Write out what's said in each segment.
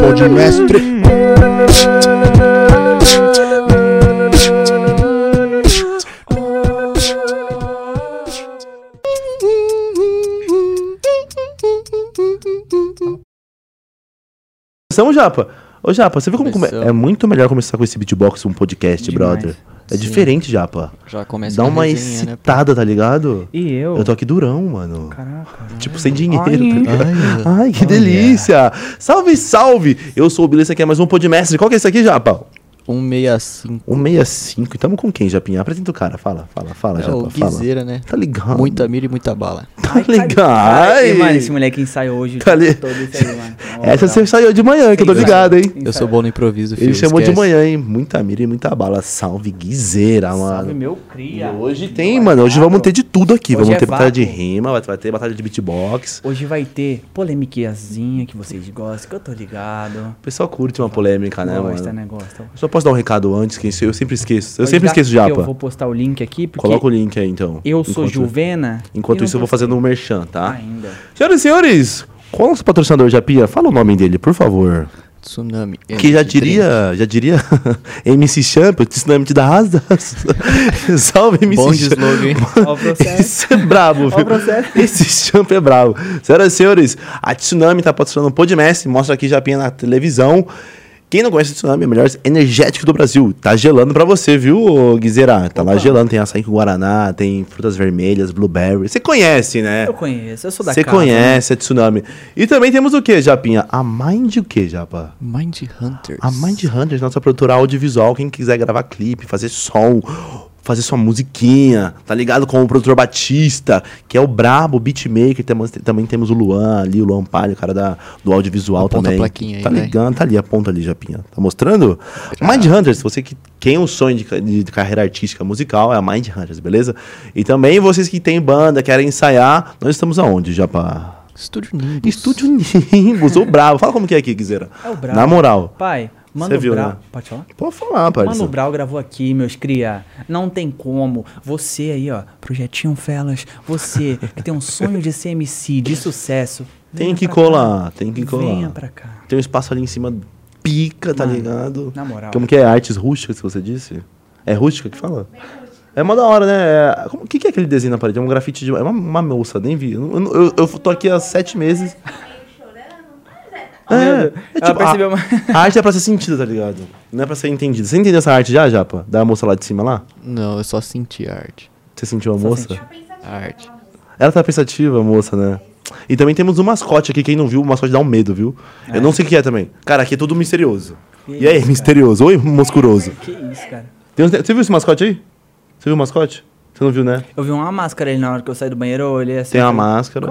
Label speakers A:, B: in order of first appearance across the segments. A: Pode mestre.
B: Começamos, Japa. Ô, Japa, você viu como come-
C: Começamos.
B: é muito melhor começar com esse beatbox, um podcast,
C: Demais.
B: brother. É
C: Sim.
B: diferente, Japa.
C: Já começa
B: Dá
C: com a
B: uma
C: resenha, né?
B: excitada, tá ligado?
D: E eu?
B: Eu tô aqui durão, mano.
D: Caraca.
B: Tipo, sem dinheiro, tá
D: Ai.
B: ligado?
C: Ai,
B: Ai, que delícia! Salve, salve! Eu sou o Billy, esse aqui é mais um Podmestre. Qual que é esse aqui, Japa?
C: 165.
B: 165. E tamo com quem, Japinha? Apresenta o cara. Fala, fala, fala,
C: É o
B: Japa. Fala.
C: Guiseira, né?
B: Tá ligado?
C: Muita mira e muita bala.
B: Tá
D: Ai,
B: ligado?
D: mano, esse moleque ensaiou hoje. o
B: Tá
D: dia
B: ali-
D: todo isso aí, mano. Na moral.
B: Essa você saiu de manhã, que eu tô
D: Sim,
B: ligado, hein?
D: Ensaiou.
C: Eu sou é um bom no improviso, filho.
B: Ele chamou de
D: é
C: esquece.
B: manhã, hein? Muita mira e muita bala. Salve, guiseira,
D: Salve,
B: Ah, mano.
D: meu
B: E
D: cria.
B: hoje tem, mano. Hoje vamos ter de tudo aqui.
D: Hoje
B: vamos
D: é
B: ter batalha de
D: vácuo.
B: rima, vai- vai ter batalha de beatbox.
D: Hoje vai ter polemiquiazinha que vocês gostam, que eu tô ligado.
B: O pessoal curte uma polêmica, né,
D: gosta,
B: mano?
D: né? Gosta.
B: Só posso dar um recado antes, que isso eu sempre esqueço. Eu
D: Pode
B: sempre
D: dar
B: esqueço,
D: que
B: Japa.
D: Eu vou postar o link aqui, porque
B: Coloca o link aí, então.
D: eu sou
B: Enquanto-
D: Juvena.
B: Enquanto
D: e
B: isso, eu vou
D: postei
B: fazendo um merchan, tá?
D: Ainda.
B: Senhoras e senhores, qual é o nosso patrocinador, Japinha? Fala o nome dele, por favor.
C: Tsunami.
B: Que já
C: Energy Drink.
B: diria, já diria MC Champ, o tsunami te dá asa. Salve MC
C: Bom de
B: Champ.
C: slogan, hein?
D: Ó o processo.
B: Esse é brabo,
D: Ó o
B: viu?
D: processo.
B: Esse champ é brabo. Senhoras e senhores, a Tsunami tá patrocinando o Podmestre, mostra aqui Japinha na televisão. Quem não conhece a Tsunami, é o melhor energético do Brasil. Tá gelando pra você, viu, ô, Guizeira? Tá lá gelando, tem açaí com guaraná, tem frutas vermelhas, blueberry. Você conhece, né?
D: Eu conheço, eu sou da
B: Você
D: casa, né?
B: conhece a Tsunami. E também temos o que, Japinha? A Mind o que, Japa?
C: Mind Hunters.
B: A Mind Hunters, nossa produtora audiovisual, quem quiser gravar clipe, fazer som, fazer sua musiquinha, tá ligado? Com o produtor Batista, que é o brabo beatmaker, temos- também temos o Luan ali, o Luan Palho, o cara da, do audiovisual
C: Aponta
B: também.
C: a plaquinha aí,
B: tá
C: vai.
B: ligado? Tá ali, aponta ali, Japinha. Tá mostrando? Mind Hunters, você que tem um sonho de, ca- de carreira artística musical, é a Mind Hunters, beleza? E também vocês que têm banda, querem ensaiar, nós estamos aonde, Japa?
C: Estúdio Nimbus.
B: Estúdio Nimbus, o brabo. Fala como que é aqui, Guizeira.
D: É o brabo.
B: Na moral.
D: Pai,
B: Cê
D: Mano
B: viu,
D: Brau.
B: né?
D: Pode falar?
B: Pode falar, parça.
D: Mano Brau gravou aqui, meus cria. Não tem como. Você aí, ó, Projetinho Felas, você que tem um sonho de ser MC, de sucesso.
B: Tem
D: venha
B: que
D: pra cá.
B: colar, tem que colar.
D: Venha pra cá.
B: Tem um espaço ali em cima, pica, tá
D: Mano,
B: ligado?
D: na moral.
B: Como que é? Artes rústicas que você disse? É rústica que fala? É mó da hora, né? É- como- O que, que é aquele desenho na parede? É um grafite de. É uma, uma moça, nem vi. Eu, eu- eu- eu tô aqui há sete meses.
D: Ah,
B: É, é
D: Ela
B: tipo,
D: percebeu
B: a,
D: uma-
B: a arte é pra ser sentida, tá ligado? Não é pra ser entendida. Você entendeu essa arte já, Japa? Da moça lá de cima lá?
C: Não, eu só senti a arte.
B: Você sentiu a moça?
D: senti.
C: A arte.
B: Ela tá pensativa, moça, né? E também temos um mascote aqui, quem não viu, o mascote dá um medo, viu? Eu não sei o que é também. Cara, aqui é tudo misterioso.
D: Que
B: e aí,
D: isso,
B: misterioso? Oi, moscuroso.
D: Que isso, cara.
B: Tem uns- Você viu esse mascote aí? Você viu o mascote? Você não viu, né?
D: Eu vi uma máscara ali na hora que eu saí do banheiro, eu olhei assim.
B: Tem uma
D: falei,
B: máscara.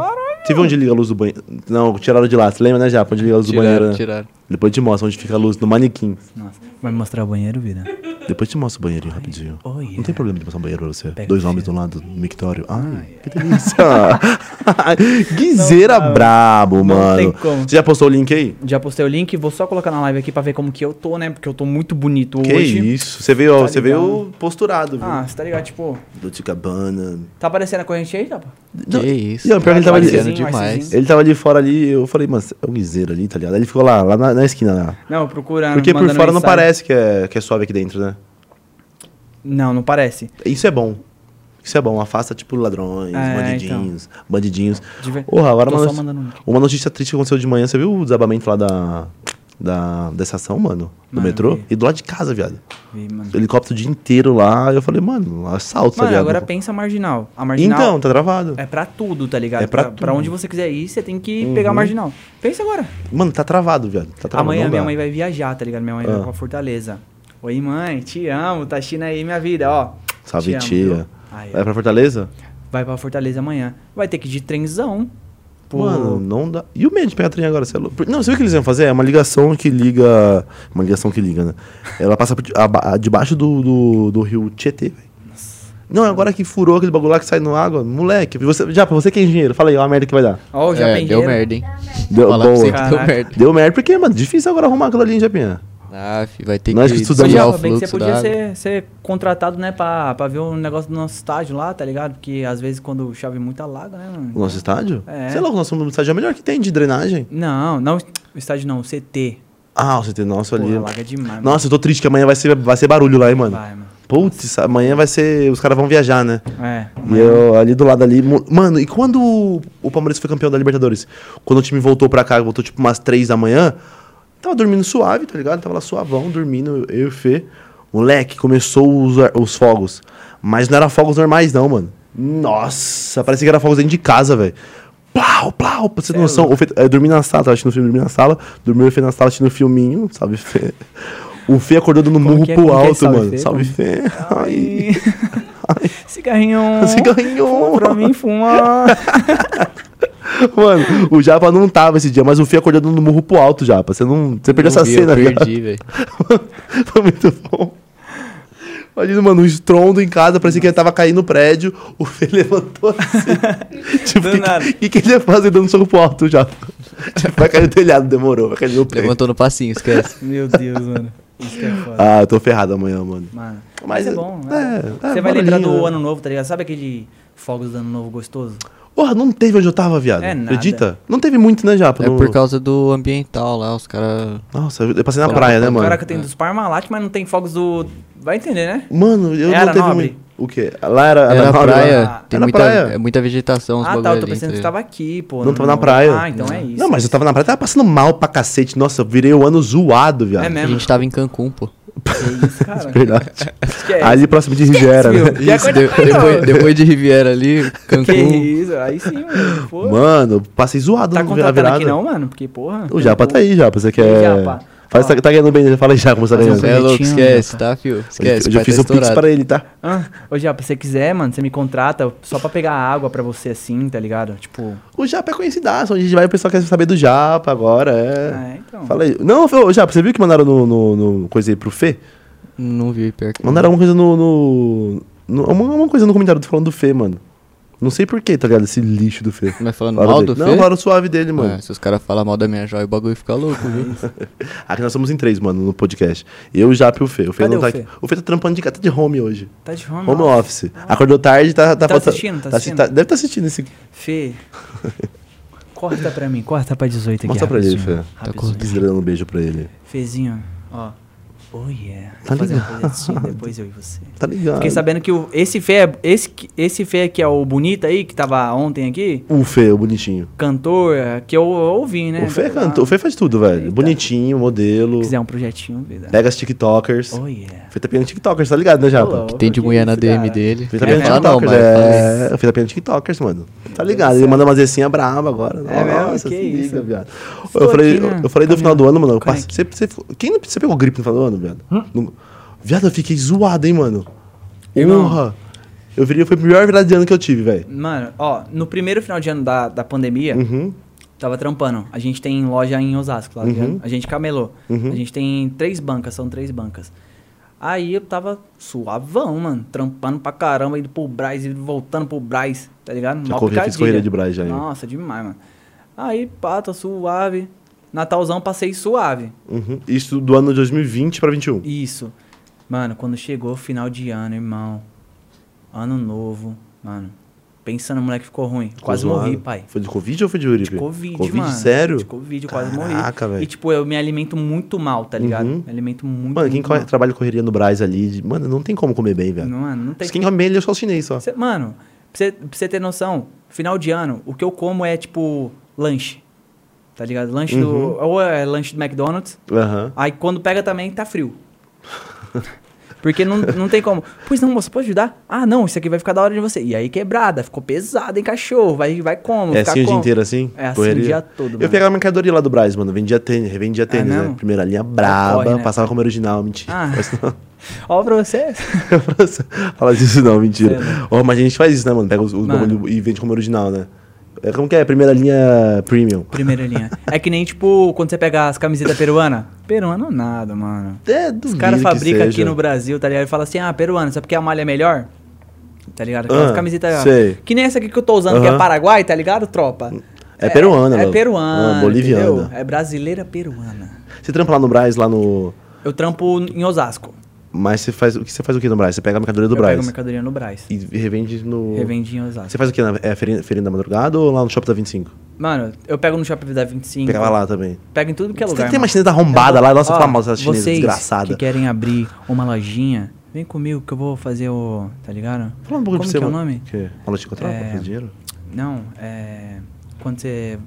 B: Você viu onde liga a luz do banheiro? Não, tiraram de lá. Você lembra, né, Japa? Onde liga a luz do banheiro,
C: Tiraram,
B: né?
C: tiraram.
B: Depois te mostra onde fica a luz, no manequim.
D: Nossa, vai me mostrar o banheiro, vida?
B: Depois te mostra o banheirinho rapidinho.
D: oh, yeah.
B: Não tem problema de mostrar um banheiro pra você.
D: Pega
B: Dois
D: no
B: homens do lado do mictório. Ai, que delícia. Guiseira brabo, mano.
D: tem como.
B: Você já postou o link aí?
D: Já postei o link, vou só colocar na live aqui pra ver como que eu tô, né? Porque eu tô muito bonito
B: Que
D: hoje.
B: isso. Você veio,
D: Tá
B: você
D: ligado.
B: veio posturado, viu?
D: Ah, você tá ligado? Tipo,
B: Dolce Gabbana.
D: tá aparecendo a corrente aí, Tapa?
B: Não,
C: Que isso. Tá
B: e o pior que ele tava ali-
C: Marciano
D: Marcezinho,
C: demais.
D: Marcezinho.
B: Ele tava ali fora ali, eu falei, mano, é um guiseiro ali, tá ligado? Aí Ele ficou lá, lá na, na esquina lá.
D: Não, procura.
B: Porque por
D: Ah, mandando
B: fora não
D: mensagem.
B: parece que é, que é suave aqui dentro, né?
D: Não, não parece.
B: Isso é bom. Isso é bom, afasta tipo ladrões,
D: É,
B: bandidinhos, bandidinhos.
D: De ver-
B: Porra, agora
D: Tô
B: uma,
D: só
B: notícia-
D: mandando um link.
B: uma notícia triste que aconteceu de manhã, você viu o desabamento lá da, da, da estação, mano? Do
D: Mano,
B: metrô?
D: vi.
B: E do lado de casa, viado.
D: Vi, mano.
B: Helicóptero o dia inteiro lá, eu falei, mano, assalto, tá
D: Mano,
B: ligado?
D: agora pensa a marginal. A marginal
B: então, tá travado.
D: é pra tudo, tá ligado?
B: É pra
D: pra
B: tudo.
D: onde você quiser ir, você tem que pegar a marginal. Pensa agora.
B: Mano, tá travado, viado. Tá travado.
D: Amanhã
B: não
D: minha
B: dá.
D: mãe vai viajar, tá ligado? Minha mãe vai
B: Ah.
D: pra Fortaleza. Oi, mãe, te amo. Tá China aí, minha vida, ó.
B: Salve,
D: Te amo,
B: tia. É.
D: viu? é. Aí, ó.
B: Vai pra Fortaleza?
D: Vai pra Fortaleza amanhã. Vai ter que ir de trenzão. Pô,
B: Mano, não dá. E o medo de pegar trem agora, você é louco? Não, você viu o que eles iam fazer? É uma ligação que liga. Uma ligação que liga, né? Ela passa por de- aba- a- debaixo do, do, do rio Tietê, velho. Não, é agora que furou aquele bagulho lá que sai no água. Moleque, você, já, pra você que é engenheiro, fala aí, ó a merda que vai dar.
D: ó, o
C: É,
D: Japinheiro.
C: deu merda, hein?
B: Deu,
C: Fala pra
B: boa.
C: você que deu
D: Caraca.
C: merda.
B: Deu merda porque, mano, difícil agora arrumar aquilo ali em Japinha.
C: Ah, fi, vai ter
B: Nós que
C: que
D: Ô,
B: estudamos
C: desviar
D: Japa,
C: o
D: bem que você
C: fluxo
D: podia
C: da água.
D: ser, ser contratado, né, pra, pra ver um negócio do nosso estágio lá, tá ligado? Porque às vezes quando chove muito alaga, né, mano?
B: O nosso estádio?
D: É.
B: Sei lá, o nosso estádio é o melhor que tem de drenagem.
D: Não, não. O estádio não, o CT.
B: Ah, o CT nosso ali.
D: Porra, larga demais, mano.
B: Nossa, eu tô triste que amanhã vai ser, vai ser barulho lá, hein, mano.
D: Vai, mano.
B: Putz, amanhã vai ser. Os caras vão viajar, né?
D: É.
B: E eu ali do lado ali. mo- Mano, e quando o- o Palmeiras foi campeão da Libertadores? Quando o time voltou pra cá, voltou tipo umas três da manhã, tava dormindo suave, tá ligado? Tava lá suavão, dormindo, eu e o Fê. Moleque, começou os, os fogos. Mas não era fogos normais, não, mano. Nossa, parecia que era fogos dentro de casa, velho. Plau, plau, pra você
D: É,
B: ter noção. O Fê, eu dormi na sala, tava assistindo filme, dormi na sala. Dormiu o Fê na sala assistindo um filminho, salve Fê. O Fê acordou dando murro
D: que é?
B: pro
D: Como que é
B: alto,
D: salve
B: mano.
D: Fê?
B: Salve Fê. Ai.
D: Ai. Cigarrinho.
B: Cigarrinho.
D: Fuma pra mim, fuma.
B: Mano, o Japa não tava esse dia, mas o Fih acordando no murro pro alto, Japa. Você não. Você perdeu
C: Não
B: essa
C: vi,
B: cena,
C: Eu
B: cara.
C: perdi, velho.
B: Foi muito bom. Imagina, mano, um estrondo em casa, parecia que ele tava caindo no prédio, o Fê levantou assim. tipo,
D: Do
B: o que,
D: nada.
B: que, que ele ia fazer dando soco pro alto, Japa? tipo, vai cair no telhado, demorou, vai cair no prédio.
C: Levantou no passinho, esquece.
D: Meu Deus, mano. Isso que é foda.
B: Ah, eu tô ferrado amanhã, mano.
D: Mano, mas,
B: Mas
D: é
B: é-
D: bom, né?
B: é, é,
D: Você vai lembrar
B: barulhinho,
D: do
B: né?
D: ano novo, tá ligado? Sabe aquele fogos do ano novo gostoso?
B: Porra, não teve onde eu tava, viado.
D: É nada.
B: Acredita? Não teve muito, né, Japa?
C: É
B: No-
C: por causa do ambiental lá, os caras.
B: Nossa, eu passei na praia, né, mano?
D: Agora que tem dos Parmalat, mas não tem fogos do... Vai entender, né?
B: Mano, eu
D: Era
B: não teve
D: nobre?
B: muito. O quê? Lá era,
C: É
B: era
C: na
B: nobre,
C: praia,
B: lá.
C: tem
B: Ah, Era
C: muita,
B: praia.
C: é muita vegetação, os
D: Ah, tá,
C: bagulho
D: eu tô
C: ali,
D: pensando que você
C: ligado?
D: tava aqui, pô.
B: é. Não tava na praia.
D: Ah, então é isso.
B: Não, mas eu tava na praia, tava passando mal pra cacete. Nossa, eu virei o ano zoado, viado.
D: É
C: A
D: mesmo.
C: gente tava em Cancún, pô.
D: Que isso, cara.
B: Verdade.
D: Esquece.
B: Ali próximo de Riviera,
D: Esquece,
B: né?
D: E a
C: Isso,
D: coisa
C: de-
D: foi,
C: depois,
D: não.
C: depois de Riviera ali,
D: Que
C: Cancún.
D: isso, aí sim, mano. Pô.
B: um Mano, passei zoado
D: tá
B: no-
D: contratando aqui não, mano? Porque, porra... é
B: O Japa tá aí, Japa. Você quer.
D: Japa,
B: Faz,
D: fala.
B: tá, tá ganhando bem, né? fala aí já como você tá
D: Fazer um
B: ganhando.
C: É louco,
D: Bonitinho,
C: esquece,
D: rapaz.
C: tá, fio?
B: Hoje né, eu-
C: Esquece,
B: hoje eu
C: vai
B: fiz
C: tá
B: o pix
C: estourado.
B: pra ele, tá?
D: Ah, ô, Japa, se você quiser, mano, você me contrata só pra pegar água pra você assim, tá ligado? Tipo...
B: O Japa é conhecidaço. Onde a gente vai, o pessoal quer saber do Japa agora. É.
D: Ah, então.
B: Fala aí. Não, ô, Japa, você viu que mandaram no, no, no coisa aí pro Fê?
C: Não vi, pior que.
B: Mandaram alguma coisa no. no, no alguma, alguma coisa no comentário falando do Fê, mano. Não sei porquê, tá ligado? Esse lixo do Fê.
C: Mas falando
B: Falaram
C: mal
B: dele.
C: do Fê?
B: Não, falaram suave dele, mano.
C: Ah, se os caras falam mal da minha joia, o bagulho fica louco, viu?
B: Aqui nós somos em três, mano, no podcast. Eu, o Jap e o Fê. O Fê
D: Cadê
B: não tá
D: o
B: aqui.
D: Fê?
B: O Fê tá trampando de casa de home hoje.
D: Tá de home,
B: Home
D: office.
B: office. Acordou tarde, tá... Tá, falta-
D: assistindo, tá
B: assi-
D: assistindo?
B: deve estar assistindo esse...
D: Fê, corta pra mim, corta pra 18 aqui.
B: Mostra pra ele, Fê.
D: Tá
B: Quiser dando um beijo pra ele.
D: Fezinho, ó. Oh yeah.
B: Tá
D: Vou fazer uma
B: ligado.
D: coisa assim, depois eu e você.
B: Tá ligado.
D: Fiquei sabendo que o, esse Fê, é- esse, que- esse Fê que é o bonito aí, que tava ontem aqui,
B: O Fê, o bonitinho.
D: cantor, é, que eu ouvi, né?
B: o Fê
D: Tá lá.
B: canta... O Fê faz tudo, velho.
D: Eita.
B: Bonitinho, modelo.
D: Se quiser um projetinho, vida.
B: Pega as tiktokers.
D: Oh yeah.
B: O Fê tá pegando tiktokers, tá ligado, né, Japa?
D: Olá.
C: Que tem de
D: Que
C: mulher
D: isso,
C: na DM
D: cara?
C: dele.
B: O Fê tá
C: É,
B: pegando
C: falar não,
B: tiktokers.
D: né?
C: mas fala
B: é... O Fê tá pegando tiktokers, mano. Tá ligado? Ele manda umas essinhas braba agora.
D: É mesmo?
B: Nossa,
D: Que
B: se
D: isso.
B: liga, viado.
D: Estou
B: Eu falei,
D: aqui, né?
B: eu falei do final do ano, mano. Eu
D: Como é
B: passei, você, você, ficou- quem não, você pegou gripe no final do ano, viado? Não- viado, eu fiquei zoado, hein, mano.
D: Eu não.
B: Porra! Eu virei, foi a pior virada de ano que eu tive, velho.
D: Mano, ó, no primeiro final de ano da, da pandemia,
B: Uhum.
D: Tava trampando. A gente tem loja em Osasco, lá, tá
B: Uhum.
D: ligado? A gente camelou. A gente tem três bancas, são três bancas. Aí eu tava suavão, mano. Trampando pra caramba, indo pro Braz, indo- voltando pro Braz, tá ligado? Mó
B: corri- fiz
D: picadilha.
B: corrida de Braz já, hein?
D: Nossa, demais, mano. Aí, pá, tô suave. Natalzão, passei suave.
B: Uhum. Isso do ano de 2020 pra 21.
D: Isso. Mano, quando chegou o final de ano, irmão. Ano novo, mano. Pensando, moleque, ficou ruim. Quase
B: Zoado.
D: morri, pai.
B: Foi de Covid ou foi de Uribe?
D: De Covid,
B: Covid,
D: mano.
B: sério?
D: De Covid, eu quase morri.
B: Caraca, velho.
D: E, tipo, eu me alimento muito mal, tá ligado?
B: Uhum.
D: Me alimento muito,
B: Mano, quem tá
D: muito
B: corre-
D: mal.
B: trabalha correria no Braz ali, de- mano, não tem como comer bem, velho.
D: Não, Mano, não tem...
B: Se Quem come bem, ele é só o chinês, só.
D: Cê- Mano, pra você, pra você ter noção, final de ano, o que eu como é, tipo, lanche. Tá ligado? Lanche do...
B: Uhum.
D: Ou é lanche do McDonald's.
B: Aham.
D: Aí, quando pega também, tá frio. Porque não, não tem como. Pois não, moça, pode ajudar? Ah, não, isso aqui vai ficar da hora de você. E aí, quebrada. Ficou pesado, hein, cachorro? Vai, vai como?
B: É
D: Ficar
B: assim o dia
D: como?
B: inteiro, assim?
D: É assim
B: Correria?
D: o dia todo, mano. É
B: Eu pegava mercadoria lá do Braz, mano. Vendia tênis, revendia tênis, né?
D: mesmo?
B: Primeira linha braba,
D: Corre, né?
B: passava como original, mentira.
D: Ah, ó pra você.
B: Fala disso não, mentira.
D: É, né?
B: Ó, mas a gente faz isso, né, mano? Pega os, os
D: Mano.
B: bagulho e vende como original, né? É como que é? Primeira linha premium.
D: Primeira linha. É que nem, tipo, quando você pega as camisetas peruana. Peruana nada, mano.
B: É, duvido
D: Os caras
B: que
D: fabricam aqui
B: seja.
D: no Brasil, tá ligado? E fala assim, ah, peruana, sabe porque a malha é melhor? Tá ligado? Aquelas
B: Ah,
D: camisetas...
B: sei.
D: Que nem essa aqui que eu tô usando, que
B: Aham.
D: é Paraguai, tá ligado, tropa?
B: É peruana,
D: É,
B: mano.
D: peruana,
B: Ah, boliviana.
D: entendeu? É brasileira peruana.
B: Você trampa lá no Braz, lá no...
D: Eu trampo em Osasco.
B: Mas você faz... O que você faz o que no Braz? Você pega a mercadoria do
D: eu
B: Braz
D: pego mercadoria no Braz.
B: e revende no...
D: Revendi em Osasco.
B: Você faz o que? É feirinha, feirinha da madrugada ou lá no Shopping da 25?
D: Mano, eu pego no Shopping Vida 25.
B: Pegava lá também.
D: Pega em tudo que é
B: Você tem
D: lugar.
B: que ter uma
D: mano.
B: chinesa arrombada lá, nossa,
D: Ó,
B: famosa essa chinesa,
D: vocês
B: desgraçada.
D: que querem abrir uma lojinha, vem comigo que eu vou fazer o... Tá ligado?
B: Fala um pouco
D: Como
B: de
D: que
B: você,
D: é o
B: mano.
D: nome?
B: Que? Falou de contrato,
D: É.
B: pra fazer dinheiro?
D: Não, é... Quando você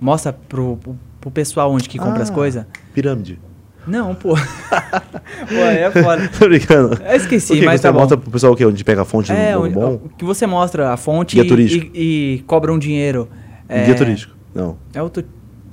D: mostra pro, pro, pro pessoal onde que compra as
B: Ah.
D: coisas.
B: Pirâmide.
D: Não, pô. pô, é foda.
B: Tô brincando.
D: Eu esqueci,
B: O quê?
D: mas
B: você
D: tá bom.
B: mostra pro pessoal o quê? Onde pega a fonte
D: É,
B: do
D: o,
B: um bom?
D: o que você mostra a fonte
B: Guia
D: e,
B: turístico.
D: e- e cobra um dinheiro. É,
B: Guia turístico. Não.
D: É outro,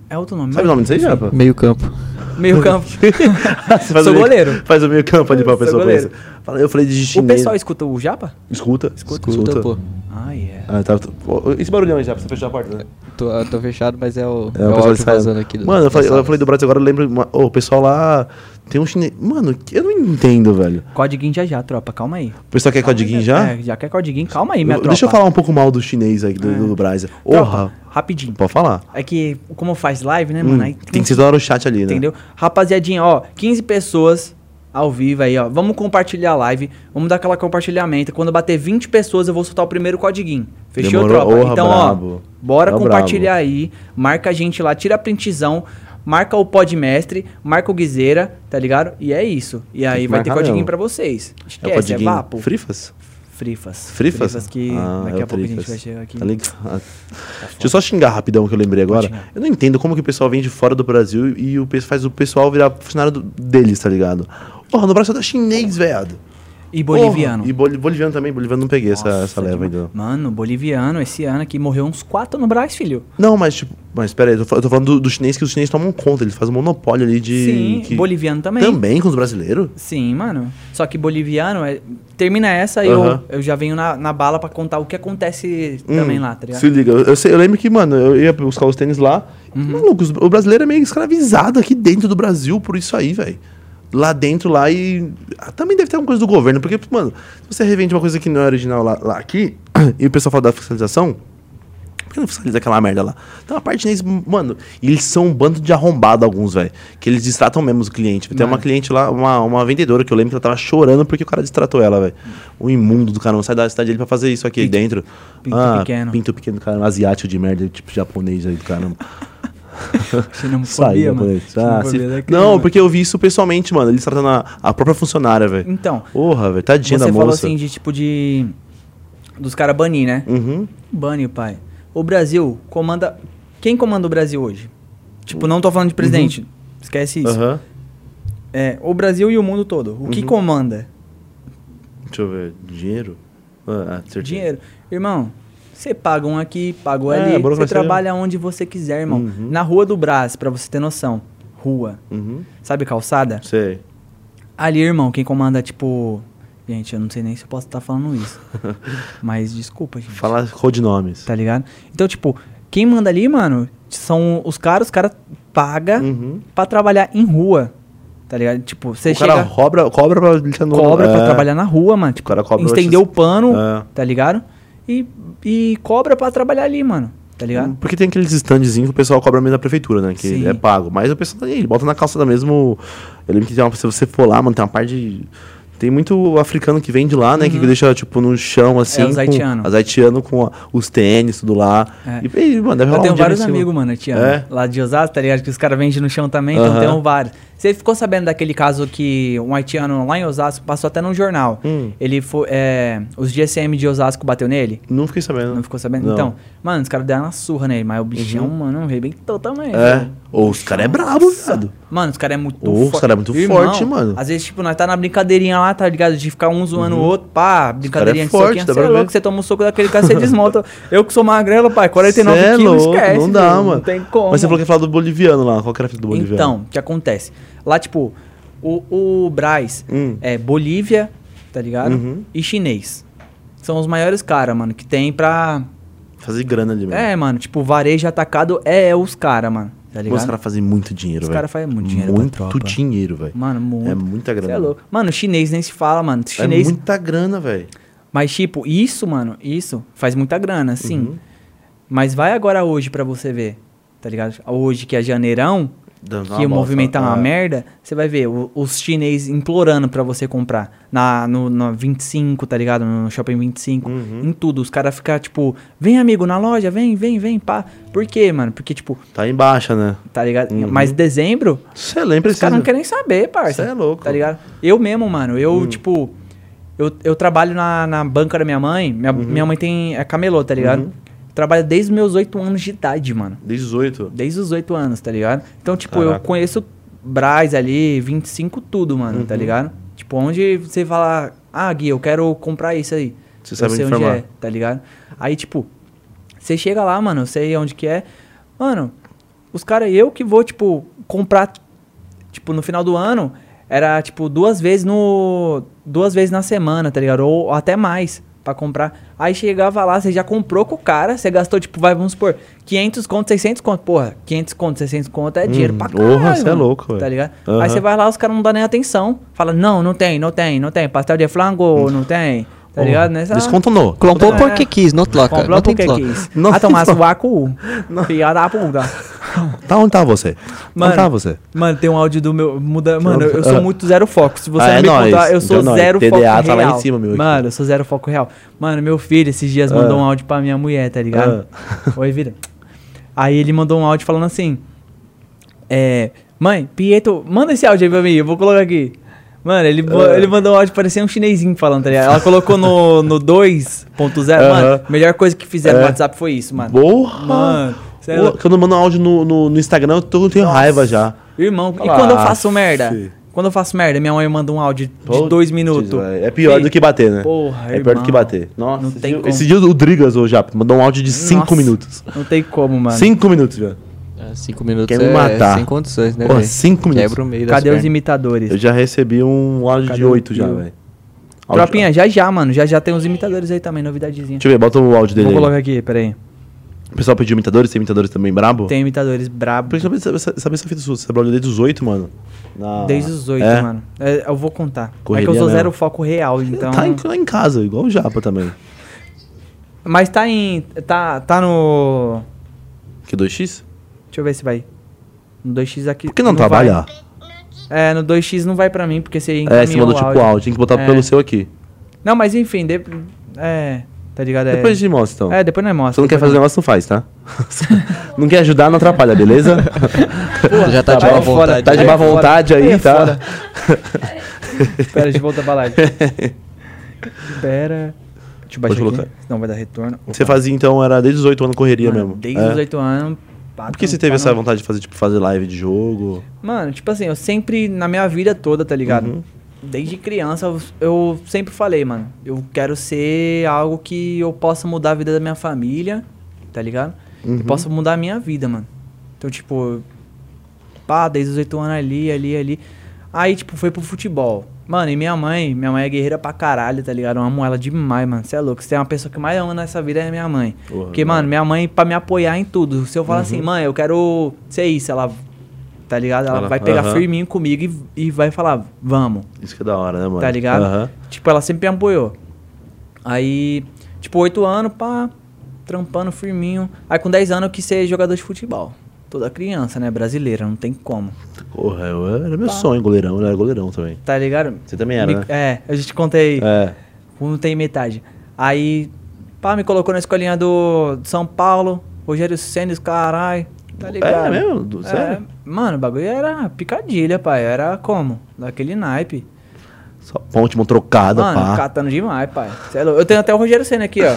D: é outro nome.
B: Sabe o nome disso aí, Japa?
C: Meio campo.
D: Meio campo.
B: Você faz
D: Sou
B: o meio-
D: goleiro.
B: Faz o meio campo ali pra
D: Sou
B: pessoa
D: goleiro.
B: conhecer. Fala, Eu falei de
D: o
B: chinês.
D: pessoal escuta o Japa?
B: Escuta.
C: Escuta, escuta, pô.
D: Ah, yeah.
B: Ah, tá, tá. Pô, Esse barulhão aí, Japa, você fechou a porta, né?
C: Tô,
D: ah,
C: eu tô fechado, mas é o, é
B: o
C: o
B: pessoal
C: áudio
B: sai-
C: vazando aqui. do-
B: Mano, eu
C: da
B: falei, eu
C: sala.
B: falei do Brasil agora, eu lembro. uma- Ô, o pessoal lá tem um chinês. Mano, que- eu não entendo, velho.
D: Codiguinho já já, tropa, calma aí.
B: O pessoal quer codiguinho já?
D: É, já quer codiguinho, calma aí, minha
B: Eu-
D: tropa. É.
B: Deixa eu falar um pouco mal do chinês aqui, do, do Brasil. Orra.
D: Tropa, rapidinho.
B: Pode falar.
D: É que, como faz live, né, mano? Aí
B: Hum, Tem que ser toda hora o chat ali, né?
D: Entendeu? Rapaziadinha, ó, 15 pessoas ao vivo aí, ó. Vamos compartilhar a live. Vamos dar aquela compartilhamento. Quando bater 20 pessoas, eu vou soltar o primeiro codiguinho. Fechou,
B: Demorou?
D: tropa?
B: Porra,
D: então,
B: brabo.
D: ó, bora
B: Tá
D: compartilhar aí. Marca a gente lá, tira a printzão. Marca o podmestre, marca o Guiseira, tá ligado? E é isso. E aí
B: que
D: vai ter
B: marcar
D: codiguinho
B: mesmo.
D: pra vocês.
B: É o
D: Esquece, é,
B: codiguinho.
D: vapo.
B: Frifas?
D: Frifas.
B: Frifas?
D: que
B: Ah,
D: daqui
B: é
D: a
B: o
D: pouco a gente
B: Frifas.
D: vai chegar aqui.
B: Tá ligado? Deixa eu só xingar rapidão que eu lembrei agora.
D: xingar.
B: Eu não entendo como que o pessoal vem de fora do Brasil e o pe- faz o pessoal virar funcionário do- deles, tá ligado? Porra, no Brasil tá chinês, velho.
D: E boliviano.
B: Porra, E boli- boliviano também, boliviano não peguei essa,
D: Nossa,
B: essa leva
D: demais.
B: ainda. não.
D: Mano, boliviano esse ano aqui morreu uns quatro no Brás, filho.
B: Não, mas tipo, mas pera aí, eu tô, fa- eu tô falando do, do chinês que os chineses tomam conta, eles fazem um monopólio ali de.
D: Sim,
B: que-
D: boliviano também.
B: Também com os brasileiros?
D: Sim, mano. Só que boliviano, é- termina essa e
B: Aham.
D: eu, eu já venho na, na bala pra contar o que acontece também
B: Hum,
D: lá, tá ligado?
B: Se liga, eu, eu sei- eu lembro que, mano, eu ia buscar os tênis lá.
D: Uhum.
B: Maluco, os- o brasileiro é meio escravizado aqui dentro do Brasil por isso aí, velho. Lá dentro, lá e. ah, Também deve ter alguma coisa do governo, porque, mano, se você revende uma coisa que não é original lá, lá aqui, e o pessoal fala da fiscalização, por que não fiscaliza aquela merda lá? Então a parte deles, mano, eles são um bando de arrombado alguns, velho. Que eles distratam mesmo os clientes. Tem uma
D: É.
B: cliente lá, uma, uma vendedora que eu lembro que ela tava chorando porque o cara distratou ela, velho. O imundo do cara não sai da cidade dele pra fazer isso aqui dentro. Ah,
D: pinto pequeno.
B: Pinto pequeno do cara, um asiático de merda, tipo japonês aí do caramba.
D: Xenofobia,
B: Sai,
D: mano. né,
B: japonês. Ah,
D: Xenofobia
B: se-
D: da crime,
B: Não,
D: mano.
B: porque eu vi isso pessoalmente, mano. Eles tratando a, a própria funcionária, velho.
D: Então,
B: Porra, velho, tadinha
D: você
B: da
D: falou
B: moça.
D: assim de tipo de. Dos caras banir, né?
B: Uhum.
D: Bane, pai. O Brasil comanda. Quem comanda o Brasil hoje? Tipo, não tô falando de
B: Uhum.
D: presidente. Esquece isso.
B: Aham.
D: É, o Brasil e o mundo todo. O
B: Uhum.
D: que comanda?
B: Deixa eu ver. Dinheiro? Ah, certeza.
D: Dinheiro. Irmão, você paga um aqui, paga o
B: É,
D: ali, você
B: burocracia.
D: trabalha onde você quiser, irmão.
B: Uhum.
D: Na rua do Brás, pra você ter noção. Rua.
B: Uhum.
D: Sabe calçada?
B: Sei.
D: Ali, irmão, quem comanda, tipo. Gente, eu não sei nem se eu posso estar falando isso. mas desculpa, gente.
B: Fala codinomes.
D: Tá ligado? Então, tipo, quem manda ali, mano, são os caras, os caras pagam
B: Uhum.
D: pra trabalhar em rua. Tá ligado? Tipo, você
B: o cara
D: chega.
B: cobra, cobra pra deixar no
D: cobra pra
B: é.
D: trabalhar na rua, mano. Tipo,
B: cara cobra
D: estender o
B: esses-
D: pano,
B: É.
D: tá ligado? E, e cobra pra trabalhar ali, mano. Tá ligado?
B: Porque tem aqueles standzinhos que o pessoal cobra mesmo da prefeitura, né? Que
D: Sim.
B: é pago. Mas o pessoal tá aí, ele bota na calçada mesmo. Eu lembro que tem uma, se você for lá, mano, tem uma parte de. Tem muito africano que vem de lá, né? Que deixa, tipo, no chão, assim.
D: Uhum. É, os
B: com-
D: haitiano.
B: Os haitiano com a- os tênis, tudo lá.
D: É.
B: E, e, mano, deve
D: Eu
B: rolar um
D: tenho
B: dinheiro
D: vários
B: em cima.
D: amigos, mano, Tiano.
B: É?
D: Lá de Osasco, tá ligado? Que os caras vendem no chão também, então
B: Aham.
D: tenho vários. Você ficou sabendo daquele caso que um haitiano lá em Osasco passou até num jornal.
B: Hum.
D: Ele foi. é, os GSM de Osasco bateu nele?
B: Não fiquei sabendo.
D: Não ficou sabendo?
B: Não. Uhum.
D: Então, mano, os caras deram uma surra nele, mas o bichão, mano, arrebentou também.
B: É.
D: velho.
B: Ou os caras é brabo, viado.
D: Mano, os caras é muito
B: Ô, os
D: forte.
B: cara é muito
D: Irmão,
B: forte, mano. Uhum.
D: Às vezes, tipo, nós tá na brincadeirinha lá, tá ligado? De ficar um zoando o outro, pá, brincadeirinha
B: é
D: de
B: forte,
D: soquinha.
B: dá
D: Você é
B: pra ver.
D: louco, você toma um soco daquele cara, você desmonta. Eu que sou magrelo, pai, 49
B: Cê é
D: quilos,
B: louco,
D: esquece.
B: Não dá,
D: filho,
B: mano.
D: Não tem como.
B: Mas você falou que ia falar do boliviano lá. Qual que é era a fita do boliviano?
D: Então, o que acontece? Lá, tipo, o, o Braz
B: Hum.
D: é Bolívia, tá ligado?
B: Uhum.
D: E chinês. São os maiores caras, mano, que tem pra...
B: Fazer grana ali mesmo.
D: É, mano, tipo, varejo atacado é, os caras, mano, tá
B: Mas os
D: ligado?
B: caras fazem muito dinheiro,
D: Os
B: velho.
D: caras fazem muito dinheiro pra
B: Muito
D: tropa.
B: dinheiro, velho.
D: Mano, muito.
B: É muita grana.
D: Cê é louco. Mano, chinês nem se fala, mano.
B: É
D: Chinês.
B: muita grana, velho.
D: Mas, tipo, isso, mano, isso faz muita grana,
B: Uhum.
D: sim. Mas vai agora hoje pra você ver, tá ligado? Hoje que é janeirão,
B: Dando uma
D: que o
B: bosta,
D: movimento é uma
B: é.
D: merda, você vai ver o- os chineses implorando pra você comprar. Na, no, na 25, tá ligado? No shopping 25.
B: Uhum.
D: Em tudo. Os caras ficam, tipo, vem, amigo, na loja, vem, vem, vem, pá. Por quê, mano? Porque, tipo,
B: Tá em baixa, né?
D: tá ligado? Mas dezembro,
B: Você lembra
D: os caras não querem saber, parça.
B: Cê é louco. Hum.
D: Tá ligado? Eu mesmo, mano, eu, tipo. Eu, eu trabalho na, na banca da minha mãe. Minha,
B: Uhum.
D: minha mãe tem. É camelô, tá ligado? Trabalho desde os meus oito anos de idade, mano.
B: 18.
D: Desde os oito anos, tá ligado? Então, tipo, eu
B: Caraca.
D: conheço Braz ali, 25, tudo, mano,
B: Uhum.
D: tá ligado? Tipo, onde você fala, ah, Gui, eu quero comprar isso aí.
B: Você
D: eu
B: sabe
D: sei
B: informar.
D: onde é, tá ligado? Aí, tipo, você chega lá, mano, eu sei onde que é. Mano, os caras, eu que vou, tipo, comprar, tipo, no final do ano, era, tipo, duas vezes no. Duas vezes na semana, tá ligado? Ou, ou até mais pra comprar. Aí chegava lá, você já comprou com o cara, você gastou, tipo, vai, vamos supor, 500 conto, 600 conto. Porra, 500 conto, 600 conto é dinheiro
B: Hum,
D: pra caralho.
B: porra, cê é
D: mano,
B: louco, velho.
D: Tá ligado?
B: Aham.
D: Aí você vai lá, os caras não dão nem atenção. Fala, não, não tem, não tem, não tem. Pastel de
B: Hum.
D: flango, não tem. Tá ligado? Nessa-
B: Desconto no.
C: Comprou
D: É.
C: porque quis, não troca.
D: Comprou
C: Não tem
D: porque
C: troca.
D: quis.
B: Não
D: Ah,
B: tem
D: tomar
B: troca.
D: suaco. Filha da puta.
B: Tá onde tá você? onde tá você?
D: Mano, tem um áudio do meu. Muda, mano, eu
B: Ah.
D: sou muito zero foco. Se você
B: Ah,
D: não
B: é
D: me
B: nóis.
D: contar, eu sou
B: Então é nóis.
D: zero foco
B: TDA
D: real.
B: tá lá em cima, meu, Ah. aqui.
D: Mano, eu sou zero foco real. Mano, meu filho esses dias mandou um áudio pra minha mulher, tá ligado?
B: Ah.
D: Oi, vida. Aí ele mandou um áudio falando assim: É. Mãe, Pietro, manda esse áudio aí pra mim, eu vou colocar aqui. Mano, ele, bo-
B: Ah.
D: ele mandou um áudio parecia um chinesinho falando, tá ligado? Ela colocou no, no 2.0. Mano,
B: Aham.
D: melhor coisa que fizeram
B: É.
D: no WhatsApp foi isso, mano.
B: Porra!
D: Mano, cê é
B: Pô,
D: louco.
B: Quando eu mando áudio no, no, no Instagram, eu tô- eu tenho raiva já.
D: Irmão, e
B: Ah,
D: quando eu faço merda?
B: fi.
D: Quando eu faço merda, minha mãe manda um áudio de
B: Putz,
D: dois minutos.
B: velho. É pior
D: Fi,
B: do que bater, né?
D: Porra,
B: É pior do
D: irmão.
B: que bater. Nossa,
D: Não
B: esse,
D: tem
B: dia,
D: como.
B: esse dia o Drigas, ô Japa, mandou um áudio de 5
D: Nossa,
B: minutos.
D: Não tem como, mano.
B: 5 minutos, velho.
C: É, Cinco minutos
B: Quer me
C: é-
B: matar.
C: é sem condições, né,
B: Pô,
C: velho?
B: cinco minutos.
C: Quebra o meio das
D: Cadê os
C: pernas.
D: imitadores?
B: Eu já recebi um áudio
D: Cadê
B: de
D: o
B: 8 já,
D: tio?
B: velho. Áudio-
D: Tropinha, já já, mano. Já já tem uns imitadores aí também, novidadezinha.
B: Deixa eu ver, bota o áudio dele
D: Vou
B: aí.
D: colocar aqui, peraí.
B: O pessoal pediu imitadores, tem imitadores também brabo?
D: Tem imitadores brabos.
B: Principalmente saber, saber essa fita sua, você trabalhou desde os 8, mano. Na-
D: Desde os oito,
B: É.
D: mano. É, eu vou contar. é que
B: Correria
D: eu sou
B: mesmo.
D: zero foco real, então.
B: Tá em, lá em casa, igual o Japa também.
D: Mas tá em. Tá, tá no.
B: Que 2x?
D: Deixa eu ver se vai. No 2x aqui.
B: Por que não,
D: vai.
B: trabalha?
D: É, no 2x não vai pra mim, porque você
B: É,
D: encaminhou
B: você mandou
D: o
B: tipo
D: áudio.
B: áudio. áudio, tem que botar
D: É.
B: pelo seu aqui.
D: Não, mas enfim, de... é. Tá ligado? É-
B: Depois a gente mostra, então.
D: É, depois nós
B: Você
D: mostra.
B: não quer fazer o
D: depois
B: negócio, não faz, tá? não quer ajudar, não atrapalha, beleza?
C: Já tá de
B: bom.
C: má
D: fora,
C: vontade.
B: Tá de
C: né?
B: má
D: É foda.
B: vontade aí,
D: É
B: tá?
D: foda. nós- Pera, deixa eu voltar pra live. Pera. Deixa eu baixar
B: Pode
D: aqui,
B: colocar.
D: senão vai dar retorno.
B: Você fazia, então, era desde os 18 anos correria
D: Mano,
B: mesmo.
D: Desde
B: É.
D: os 8 anos.
B: Por que você
D: tá
B: teve essa vontade de fazer, tipo, fazer live de jogo?
D: Mano, tipo assim, eu sempre, na minha vida toda, tá ligado? Desde criança, eu, eu sempre falei, mano, eu quero ser algo que eu possa mudar a vida da minha família, tá ligado? Eu posso mudar a minha vida, mano. Então, tipo, pá, desde os oito anos ali, ali, ali. Aí, tipo, foi pro futebol. Mano, e minha mãe, minha mãe é guerreira pra caralho, tá ligado? Eu amo ela demais, mano. Você é louco. Você é uma pessoa que mais ama nessa vida é minha mãe.
B: Porra,
D: Porque, mano, minha mãe, pra me apoiar em tudo. Se eu falar assim, mãe, eu quero ser isso, ela. Tá ligado? Ela,
B: Ela-
D: vai pegar
B: aham.
D: firminho comigo e, e vai falar, vamos,
B: Isso que é da hora, né, mano?
D: tá ligado?
B: Aham.
D: Tipo, ela sempre me apoiou. Aí, tipo, oito anos, pá, trampando firminho. Aí com 10 anos eu quis ser jogador de futebol. Toda criança, né? Brasileira, não tem como.
B: Porra, eu, era meu sonho, goleirão. Eu era goleirão também.
D: Tá ligado?
B: Você também era,
D: Me-
B: né?
D: É, eu já te contei.
B: É.
D: Um tem metade. Aí, pá, me colocou na escolinha do de São Paulo, Rogério Senna, os carai. Tá ligado?
B: É mesmo? Do- sério?
D: Mano, o bagulho era picadilha, pai. Era como? Daquele naipe.
B: Só ponte, mão trocada,
D: Mano,
B: pá.
D: catando demais, pai. Cê é louco. Eu tenho até o Rogério Senna aqui, ó.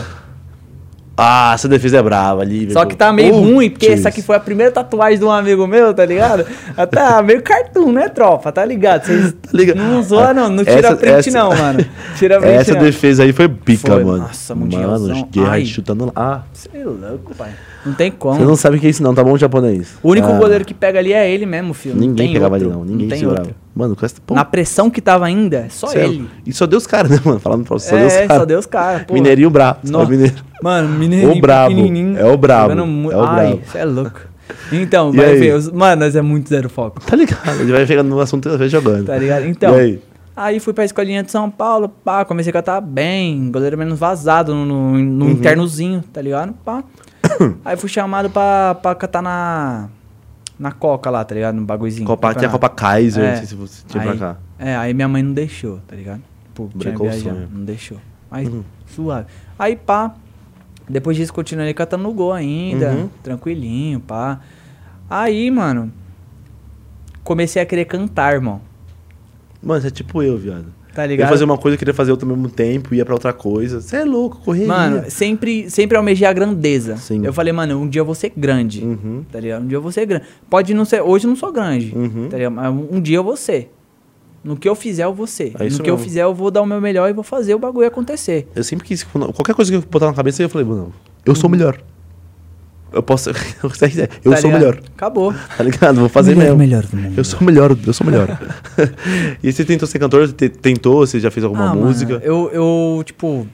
B: Ah, essa defesa é brava, Lívia.
D: Só que tá meio ruim, porque essa aqui foi a primeira tatuagem de um amigo meu, tá ligado? Ela Tá meio cartoon, né, tropa? Tá ligado? Vocês
B: ligado?
D: não zoa, não. Não tira
B: Ah, Essa-
D: print,
B: essa-
D: não, mano. Tira print,
B: Essa
D: não.
B: defesa aí foi pica,
D: Foi,
B: mano.
D: nossa, mundialzão.
B: Mano, guerra
D: Ai.
B: chutando lá. Ah,
D: Cê é louco, pai. Não tem como.
B: você não sabe o que é isso não, tá bom, japonês?
D: O único
B: Ah,
D: goleiro que pega ali é ele mesmo, filho. Não
B: Ninguém
D: tem
B: pegava
D: outro.
B: ele não, ninguém
D: tem
B: segurava. é
D: outro.
B: Mano, com essa... Pô,
D: Na pressão que tava ainda, é só
B: céu.
D: ele.
B: E só deu os caras, né, mano? Falando pra você, só
D: é,
B: deu os caras.
D: só deu os caras. pô.
B: Mineirinho brabo.
D: Nossa.
B: Nossa. Mineiro.
D: Mano, Mineirinho.
B: O brabo,
D: pequenininho,
B: é o brabo,
D: jogando mu-
B: é o
D: Ai,
B: brabo.
D: você é louco. Então,
B: E
D: vai
B: aí?
D: ver. os- Mano, nós é muito zero foco,
B: Tá ligado? Ele vai chegando no assunto e vai jogando.
D: tá ligado? Então,
B: E aí?
D: aí fui pra escolinha de São Paulo, pá, comecei a cantar bem, goleiro menos vazado no, no-
B: Uhum.
D: no internozinho, tá ligado? Pá. aí fui chamado pra, pra cantar na, na Coca lá, tá ligado? No bagulhozinho.
B: Copa, tinha a Copa
D: campeonato.
B: Kaiser,
D: É.
B: não sei se você tinha
D: Aí-
B: pra cá.
D: É, aí minha mãe não deixou, tá ligado? Pô, tinha
B: Brincou o
D: viajado,
B: sonho. Uhum.
D: não deixou. Mas suave. Aí pá, depois disso continuei catando no gol ainda,
B: Uhum.
D: tranquilinho, pá. Aí, mano, comecei a querer cantar, irmão.
B: Mano, você é tipo eu, viado.
D: Tá
B: Eu ia
D: ligado?
B: fazer uma coisa, eu queria fazer outra ao mesmo tempo, ia pra outra coisa. Você é louco, correria.
D: Mano, sempre, sempre almejei a grandeza.
B: Sim.
D: Eu falei, mano, um dia eu vou ser grande.
B: Uhum.
D: Tá ligado? Um dia eu vou ser grande. Pode não ser. Hoje eu não sou grande.
B: Uhum.
D: Tá ligado? Mas um dia eu vou ser. No que eu fizer, eu vou ser. no que
B: É isso
D: eu
B: mesmo.
D: fizer, eu vou dar o meu melhor e vou fazer o bagulho acontecer.
B: Eu sempre quis. quando- Qualquer coisa que eu botar na cabeça, eu falei, mano, eu sou o melhor. Eu posso. eu sou
D: Tá
B: o
D: ligado?
B: melhor.
D: Acabou.
B: Tá ligado? Vou fazer
D: Melhor,
B: mesmo.
D: melhor do mundo.
B: Eu sou o melhor, eu sou o melhor. e você tentou ser cantor? Te- Tentou? Você já fez alguma
D: Ah, mano,
B: música?
D: eu, eu, tipo.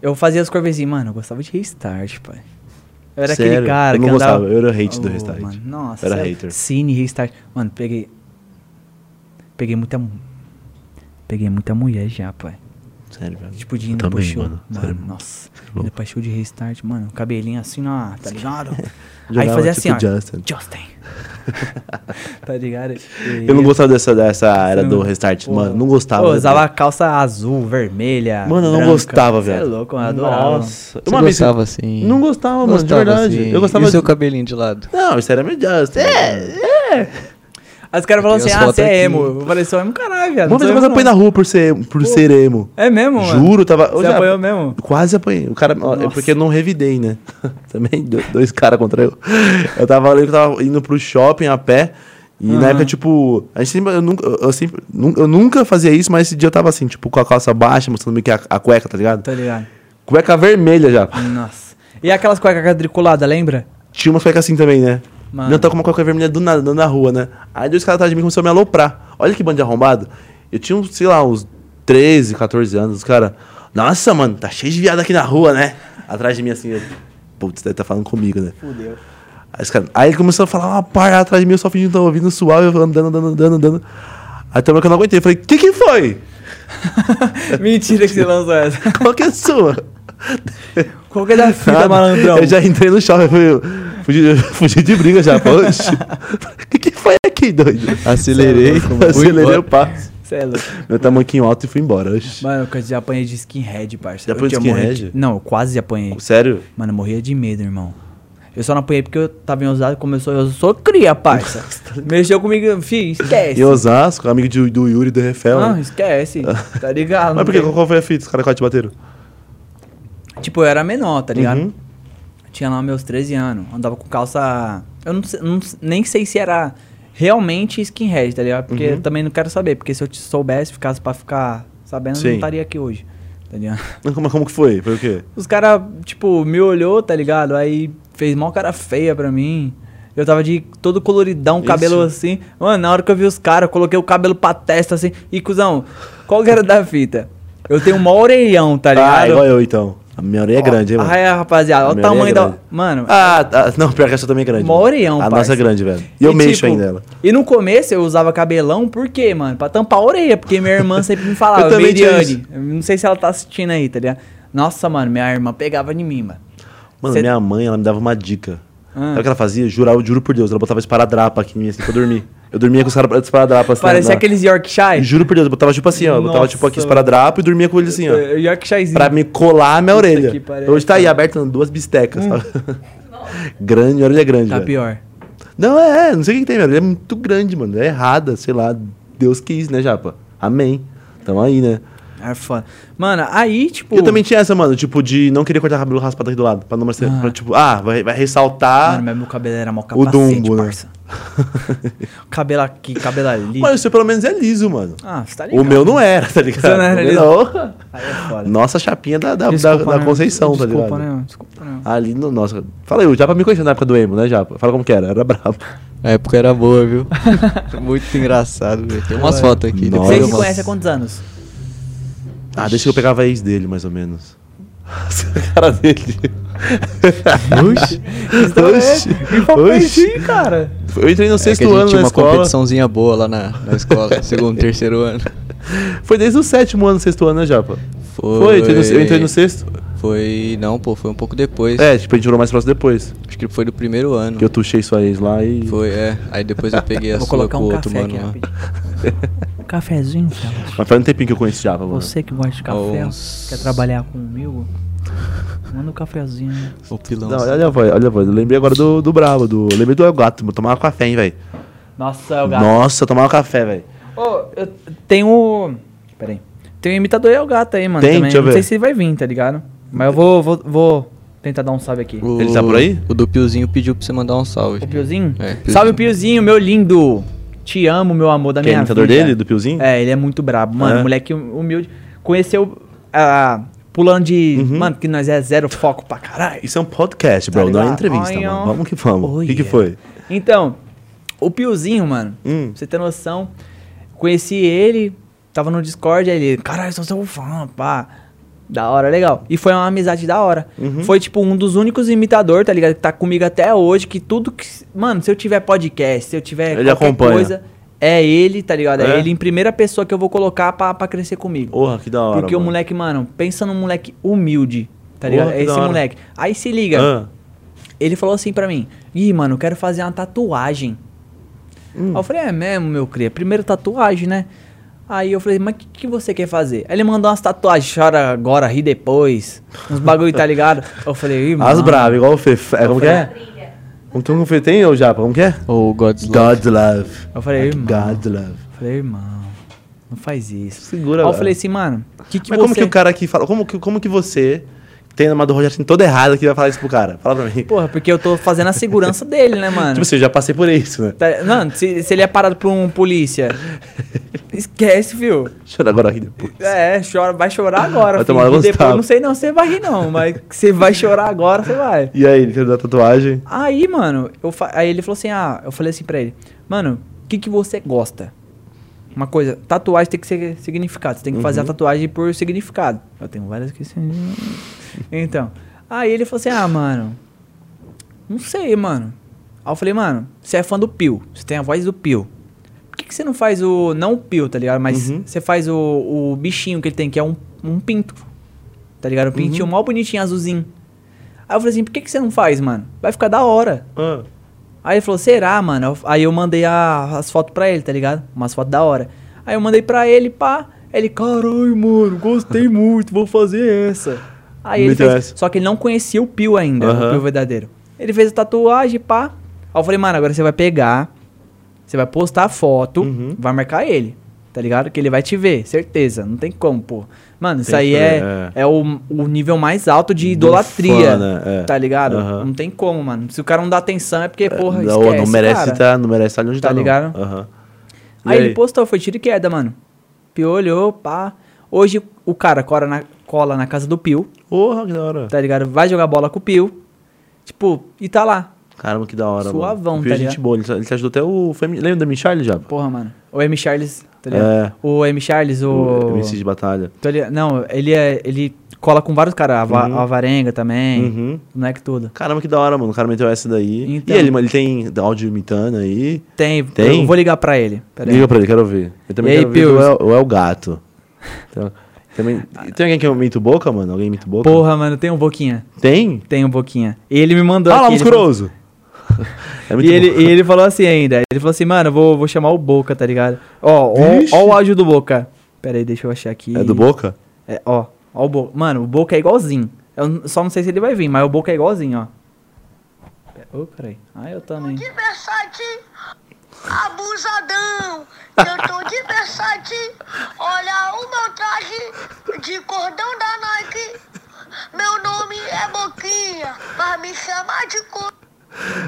D: Eu fazia as corvezinhas, mano, eu gostava de restart, pai. Eu era
B: Sério?
D: aquele cara
B: Eu não
D: que andava...
B: gostava, eu era hate do
D: Ô,
B: Restart.
D: mano, nossa,
B: Eu era
D: sério.
B: hater.
D: Cine, restart. Mano, peguei. Peguei muita. mu- Peguei muita mulher já, pai.
B: Sério, velho.
D: Tipo, de indo
B: Eu
D: pro
B: também,
D: show.
B: mano.
D: Mano,
B: Sério.
D: nossa.
B: louco.
D: Indo pra show de restart, mano. Cabelinho assim, na, tá ligado? Aí
B: Jogava
D: fazia
B: tipo
D: assim, ó.
B: Justin.
D: Justin. tá ligado?
B: Eu não gostava dessa, dessa era do
D: Mano,
B: restart,
D: pô.
B: mano. Não gostava.
D: Pô,
B: né,
D: usava
B: velho?
D: calça azul, vermelha.
B: Mano, eu não
D: branca.
B: gostava,
D: Cê
B: velho.
D: é louco, eu adorava.
B: Nossa.
C: Você gostava assim?
B: Não gostava, mano,
C: Gostava,
B: de verdade.
C: assim.
B: Eu gostava.
C: E o seu
B: de-
C: cabelinho de lado?
B: Não, isso era meio Justin. É, é.
D: Aí os caras falaram assim,
C: tenho as
D: ah,
C: fotos
D: você é
C: aqui.
D: emo. Eu falei, sou emo, caralho, velho.
B: Uma vez eu apanhei na rua por ser, por ser emo.
D: É mesmo, mano?
B: Juro, tá- tava. eu
D: Você
B: já-
D: apanhou mesmo?
B: Quase apanhei. O cara, ó, é
D: Nossa.
B: porque eu não revidei, né? Também do- dois caras contra eu. Eu tava, eu lembro que eu tava indo pro shopping a pé. E na época, tipo, a gente sempre, eu, nunca, eu- eu sempre, nun- eu nunca fazia isso, mas esse dia eu tava assim, tipo, com a calça baixa, mostrando meio que a, a cueca, tá ligado?
D: Tá ligado?
B: Cueca vermelha já.
D: Nossa. E aquelas cuecas quadriculadas, lembra?
B: Tinha umas cuecas assim também, né?
D: Mano.
B: Não, tá com uma cueca vermelha do nada, andando na rua, né? Aí dois caras atrás de mim começaram a me aloprar. Olha que bando de arrombado. Eu tinha, uns, sei lá, uns 13, 14 anos, os caras. Nossa, mano, tá cheio de viado aqui na rua, né? Atrás de mim assim, eu. Putz, deve tá falando comigo, né? Fudeu. Aí, os caras- aí ele começou a falar uma parada atrás de mim, eu só fingindo que tava ouvindo, suave, eu andando, andando, andando, andando. Aí também que eu não aguentei, eu falei, que que foi?
D: Mentira que você lançou essa.
B: Qual que é a sua?
D: Qual que é da fita, malandrão?
B: Tá, Eu já entrei no shopping, eu fui- eu fugi, eu fugi de briga já, poxa. O que, que foi aqui, doido?
C: Acelerei,
B: acelerei o passo.
D: Cê é louco.
B: Meu tamanquinho alto e fui embora. oxi.
D: Mano, eu já apanhei de skinhead, parça.
B: Já
D: Eu
B: apanhou de
D: tinha morrido
B: skinhead? assim?
D: Não, eu quase apanhei.
B: Sério?
D: Mano, eu morria de medo, irmão. Eu só não apanhei porque eu tava em Osasco, começou, eu sou cria, parça. Mexeu comigo, fi, esquece.
B: tá E Osasco, amigo de- do Yuri do Refel.
D: Não,
B: né?
D: esquece, tá ligado?
B: Mas por que? Qual qual foi a fita? Os caras quase te bateram?
D: Tipo, eu era menor, tá ligado?
B: Uhum.
D: Tinha lá meus 13 anos, andava com calça... Eu não, sei- não- nem sei se era realmente skinhead, tá ligado?
B: Uhum.
D: Porque eu também não quero saber, porque se eu te soubesse, ficasse pra ficar sabendo, eu
B: Sim.
D: não estaria aqui hoje, tá ligado?
B: Mas como, como que foi? Foi o quê?
D: Os caras, tipo, me olhou, tá ligado? Aí fez mó cara feia pra mim. Eu tava de todo coloridão,
B: Isso.
D: cabelo assim. Mano, na hora que eu vi os caras, eu coloquei o cabelo pra testa assim. E, cuzão, qual que era da fita? Eu tenho mó orelhão, tá
B: Ah,
D: ligado?
B: igual eu então. A minha orelha é grande, hein, mano?
D: Aí, rapaziada,
B: A
D: olha o
B: minha orelha é
D: tamanho da.
B: grande.
D: Mano,
B: Ah, tá. não, pior que essa também é grande.
D: Mó
B: mano.
D: orelhão,
B: A nossa
D: parça.
B: é grande, velho. E eu mexo
D: tipo,
B: ainda ela.
D: E no começo eu usava cabelão, por quê, mano? Pra tampar a orelha, porque minha irmã sempre me falava,
B: Eu também tinha
D: Meiriane.
B: isso.
D: Eu Não sei se ela tá assistindo aí, tá ligado? Nossa, mano, minha irmã pegava em mim, mano.
B: Mano,
D: Cê-
B: minha mãe, ela me dava uma dica.
D: Ah.
B: Sabe o que ela fazia? Jurar, eu juro por Deus. Ela botava esparadrapa aqui em mim, assim, pra eu dormir. Eu dormia com os caras esparadrapa, assim.
D: Parecia
B: na-
D: aqueles Yorkshire.
B: Juro por Deus, eu botava tipo assim, ó. Eu botava
D: Nossa,
B: tipo aqui esparadrapo e dormia com ele assim, ó.
D: É, Yorkshirezinho.
B: Pra me colar a minha
D: Puta
B: orelha.
D: que pariu,
B: Hoje tá aí,
D: cara.
B: aberto duas bistecas, sabe? grande, minha orelha é grande,
D: Tá
B: velho.
D: pior.
B: Não, é, é, não sei o que que tem, minha orelha é muito grande, mano. É errada, sei lá. Deus quis, né, Japa? Amém. Tamo aí, né?
D: É foda. Mano, aí, tipo.
B: Eu também tinha essa, mano, tipo, de não querer cortar o cabelo raspado aqui do lado. Pra não mais pra, tipo, ah, vai, vai ressaltar.
D: Mano, mas meu cabelo era mó
B: O
D: capacete,
B: Dumbo, né?
D: parça. cabelo aqui, cabelo ali.
B: Mas o seu pelo menos é liso, mano.
D: ah, você tá ligado.
B: o meu não era, tá ligado?
D: seu não era
B: O meu
D: liso?
B: não.
D: Aí é foda.
B: Nossa chapinha da, da,
D: Desculpa,
B: da, da
D: né?
B: Conceição,
D: Desculpa,
B: tá ligado?
D: Né? Desculpa, né?
B: Ali no. Nossa. Fala aí, o Japa me conheceu na época do Emo, né, Japa? Fala como que era, era brabo.
C: A época era boa, viu? Muito engraçado, velho. Tem umas fotos aqui.
B: Nossa.
C: depois
B: Nossa.
C: eu
D: Vocês se
C: mostro. É
D: conhecem há quantos anos?
B: Ah, deixa que eu pegava a ex dele, mais ou menos. a cara dele. Oxi.
D: Então é,
B: Oxi. Oxi.
D: Sim, cara.
B: Eu entrei no
C: É que a
B: sexto
C: gente
B: ano
C: tinha
B: na
C: uma
B: escola.
C: competiçãozinha boa lá na, na escola, segundo, terceiro ano.
B: Foi desde o sétimo ano, sexto ano, né, Japa? Foi, eu entrei no- eu entrei no sexto.
C: Foi. Não, pô, foi um pouco depois.
B: É, tipo, a gente durou mais próximo depois.
C: Acho que foi do primeiro ano.
B: Que eu tuchei sua ex lá e.
C: Foi, é. Aí depois eu peguei a
D: Vou
C: sua
D: colocar
C: com
D: um
C: o outro
D: café
C: mano
D: aqui
C: lá.
D: rapidinho. um cafezinho, Fellas.
B: Mas faz um tempinho que eu conheço já, mano.
D: Você que gosta de café,
C: Uns-
D: quer trabalhar comigo? Manda um cafezinho.
C: O pilão.
B: Não, é- olha a voz, olha a voz. Eu lembrei agora do, do Brabo, do. Eu lembrei do El Gato, mano. Tomava café, hein, velho.
D: Nossa, é o gato.
B: Nossa, tomava café, velho.
D: Ô, eu tenho. Peraí. Tem um imitador e é o gato aí, mano.
B: Tem?
D: também.
B: Deixa eu
D: Não sei
B: ver.
D: se ele vai vir, tá ligado? Mas eu vou, vou, vou tentar dar um salve aqui.
C: O-
B: Ele tá por aí?
C: O do Piozinho pediu pra você mandar um salve.
D: O Piozinho?
C: É, Piozinho.
D: Salve, Piozinho, meu lindo! Te amo, meu amor da
B: Que é
D: minha
B: imitador
D: vida.
B: dele, do Piozinho?
D: É, ele é muito brabo, mano.
B: É.
D: Moleque humilde. Conheceu. ah, pulando de.
B: Uhum.
D: Mano, que nós é zero foco pra caralho.
B: Isso é um podcast, bro. não é
D: ligado?
B: entrevista,
D: Olha.
B: mano. Vamos que vamos. O
D: Oh,
B: que, que
D: yeah.
B: foi?
D: Então, o Piozinho, mano,
B: Hum.
D: pra você ter noção, conheci ele, tava no Discord, aí ele, caralho, sou seu fã, pá. Da hora, legal. E foi uma amizade da hora.
B: Uhum.
D: Foi, tipo, um dos únicos imitadores, tá ligado? Que tá comigo até hoje, que tudo que. Mano, se eu tiver podcast, se eu tiver
B: Ele acompanha.
D: é ele, tá ligado? É,
B: É?
D: ele em primeira pessoa que eu vou colocar pra, pra crescer comigo.
B: Porra, que da hora.
D: Porque o
B: mano.
D: moleque, mano, pensa num moleque humilde, tá
B: Porra,
D: ligado?
B: que da
D: É esse
B: hora.
D: moleque. Aí se liga.
B: Ah,
D: Ele falou assim pra mim: Ih, mano, eu quero fazer uma tatuagem.
B: Hum.
D: Aí eu falei: É mesmo, meu cria, primeiro tatuagem, né? Aí eu falei: Mas o que, que você quer fazer? Aí ele mandou umas tatuagens, chora agora, ri depois. Uns bagulho, tá ligado? Eu falei: Ih, mano.
B: Ah, As bravas, igual o Fê. É, como que é? Como que o Fê tem ou já? Como que é?
C: Ou o God's Love.
B: God's love. É,
D: Eu falei: Irmão.
B: God's love.
D: Eu falei: Irmão, não faz isso.
B: Segura,
D: Aí eu
B: velho.
D: falei assim, mano, que que
B: Mas
D: você...
B: como que o cara aqui fala. Como que, como que você, tem a do Rogério assim, toda errada, que vai falar isso pro cara? Fala pra mim.
D: Porra, porque eu tô fazendo a segurança dele, né, mano?
B: Tipo assim, eu já passei por isso, né?
D: Tá- Não, se, se ele é parado por um polícia, esquece, viu?
B: Chora agora aqui depois.
D: É, chora, vai chorar agora,
B: Vai
D: filho.
B: tomar
D: E
B: alguns
D: depois,
B: tapas.
D: não sei não, você vai rir não, mas que você vai chorar agora, você vai.
B: E aí, ele quer dar tatuagem?
D: Aí, mano, eu fa- aí ele falou assim, ah, eu falei assim pra ele, mano, o que que você gosta? Uma coisa, tatuagem tem que ser significado, você tem que fazer a
B: Uhum.
D: tatuagem por significado. Eu tenho várias que... Então, aí ele falou assim, ah, mano, não sei, mano. Aí eu falei, mano, você é fã do Pio, você tem a voz do Pio. Por que, que você não faz o. Não o Pio, tá ligado? Mas
B: Uhum.
D: você faz o, o bichinho que ele tem, que é um, um pinto. Tá ligado? Um pintinho mó bonitinho, azulzinho. Aí eu falei assim, por que, que você não faz, mano? Vai ficar da hora.
B: Ah,
D: Aí ele falou, será, mano? Aí eu mandei a- as fotos pra ele, tá ligado? Umas fotos da hora. Aí eu mandei pra ele, pá. Ele, caralho, mano, gostei muito, vou fazer essa. Aí ele
B: Meteu
D: fez,
B: essa.
D: só que ele não conhecia o Pio ainda, o
B: Aham.
D: Pio verdadeiro. Ele fez a tatuagem, pá. Aí eu falei, mano, agora você vai pegar, você vai postar a foto,
B: Uhum.
D: vai marcar ele, tá ligado? Que ele vai te ver, certeza, não tem como, pô. Mano, isso
B: Tem
D: aí
B: que-
D: é, é. o, o nível mais alto de idolatria,
B: fã, né? É.
D: tá ligado?
B: Aham.
D: Não tem como, mano. Se o cara não dá atenção é porque, porra,
B: não,
D: esquece,
B: não merece
D: cara.
B: tá, não merece estar onde
D: Tá
B: tá, não.
D: ligado?
B: Aham. E
D: Aí ele postou, foi tiro e queda, mano. Pio olhou, pá. Hoje o cara cola na, cola na casa do Pio,
B: Porra, que da hora.
D: tá ligado? Vai jogar bola com o Pio. Tipo, e tá lá.
B: Caramba, que da hora.
D: Suavão,
B: mano.
D: tá
B: gente
D: ligado?
B: boa. Ele te- ele te ajudou até o. Femi... Lembra do Michelle já?
D: Porra, mano. O M. Charles, tá ligado?
B: É.
D: O M. Charles, o.
B: MC de batalha.
D: Tá ligado? Não, ele é. Ele cola com vários caras. A, va a Varenga também.
B: Uhum.
D: Não é que tudo.
B: Caramba, que da hora, mano. O cara meteu essa daí.
D: Então.
B: E ele, mano, ele tem áudio imitando aí.
D: Tem,
B: Tem?
D: Eu vou ligar pra ele. Pera aí.
B: Liga pra ele, quero ver. Eu também
D: E aí,
B: quero ver o
D: Pius?
B: El, o El Gato. Então, também... Tem alguém que imita o boca, mano? Alguém imita o boca?
D: Porra, mano, tem um boquinha.
B: Tem?
D: Tem um boquinha. E ele me mandou.
B: Fala,
D: aqui, ele falou-
B: musculoso! é
D: E ele,
B: bom.
D: e ele falou assim ainda. Ele falou assim, mano, eu vou, vou chamar o Boca, tá ligado? Ó, ó,
B: Vixe.
D: ó o áudio do Boca. Pera aí, deixa eu achar aqui.
B: É do boca?
D: É, ó, ó o Boca. Mano, o Boca é igualzinho. Eu n- só não sei se ele vai vir, mas o Boca é igualzinho, ó. Ô, peraí. Ah, eu também.
A: de versadinho, abusadão. Eu tô de versadinho. Olha o meu traje de cordão da Nike. Meu nome é Boquinha, mas me chama de cor.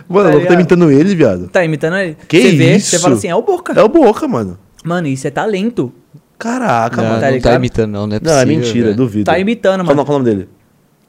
B: Mano, o louco tá
D: ligado?
B: imitando ele, viado.
D: Tá imitando ele?
B: Que
D: você vê,
B: isso?
D: você fala assim, é o Boca.
B: É o boca, mano.
D: Mano, isso é talento.
B: Caraca,
C: Não,
B: mano.
C: não
D: tá
C: tá
D: ligado?
C: imitando, não, não é
B: Não,
C: possível.
B: é mentira,
C: velho.
B: duvido.
D: Tá imitando,
B: Qual
D: mano.
B: o nome dele?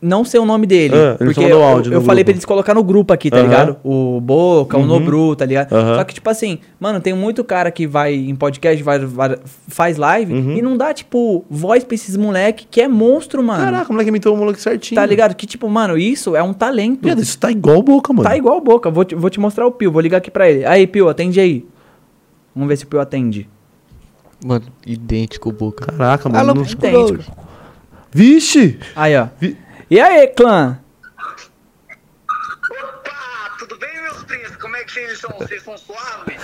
D: Não sei o nome dele.
B: Ah, ele
D: porque
B: só mandou
D: eu,
B: áudio
D: eu
B: no
D: falei
B: grupo.
D: pra eles colocar no grupo aqui, tá
B: Aham. Uhum.
D: ligado? O Boca, o Nobru, tá ligado?
B: Aham.
D: Só que, tipo assim, mano, tem muito cara que vai em podcast, vai, vai- faz live
B: Uhum.
D: e não dá, tipo, voz pra esses moleque que é monstro, mano.
B: Caraca, o moleque imitou o moleque certinho.
D: Tá ligado? Que, tipo, mano, isso é um talento.
B: Viado, isso tá igual o boca, mano.
D: Tá igual o Boca. Vou te, vou te mostrar o Pio, vou ligar aqui pra ele. Aí, Pio, atende aí. Vamos ver se o Pio atende.
C: Mano, idêntico o Boca.
D: Ah,
B: Caraca, mano.
D: Alô,
B: não-
D: idêntico.
B: Vixe!
D: Aí, ó.
B: Vi-
D: E aí, clã?
E: Opa, tudo bem, meus príncipes? Como é que vocês estão? Vocês são suaves?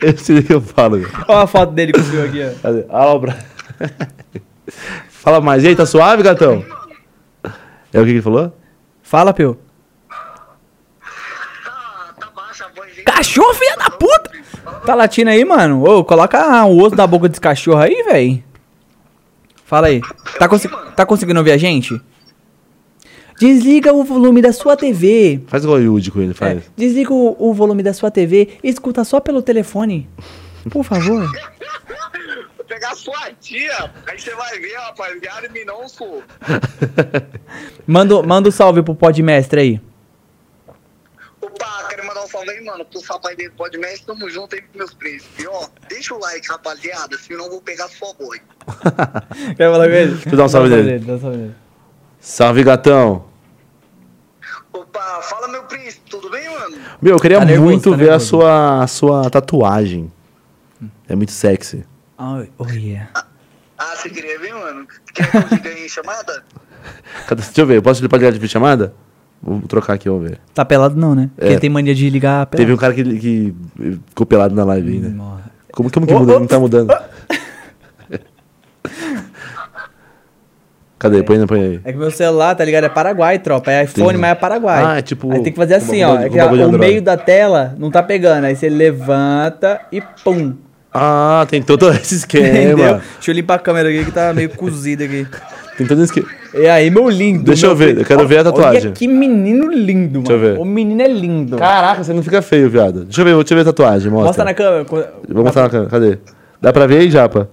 B: Eu sei o que eu falo. velho.
D: Olha a foto dele com o fio aqui, ó.
B: Cadê? Olha lá o braço. Fala mais. E aí, tá suave, gatão? É o que que ele falou?
D: Fala, Pio.
E: Tá, tá baixa a voz, hein?
D: Cachorro, filha da puta! Tá latindo aí, mano? Ô, coloca o osso da boca desse cachorro aí, véi. Fala aí. Tá, consi- tá conseguindo ouvir a gente? Desliga o volume da sua TV.
B: Faz igual o Yudi com ele,
D: É,
B: faz.
D: desliga o, o volume da sua TV e escuta só pelo telefone. Por favor.
E: Vou pegar a sua tia, aí você vai ver, rapaziada, e me não sou.
D: Manda, manda um salve pro podmestre aí.
E: Opa, quero mandar um salve aí, mano, pro rapaz dele pode mestre, tamo junto aí, meus príncipes. E, ó, deixa o like, rapaziada, senão eu vou pegar sua voz.
D: Quer falar com ele?
B: eu dar um salve dele.
D: dá um salve dele.
B: Salve, gatão.
E: Opa, fala, meu príncipe, tudo bem, mano?
B: Meu, eu queria
D: Tá nervoso,
B: muito
D: tá
B: ver a
D: nervoso. Hum.
B: sua, a sua tatuagem. É muito sexy.
D: Ai, Oh, yeah.
E: Ah, você queria ver, mano? Quer que eu diga aí em chamada?
B: Cadê? Deixa eu ver, eu posso ligar de chamada? Vou trocar aqui, vamos ver.
D: Tá pelado não, né? Porque ele tem mania de ligar pelado.
B: É. Teve um cara que, que ficou pelado na live aí, né?
D: Morra.
B: Como, como que
D: Ô,
B: muda?
D: ô,
B: Não tá mudando. Cadê? Põe aí, põe aí.
D: É que meu celular, tá ligado? É Paraguai, tropa. É iPhone,
B: Entendi.
D: mas é Paraguai.
B: Ah, é tipo
D: Aí tem que fazer
B: um
D: assim, ó.
B: bagulho-
D: É que
B: um bagulho
D: a-
B: de
D: o
B: Android.
D: meio da tela não tá pegando. Aí você levanta e pum.
B: Ah, tem todo esse
D: Entendeu?
B: esquema.
D: Deixa eu limpar a câmera aqui que tá meio cozida aqui.
B: tem todo esse esquema.
D: E aí, meu lindo.
B: Deixa
D: meu
B: eu ver,
D: filho.
B: eu quero ver a tatuagem.
D: Olha que menino lindo, mano.
B: Deixa eu ver.
D: O menino é lindo.
B: Caraca, você não fica feio, viado. Deixa eu ver, deixa eu ver a tatuagem, mostra.
D: Mostra na câmera. co- é
B: Vou mostrar na câmera, cadê? Dá pra ver aí, Japa?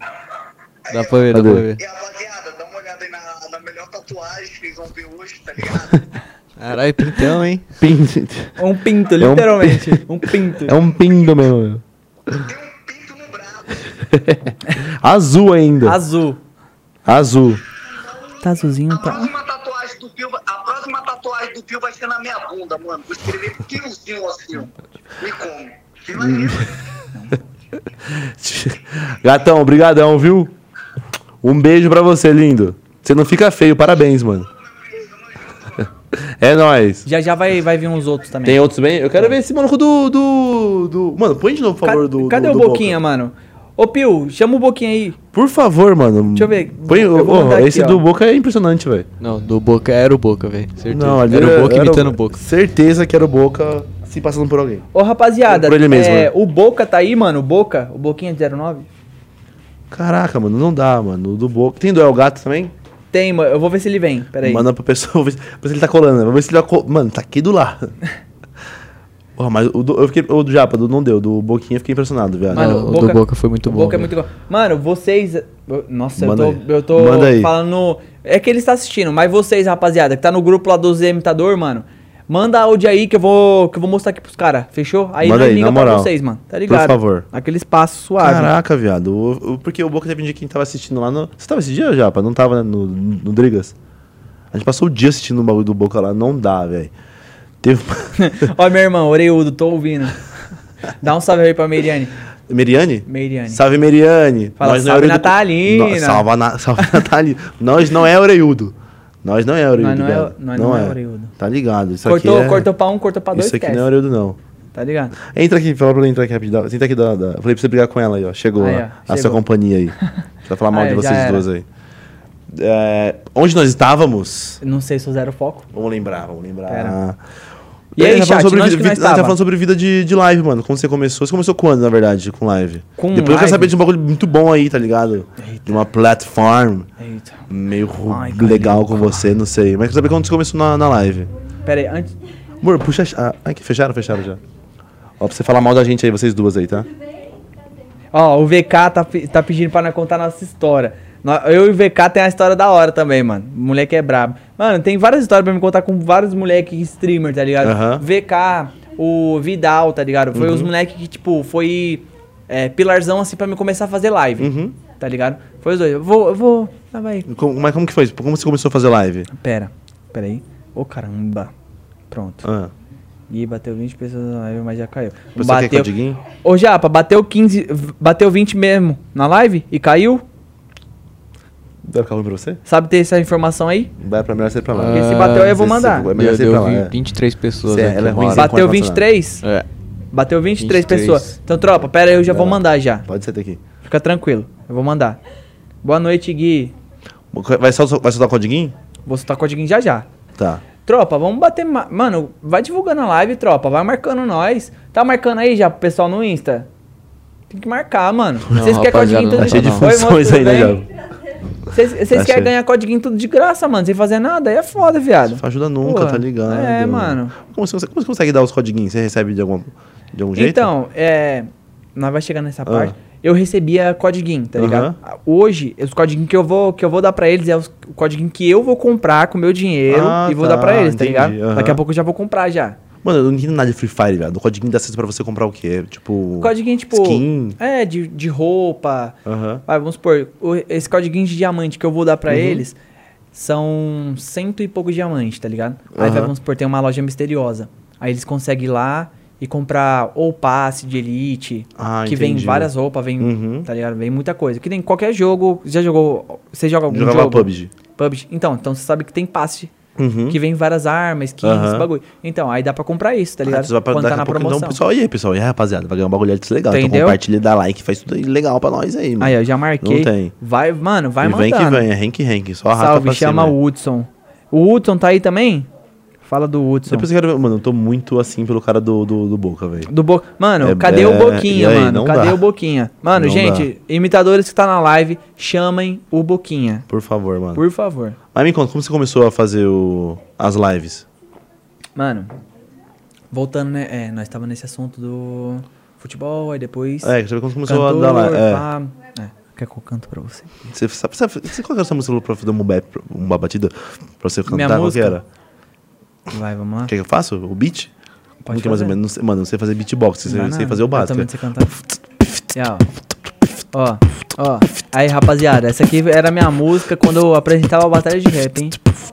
C: Dá pra ver, dá
B: Cadê?
C: pra ver.
E: E, rapaziada, dá uma olhada aí na, na melhor tatuagem que vocês vão ver hoje, tá ligado?
C: Caralho, pintão, hein?
B: Pin...
D: Um pinto,
B: um-
D: literalmente. um pinto.
B: É um pindo mesmo. meu.
E: Tem um pinto no braço.
B: Azul ainda.
D: Azul.
B: Azul.
D: Tá azulzinho,
E: A próxima tatuagem do Pio, a próxima tatuagem do Pio vai ser na minha bunda, mano. Vou escrever Piozinho assim. ó. Me come. Imagina.
B: Gatão, brigadão, viu? Um beijo pra você, lindo. Você não fica feio, parabéns, mano. É nóis.
D: Já já vai, vai vir uns outros também.
B: Tem outros bem? Eu quero ver esse maluco do. do, do... Mano, põe de novo, por
D: Ca-
B: um favor, do.
D: Cadê
B: do-
D: o
B: do
D: Boquinha, mano? Ô, Pio, chama o Boquinha aí.
B: Por favor, mano.
D: Deixa eu ver.
B: Põe,
D: Eu vou
B: ô,
D: mandar
B: esse
D: aqui,
B: do
D: ó.
B: Boca é impressionante, velho.
C: Não, do Boca era o Boca, velho. Certeza.
B: Não, ali é-
C: era, o Boca
B: era
C: imitando o Boca.
B: Certeza que era o Boca se passando por alguém.
D: Ô, rapaziada,
B: Por ele mesmo,
D: é,
B: né?
D: o Boca tá aí, mano. O Boca, o Boquinha de 09.
B: Caraca, mano, não dá, mano. O do Boca. Tem do El Gato também?
D: Tem, mano. Eu vou ver se ele vem. Pera aí.
B: Manda pra pessoa, ver se pra ver se ele tá colando. né? Vamos ver se ele tá col... Mano, tá aqui do lado. Porra, mas o do, eu fiquei, o do Japa do- não deu, do Boquinha eu fiquei impressionado, viado.
C: Mano, o do Boca foi muito
D: o
C: bom,
D: Boca é
C: velho.
D: muito bom. Mano, vocês. eu- Nossa,
B: Manda
D: eu
B: aí.
D: tô, eu tô
B: Manda aí.
D: falando. É que ele está assistindo, mas vocês, rapaziada, que tá no grupo lá do Zé Imitador, mano. Manda áudio aí que eu vou, que eu vou mostrar aqui pros caras, fechou? Aí
B: Manda
D: nós
B: aí,
D: liga
B: na
D: pra
B: moral.
D: vocês, mano. Tá
B: Por
D: ligado?
B: favor.
D: Aquele espaço suave.
B: Caraca, viado. O- o- porque o Boca teve um dia que a gente tava assistindo lá no. Você tava esse dia, Japa? Não tava né, no, no Drigas? A gente passou o dia assistindo o bagulho do Boca lá. Não dá, velho. Teve.
D: Ó, meu irmão, oreudo, tô ouvindo. Dá um salve aí pra Meriane.
B: Meriane?
D: Meriane.
B: Salve, Meriane.
D: Fala,
B: Nós não é
D: salve,
B: orelhudo-
D: Natalina.
B: Nó- salva na, salve, Natalina. Nós não é orelhudo. Nós não é orelhudo,
D: não é-
B: viado.
D: nós não é orelhudo.
B: Tá ligado. Isso
D: cortou,
B: aqui é...
D: cortou pra um, cortou pra dois,
B: Isso aqui
D: esquece.
B: não é orelhudo, não.
D: Tá ligado?
B: Entra aqui, fala pra ela entrar aqui rapidinho. Senta aqui, da, da- falei pra você brigar com ela aí, ó. Chegou
D: Aí,
B: ó,
D: ó,
B: a sua
D: chegou.
B: companhia aí. Pra falar mal
D: Aí,
B: de
D: já
B: vocês
D: era.
B: duas aí. É, onde nós estávamos?
D: Não sei se eu zero foco.
B: Vamos lembrar, vamos lembrar.
D: Pera. E
B: É,
D: aí,
B: tá falando
D: chat,
B: sobre
D: onde
B: vi-
D: que
B: vi-
D: nós
B: tá
D: tava?
B: falando sobre vida de, de live, mano. Quando você começou? Você começou quando, na verdade, com live?
D: Com
B: Depois eu quero
D: live?
B: saber de um bagulho muito bom aí, tá ligado?
D: Eita.
B: De uma platform
D: Eita.
B: meio ru-
D: Ai,
B: legal com você, não sei. Mas eu quero saber quando você começou na, na live.
D: Pera aí, antes.
B: Amor, puxa. a- ah, Ai, que fecharam, fecharam já. Ó, pra você falar mal da gente aí, vocês duas aí, tá?
D: Ó, o VK tá, pe- tá pedindo pra nós contar nossa história. Nó- Eu e o VK tem a história da hora também, mano. O moleque é brabo. Mano, tem várias histórias pra me contar com vários moleques streamer, tá ligado?
B: Aham.
D: VK, o Vidal, tá ligado? Foi os moleques que, tipo, foi é, pilarzão assim pra me começar a fazer live. Tá ligado? Foi os dois. Eu vou, eu vou. Ah, vai.
B: Como, mas como que foi? Como você começou a fazer live?
D: Pera, pera aí. Ô caramba. Pronto.
B: Ah,
D: E bateu 20 pessoas na live, mas já caiu.
B: Você quer que eu
D: bateu.
B: diga, hein?
D: Ô Japa, bateu 15. v- Bateu 20 mesmo na live e caiu?
B: Vai ficar ruim pra você?
D: Sabe ter essa informação aí?
B: Vai pra é melhor ser pra lá.
D: Porque se bater, eu vou mandar.
B: Vai melhor
C: Deu,
B: ser pra
C: deu
B: lá.
C: vi-
B: é.
C: 23 pessoas.
B: Cê-
C: né, que
B: ela é
C: moram.
B: ruim, Zé.
D: Bateu
B: quanto
D: 23?
C: É.
D: Bateu 23,
C: 23.
D: pessoas. Então, tropa, pera aí, eu já
B: Vai
D: vou
B: lá.
D: mandar já.
B: Pode ser daqui.
D: Fica tranquilo, eu vou mandar. Boa noite, Gui.
B: Vai, sol, vai soltar o codiguinho?
D: Vou soltar código já já.
B: Tá.
D: Tropa, vamos bater. ma- Mano, vai divulgando a live, tropa. Vai marcando nós. Tá marcando aí já pro pessoal no Insta? Tem que marcar, mano. Vocês querem
C: rapaziada,
D: código
C: não
D: tudo
C: tá
B: Tá cheio de
C: não.
D: então, Oi, mano,
B: funções
D: tudo
B: aí, né,
D: bem?
B: Iago?
D: Vocês vocês
B: Tá
D: querem
B: cheio.
D: ganhar código tudo de graça, mano, sem fazer nada? Aí é foda, viado.
B: Não ajuda nunca,
D: Porra.
B: tá ligado?
D: É, mano.
B: Como você, como você consegue dar os codiguinhos? Você recebe de algum, de algum jeito?
D: Então, é. Nós vai chegar nessa
B: Ah.
D: parte. Eu recebia codiguinho, tá ligado?
B: Aham.
D: Ah, Hoje, os codiguinhos que eu vou que eu vou dar pra eles é os, o codiguinho que eu vou comprar com o meu dinheiro
B: Ah,
D: e vou
B: tá,
D: dar pra eles, tá
B: entendi,
D: ligado?
B: aham.
D: Daqui a pouco eu já vou comprar já.
B: Mano, eu não entendo nada de Free Fire, velho. O codiguinho dá acesso pra você comprar o quê? Tipo.
D: Codiguinho, tipo.
B: Skin.
D: É, de, de roupa.
B: Aham.
D: Vai, vamos supor, o- esse codiguinho de diamante que eu vou dar
B: Uhum.
D: pra eles são cento e poucos diamantes, tá ligado? Aí vai,
B: Aham.
D: vamos supor, tem uma loja misteriosa. Aí eles conseguem ir lá e comprar ou passe de elite,
B: Ah,
D: que vem
B: entendi.
D: várias roupas, vem,
B: Uhum.
D: tá ligado? Vem muita coisa. Que nem qualquer jogo, já jogou, você joga algum
B: Jogava
D: jogo?
B: PUBG.
D: PUBG. Então, então você sabe que tem passe.
B: Uhum.
D: Que vem várias armas, skins,
B: Aham.
D: esse bagulho. Então, aí dá pra comprar isso, tá ligado?
B: Ah, você vai pra-
D: Quando
B: daqui
D: tá
B: a
D: na
B: pouco,
D: promoção.
B: Então, pessoal, e aí, pessoal? E aí, rapaziada, vai ganhar um bagulho de legal. Então
D: Entendeu?
B: compartilha, dá like, faz tudo legal pra nós aí, mano.
D: Aí, eu já marquei.
B: Não tem.
D: Vai, mano, vai
B: e vem
D: mandando.
B: que vem, é rank rank. Só arrasta
D: Salve,
B: pra
D: chama
B: cima.
D: o Hudson. O Hudson tá aí também? Fala do Hudson.
B: Depois eu quero ver. Mano, eu tô muito assim pelo cara do, do, do Boca, velho.
D: Do Bo... Mano,
B: É,
D: cadê
B: é,
D: o Boquinha,
B: e aí,
D: mano?
B: não
D: Cadê
B: dá.
D: o Boquinha? Mano,
B: Não
D: gente, imitadores que tá na live, chamem o Boquinha.
B: Por favor, mano.
D: Por favor.
B: Mas me conta, como você começou a fazer o... as lives?
D: Mano, voltando, né? É, nós tava nesse assunto do futebol, aí depois.
B: É, quer saber como você começou
D: cantor,
B: a dar live? É.
D: pá. É, Quer que eu canto pra você?
B: Você, sabe, sabe, você qual que era essa música pra fazer um bap, uma batida pra você cantar?
D: Minha
B: Qual
D: música?
B: que era?
D: Vai, vamos lá.
B: Quer que eu faça? O beat? Como que é mais ou
D: fazer.
B: menos? Não sei- mano, eu não sei fazer beatbox, eu sei,
D: Vai
B: sei
D: nada.
B: fazer o básico.
D: Eu também sei cantar. E, ó. Ó, ó. Aí, rapaziada, essa aqui era minha música quando eu apresentava a batalha de rap, hein?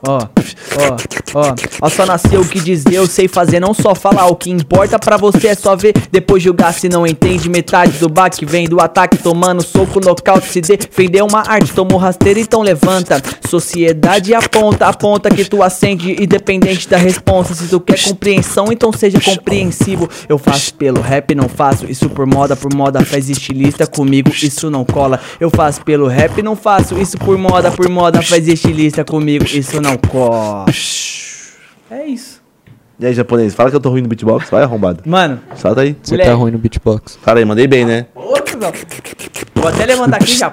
D: Ó, ó, ó. Ó, só nasceu o que dizer, eu sei fazer, não só falar. O que importa pra você é só ver, depois julgar. Se não entende, metade do baque vem do ataque, tomando soco, nocaute. Se defender é uma arte, tomou rasteiro, então levanta. Sociedade aponta, aponta que tu acende, independente da responsa. Se tu quer compreensão, então seja compreensivo. Eu faço pelo rap, não faço isso por moda, por moda faz estilista comigo, isso não cola. Eu faço pelo rap, não faço isso por moda, por moda faz estilista comigo, isso não cola. É isso.
B: E aí, japonês, fala que eu tô ruim no beatbox, vai arrombado.
D: Mano,
B: Solta aí.
C: Você
D: Moleque.
C: tá ruim no beatbox.
B: Fala aí, mandei bem, né?
D: ô, cuzão. Vou até levantar aqui já.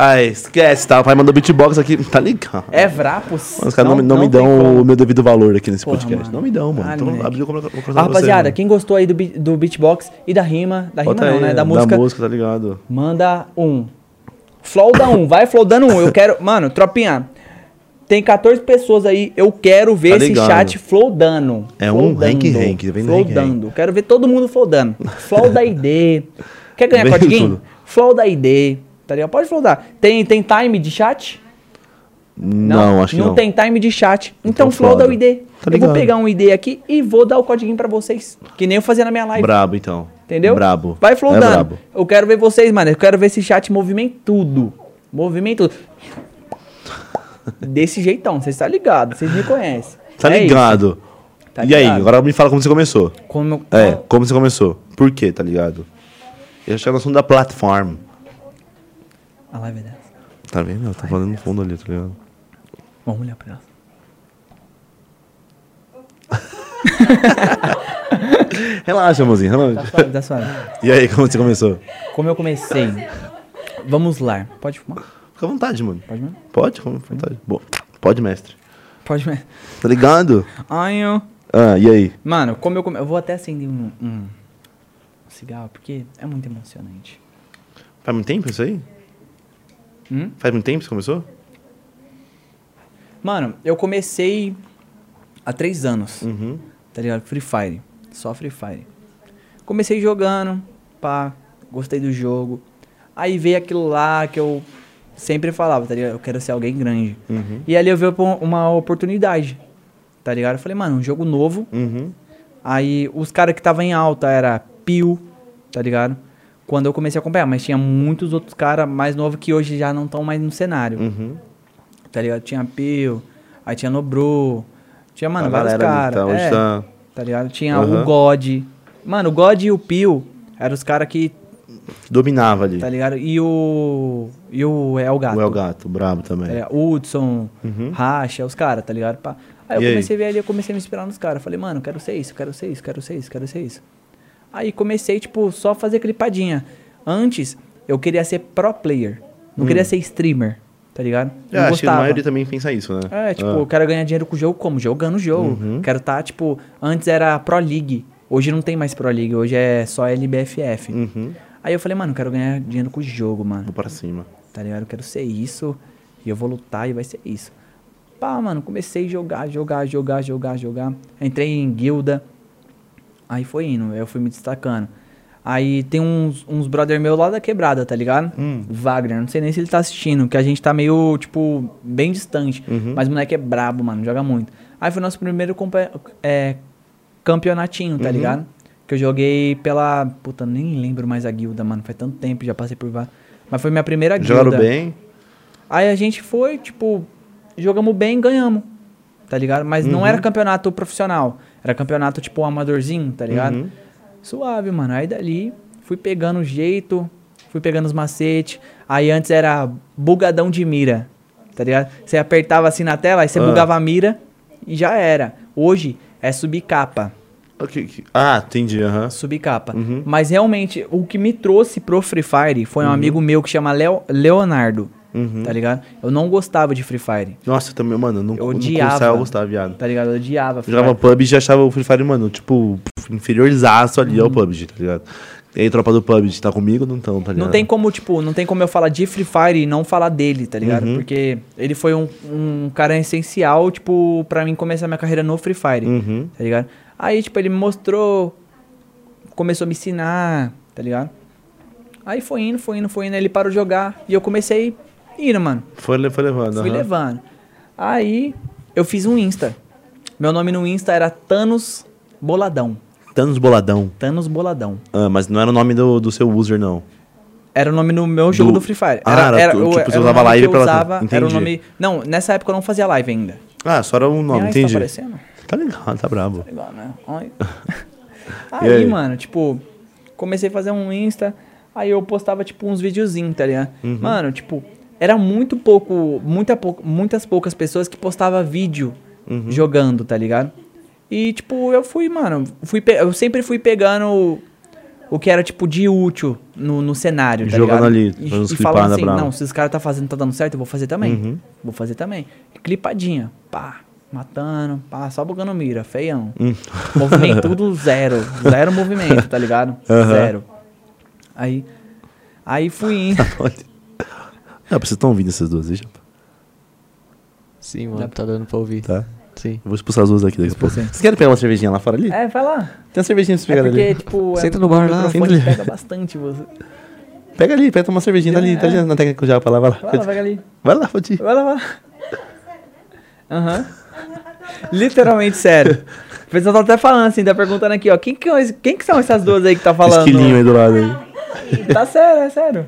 B: Ai, esquece, tá? O pai mandou beatbox aqui. Tá legal.
D: É Vrapos.
B: Mano, os caras não, me- não me
D: tem
B: dão
D: como.
B: o meu devido valor aqui nesse
D: Porra,
B: podcast.
D: mano.
B: Não me dão, mano.
D: Ah,
B: então
D: moleque.
B: abriu como eu vou conversar
D: Ah,
B: com você,
D: rapaziada,
B: mano.
D: quem gostou aí do, bi- do beatbox e da rima, da
B: Bota
D: rima não,
B: aí,
D: né?
B: da
D: Da música,
B: música, tá ligado?
D: manda um. Flow dá um, vai Flow dando um. Eu quero. Mano, tropinha, tem 14 pessoas aí. Eu quero ver
B: Tá
D: esse
B: ligado.
D: chat Flow dando.
B: É um
D: Flowdando.
B: rank, rank, vem do
D: Flow
B: rank,
D: dando. Quero ver todo mundo Flow dando. Flow da ID. Quer ganhar
B: Vem
D: codiguinho?
B: tudo.
D: Flow da ID. Tá ligado? Pode Flow dar. Tem, tem time de chat?
B: Não, acho que não.
D: Não tem time de chat. Então,
B: Então,
D: Flow dá o
B: foda.
D: ID.
B: Tá
D: eu vou
B: ligado.
D: pegar um ID aqui e vou dar o codiguinho pra vocês. Que nem eu fazia na minha live.
B: Brabo, então.
D: Entendeu?
B: Brabo.
D: Vai flow
B: É
D: dando.
B: brabo.
D: Eu quero ver vocês, mano. Eu quero ver esse chat movimento tudo. Movimento tudo. Desse jeitão, vocês tá ligado, vocês me conhecem.
B: Tá
D: É
B: ligado?
D: Tá
B: e
D: ligado.
B: aí, agora me fala como você começou.
D: isso. Como eu-
B: É, como você começou. Por quê, tá ligado? Eu acho que é no assunto da plataforma.
D: A live é dessa.
B: Tá vendo? Ela tá falando no fundo ali, tá ligado?
D: Vamos olhar pra ela.
B: Relaxa, mozinho,
D: Tá
B: relaxa.
D: suave, tá suave.
B: E aí, como você começou?
D: Como eu comecei. Vamos lá. Pode fumar?
B: Fica à vontade, mano.
D: Pode mesmo?
B: Pode, fica à vontade. Boa. Pode, mestre.
D: Pode mesmo.
B: Tá ligado?
D: Ai, eu...
B: Ah, e aí?
D: Mano, como eu come... Eu vou até acender um, um cigarro, porque é muito emocionante.
B: Faz muito tempo isso aí?
D: Hum?
B: Faz muito tempo que você começou?
D: Mano, eu comecei há três anos.
B: Uhum.
D: tá ligado? Free Fire, só Free Fire. Comecei jogando, pá, gostei do jogo. Aí veio aquilo lá que eu sempre falava, tá ligado? Eu quero ser alguém grande. E ali eu vi opo- uma oportunidade, tá ligado? Eu falei, mano, um jogo novo.
B: Uhum.
D: Aí os caras que tava em alta era Pio, tá ligado? Quando eu comecei a acompanhar, mas tinha muitos outros caras mais novos que hoje já não estão mais no cenário.
B: Uhum.
D: Tá ligado? Tinha Pio, aí tinha Nobru, tinha, mano,
B: A
D: vários
B: galera ali, tá,
D: caras.
B: hoje
D: é,
B: tá-
D: tá ligado? Tinha
B: Aham.
D: o God. Mano, o God e o Pio eram os caras que,
B: Dominava ali.
D: tá ligado? E o. E o El Gato.
B: o El Gato, brabo
D: tá
B: também.
D: ligado? Hudson, Racha, os caras, tá ligado? Pá. Aí
B: E
D: eu
B: aí?
D: comecei a ver ali, eu comecei a me inspirar nos caras. Falei, mano, quero ser isso, quero ser isso, quero ser isso, quero ser isso. Aí comecei, tipo, só fazer clipadinha. Antes, eu queria ser pro player. Não queria ser streamer, tá ligado?
B: Eu Hum. É, acho que a maioria também pensa isso, né?
D: É, tipo, eu quero ganhar dinheiro com o jogo como? Jogando o jogo. Quero estar, tipo, antes era Pro League. Hoje não tem mais Pro League, hoje é só LBFF. Aí eu falei, mano, eu quero ganhar dinheiro com o jogo, mano.
B: Vou pra cima.
D: Tá ligado? Eu quero ser isso. E eu vou lutar e vai ser isso. Pá, mano, comecei a jogar, jogar, jogar, jogar, jogar. Entrei em guilda. Aí foi indo, eu fui me destacando. Aí tem uns, uns brother meu lá da quebrada, tá ligado?
B: Hum.
D: Wagner, não sei nem se ele tá assistindo, que a gente tá meio, tipo, bem distante.
B: Uhum.
D: Mas o moleque é brabo, mano, joga muito. Aí foi nosso primeiro compa- é, campeonatinho,
B: Uhum.
D: tá ligado? Que eu joguei pela. Puta, nem lembro mais a guilda, mano. Faz tanto tempo, já passei por várias. Mas foi minha primeira guilda.
B: Jogaram bem.
D: Aí a gente foi, tipo, jogamos bem, ganhamos. Tá ligado? Mas não era campeonato profissional. Era campeonato, tipo, amadorzinho, tá ligado? Suave, mano. Aí dali, fui pegando o jeito, fui pegando os macetes. Aí antes era bugadão de mira, tá ligado? Você apertava assim na tela, aí você
B: Ah.
D: bugava a mira e já era. Hoje é subcapa
B: Ok, que- Ah, entendi, aham.
D: subcapa.
B: Uhum.
D: Mas realmente, o que me trouxe pro Free Fire foi um amigo meu que chama Leo- Leonardo.
B: Uhum.
D: Tá ligado? Eu não gostava de Free Fire.
B: Nossa, eu também, mano, eu não,
D: Eu
B: não
D: odiava.
B: gostava, eu gostava, viado.
D: Tá ligado? Eu odiava. Free
B: Jogava
D: Fire.
B: PUBG e achava o Free Fire, mano, tipo, inferiorzaço ali
D: Uhum.
B: ao PUBG, tá ligado? E aí, tropa do PUBG, tá comigo ou não tão, tá ligado?
D: Não tem como, tipo, não tem como eu falar de Free Fire e não falar dele, tá ligado?
B: Uhum.
D: Porque ele foi um, um cara essencial, tipo, pra mim começar minha carreira no Free Fire,
B: Uhum.
D: tá ligado? Aí, tipo, ele me mostrou, começou a me ensinar, tá ligado? Aí foi indo, foi indo, foi indo, aí ele parou de jogar e eu comecei indo, mano.
B: Foi, le- foi levando,
D: Fui
B: aham.
D: levando. Aí eu fiz um Insta. Meu nome no Insta era Thanos Boladão.
B: Thanos Boladão.
D: Thanos Boladão.
B: Ah, mas não era o nome do, do seu user, não.
D: Era o nome no meu jogo
B: Do-
D: do, Free Fire.
B: Ah, era tu-
D: eu-
B: tipo, você
D: o
B: usava
D: nome
B: live
D: que eu
B: pela-
D: usava, era o
B: Entendi.
D: nome. Não, nessa época eu não fazia live ainda.
B: Ah, só era um nome,
D: Ah, isso
B: entendi.
D: Tá aparecendo?
B: Tá legal, tá brabo.
D: Legal, né? Olha.
B: E
D: aí,
B: aí?
D: mano, tipo, comecei a fazer um Insta, aí eu postava, tipo, uns videozinhos, tá ligado?
B: Uhum.
D: Mano, tipo, era muito pouco, muita pou- muitas poucas pessoas que postava vídeo
B: Uhum.
D: jogando, tá ligado? E, tipo, eu fui, mano, fui pe- eu sempre fui pegando o que era, tipo, de útil no, no cenário, tá
B: Jogando
D: ligado?
B: ali, fazendo
D: E, e
B: os
D: falando
B: clipada
D: assim,
B: brava.
D: não, se os caras tá fazendo, tá dando certo, eu vou fazer também. Vou fazer também. Clipadinha, pá, matando, pá, só bugando mira, feião. Movimento tudo zero. Zero movimento, tá ligado?
B: Aham.
D: Zero. Aí. Aí fui indo.
B: Olha. Ah, vocês estão ouvindo essas duas, deixa. eu-
C: Sim, mano, tá dando pra ouvir.
B: Tá.
C: Sim.
B: Eu vou expulsar as duas daqui daqui a pouco. Vocês querem pegar uma cervejinha lá fora ali?
D: É, vai lá.
B: Tem uma cervejinha pra vocês
D: É
B: pegarem
D: porque,
B: ali.
D: tipo, é-
C: Senta no bar
D: o
C: lá,
D: microfone
B: senta ali.
D: pega bastante você.
B: Pega ali, pega uma cervejinha, tá ali, tá ali na técnica já pra lá, vai
D: É. Vai lá,
B: lá.
D: vai ali.
B: Vai lá, pode ir.
D: Vai lá, vai lá. Aham. Literalmente sério. O pessoal tá até falando assim, tá perguntando aqui, ó. Quem que, é esse- quem que são essas duas aí que tá falando?
B: Esquilinho aí do lado aí.
D: Tá sério, é sério.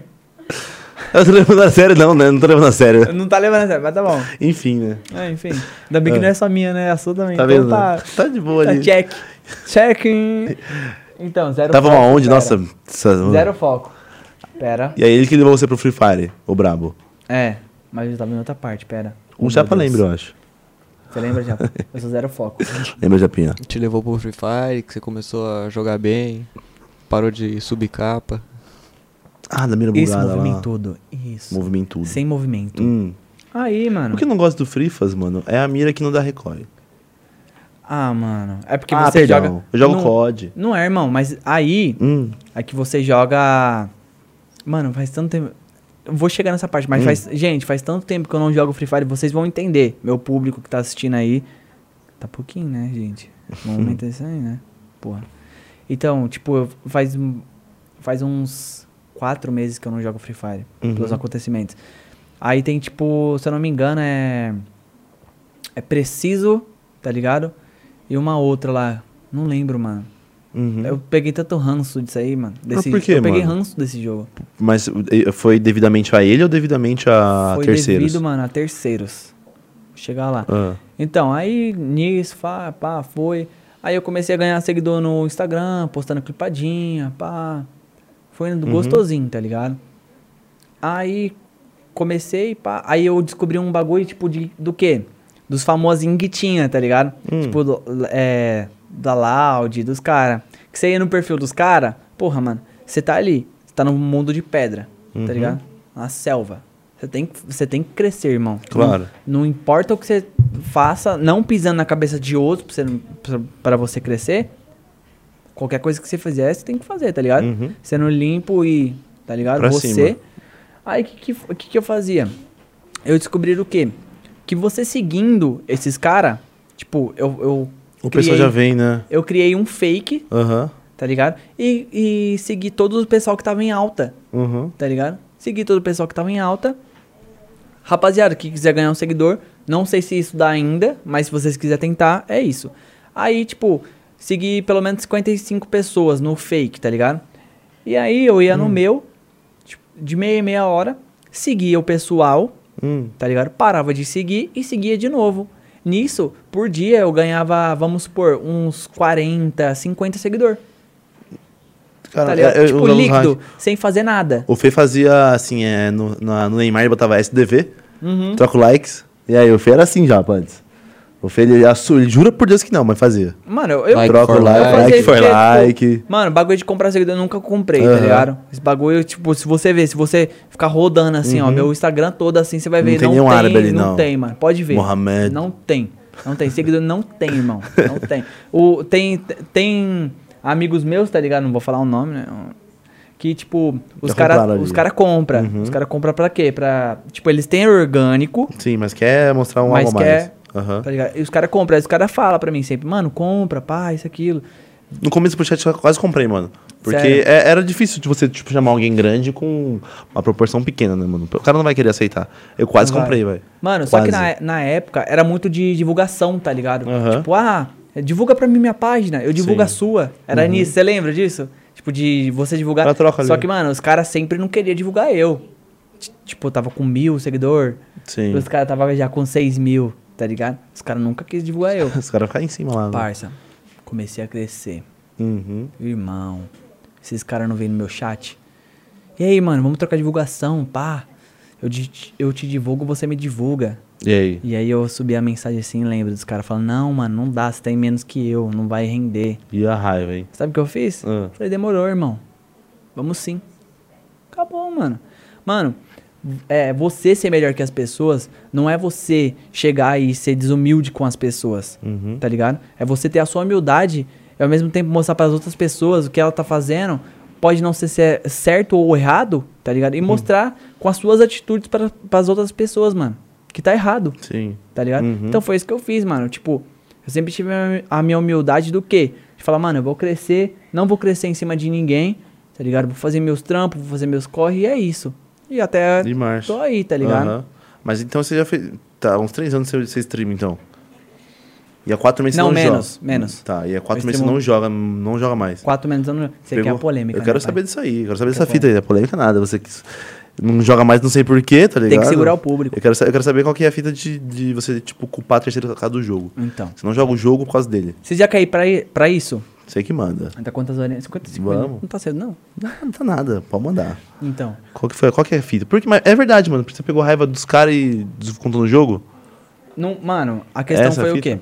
B: Eu tô levando a sério, não, né? Não tô levando a sério.
D: Não tá lembrando, sério, mas tá bom.
B: Enfim, né?
D: É, enfim. Ainda bem que não é só minha, né? É a sua também.
B: Ah. Tá
D: Então
B: vendo?
D: Tá,
B: Tá de boa
D: tá
B: ali.
D: check. Check. Então, zero
B: Tava
D: foco.
B: aonde?
D: pera.
B: Nossa. essa-
D: Zero foco. Pera.
B: E aí ele que levou você pro Free Fire, o brabo.
D: É, mas eu tava em outra parte, pera.
B: O
D: Oh,
B: Japa
D: meu Deus.
B: Um lembra, eu acho.
D: Você lembra já? Eu sou zero foco.
B: Lembra, Japinha?
C: Te levou pro Free Fire, que você começou a jogar bem, parou de subir capa.
B: Ah, da mira
D: Isso,
B: bugada
D: movimento
B: lá.
D: tudo. Isso.
B: Movimento tudo.
D: Sem movimento.
B: Hum.
D: Aí, mano.
B: O que eu não gosto do Frifas, mano, é a mira que não dá recoil.
D: Ah, mano. É porque
B: Ah,
D: você
B: perdão.
D: joga.
B: Eu jogo
D: não,
B: COD.
D: Não é, irmão, mas aí
B: Hum.
D: é que você joga. Mano, faz tanto tempo. Eu vou chegar nessa parte, mas faz. Gente, faz tanto tempo que eu não jogo Free Fire, vocês vão entender. Meu público que tá assistindo aí. Tá pouquinho, né, gente? Vamos aumentar isso aí, né? Porra. Então, tipo, eu- faz, um- faz uns quatro meses que eu não jogo Free Fire. Pelos acontecimentos. Aí tem, tipo, se eu não me engano, é. É preciso, tá ligado? E uma outra lá. Não lembro, mano.
B: uhum.
D: Eu peguei tanto ranço disso aí, mano. Desse,
B: Hum? por quê,
D: eu peguei
B: mano?
D: ranço desse jogo.
B: Mas eh, foi devidamente a ele ou devidamente a
D: Foi
B: Ah, terceiros?
D: devido, mano, a terceiros. Vou Chegar lá.
B: Ah.
D: Então, aí nisso, pá, pá, foi. Aí eu comecei a ganhar seguidor no Instagram, postando clipadinha, pá. Foi
B: Uhum.
D: indo gostosinho, tá ligado? Aí comecei, pá. Aí eu descobri um bagulho, tipo, de, do quê? Dos famosos guitinha, tá ligado? Tipo, do- é, da Loud, dos caras. Que você ia no perfil dos caras, porra, mano, você tá ali, você tá num mundo de pedra, tá ligado? Na selva. Você tem, que- você tem que crescer, irmão.
B: Claro.
D: Não, não importa o que você faça, não pisando na cabeça de outro pra você, não- pra, pra você crescer, qualquer coisa que você fizer, você tem que fazer, tá ligado? Sendo limpo e, tá ligado?
B: Pra
D: você.
B: cima.
D: Aí o que, que, f- que, que eu fazia? Eu descobri o quê? Que você seguindo esses caras, tipo, eu. eu um,
B: O pessoal já vem, né?
D: Eu criei um fake,
B: Aham.
D: tá ligado? E, e segui todo o pessoal que tava em alta,
B: Uhum.
D: tá ligado? Segui todo o pessoal que tava em alta. Rapaziada, que quiser ganhar um seguidor, não sei se isso dá ainda, mas se vocês quiserem tentar, é isso. Aí, tipo, segui pelo menos 55 pessoas no fake, tá ligado? E aí eu
B: Hum.
D: ia no meu, tipo, de meia em meia hora, seguia o pessoal,
B: Hum.
D: tá ligado? Parava de seguir e seguia de novo. Nisso, por dia eu ganhava, vamos supor, uns 40, 50 seguidor,
B: Cara,
D: tá ligado?
B: eu- eu
D: tipo,
B: um é, usava os
D: líquido,
B: rádios.
D: sem fazer nada.
B: O Fê fazia assim, é, no, na- no Neymar ele botava SDV,
D: Uhum.
B: troca o likes. E aí, o Fê era assim já, pô, antes. O Fê, ele, assu- ele jura por Deus que não, mas fazia.
D: Mano, eu, eu
C: Like
B: troca o
C: for
B: like,
C: like.
B: like
D: fazia
B: for
D: porque,
B: like.
D: tipo, mano, bagulho de comprar seguidor eu nunca comprei,
B: Aham.
D: tá ligado? Esse bagulho, tipo, se você ver, se você ficar rodando assim, ó, meu Instagram todo assim, você vai
B: Uhum. Não
D: ver.
B: tem nenhum árabe ali, não.
D: tem, mano. Pode ver.
B: Mohamed.
D: Não tem. Não tem. Seguidor não tem, irmão. Não tem. O, tem. Tem amigos meus, tá ligado? Não vou falar o nome, né? Que, tipo, os
B: Já
D: caras
B: compraram
D: os
B: ali. Uhum.
D: cara compram. Os caras compram pra quê? Pra. Tipo, eles têm orgânico.
B: Sim, mas quer mostrar um
D: Mas
B: algo a
D: quer.
B: mais. Aham.
D: Tá ligado? E os caras compram, aí os caras falam pra mim sempre, mano, compra, pá, isso, aquilo.
B: No começo do Puxete eu quase comprei, mano. Porque
D: Sério?
B: é- era difícil de você tipo, chamar alguém grande com uma proporção pequena, né, mano? O cara não vai querer aceitar. Eu quase
D: Vai.
B: comprei, velho.
D: Mano, só que
B: Quase.
D: na, na época era muito de divulgação, tá ligado?
B: Aham.
D: Tipo, ah, divulga pra mim minha página, eu divulgo
B: Sim.
D: a sua. Era nisso, você lembra disso? Tipo, de você divulgar.
B: Era troca ali.
D: só que, mano, os caras sempre não queriam divulgar eu. T- Tipo, eu tava com mil seguidor.
B: Sim.
D: Os caras tava já com seis mil, tá ligado? Os caras nunca quis divulgar eu.
B: Os caras ficam em cima lá, velho.
D: Parça, comecei a crescer.
B: Uhum.
D: Irmão, esses caras não vêm no meu chat. E aí, mano, vamos trocar divulgação, pá. Eu, di- eu te divulgo, você me divulga.
B: E aí?
D: E aí eu subi a mensagem assim, lembro dos caras falando, não, mano, não dá, você tem menos que eu, não vai render.
B: E a raiva, hein?
D: Sabe o que eu fiz?
B: Ah.
D: Falei, demorou, irmão. Vamos sim. Acabou, mano. Mano, é, você ser melhor que as pessoas não é você chegar e ser desumilde com as pessoas,
B: Uhum.
D: tá ligado? É você ter a sua humildade e ao mesmo tempo mostrar para as outras pessoas o que ela tá fazendo pode não ser cer- certo ou errado, tá ligado? E mostrar com as suas atitudes para as outras pessoas, mano, que tá errado
B: Sim.
D: tá ligado?
B: Uhum.
D: Então foi isso que eu fiz, mano. Tipo, eu sempre tive a mi- a minha humildade do quê? De falar, mano, eu vou crescer, não vou crescer em cima de ninguém, tá ligado? Vou fazer meus trampos, vou fazer meus corre e é isso. E até
B: De marcha.
D: tô aí, tá ligado?
B: Aham. Mas então você já fez. Tá, uns três anos você, você streama, então. E há quatro meses
D: Não,
B: você não
D: menos,
B: joga.
D: menos.
B: Tá, e há quatro
D: Eu
B: meses você
D: streamo- um
B: não joga, não joga mais.
D: Quatro menos um, anos. Você quer a
B: Pegou?
D: polêmica.
B: Eu quero
D: né, pai?
B: saber disso aí, eu quero saber dessa
D: Quer
B: fita aí. A polêmica é nada, você quis- não joga mais não sei porquê, tá ligado?
D: que segurar o público.
B: Eu quero, sa- eu quero saber qual que é a fita de, de você, tipo, culpar a terceira casa do jogo.
D: Então.
B: Você não joga o jogo por causa dele.
D: Vocês já caíram pra, i- pra isso?
B: Você que manda.
D: Ainda quantas horas? 55
B: Vamos.
D: minutos? Não tá cedo, não?
B: Não, não tá nada, pode mandar.
D: Então.
B: Qual que, foi, qual que é a fita? Porque mas é verdade, mano. Você pegou raiva dos caras e descontou no jogo?
D: Não, mano, a questão
B: Essa
D: foi
B: fita?
D: o quê?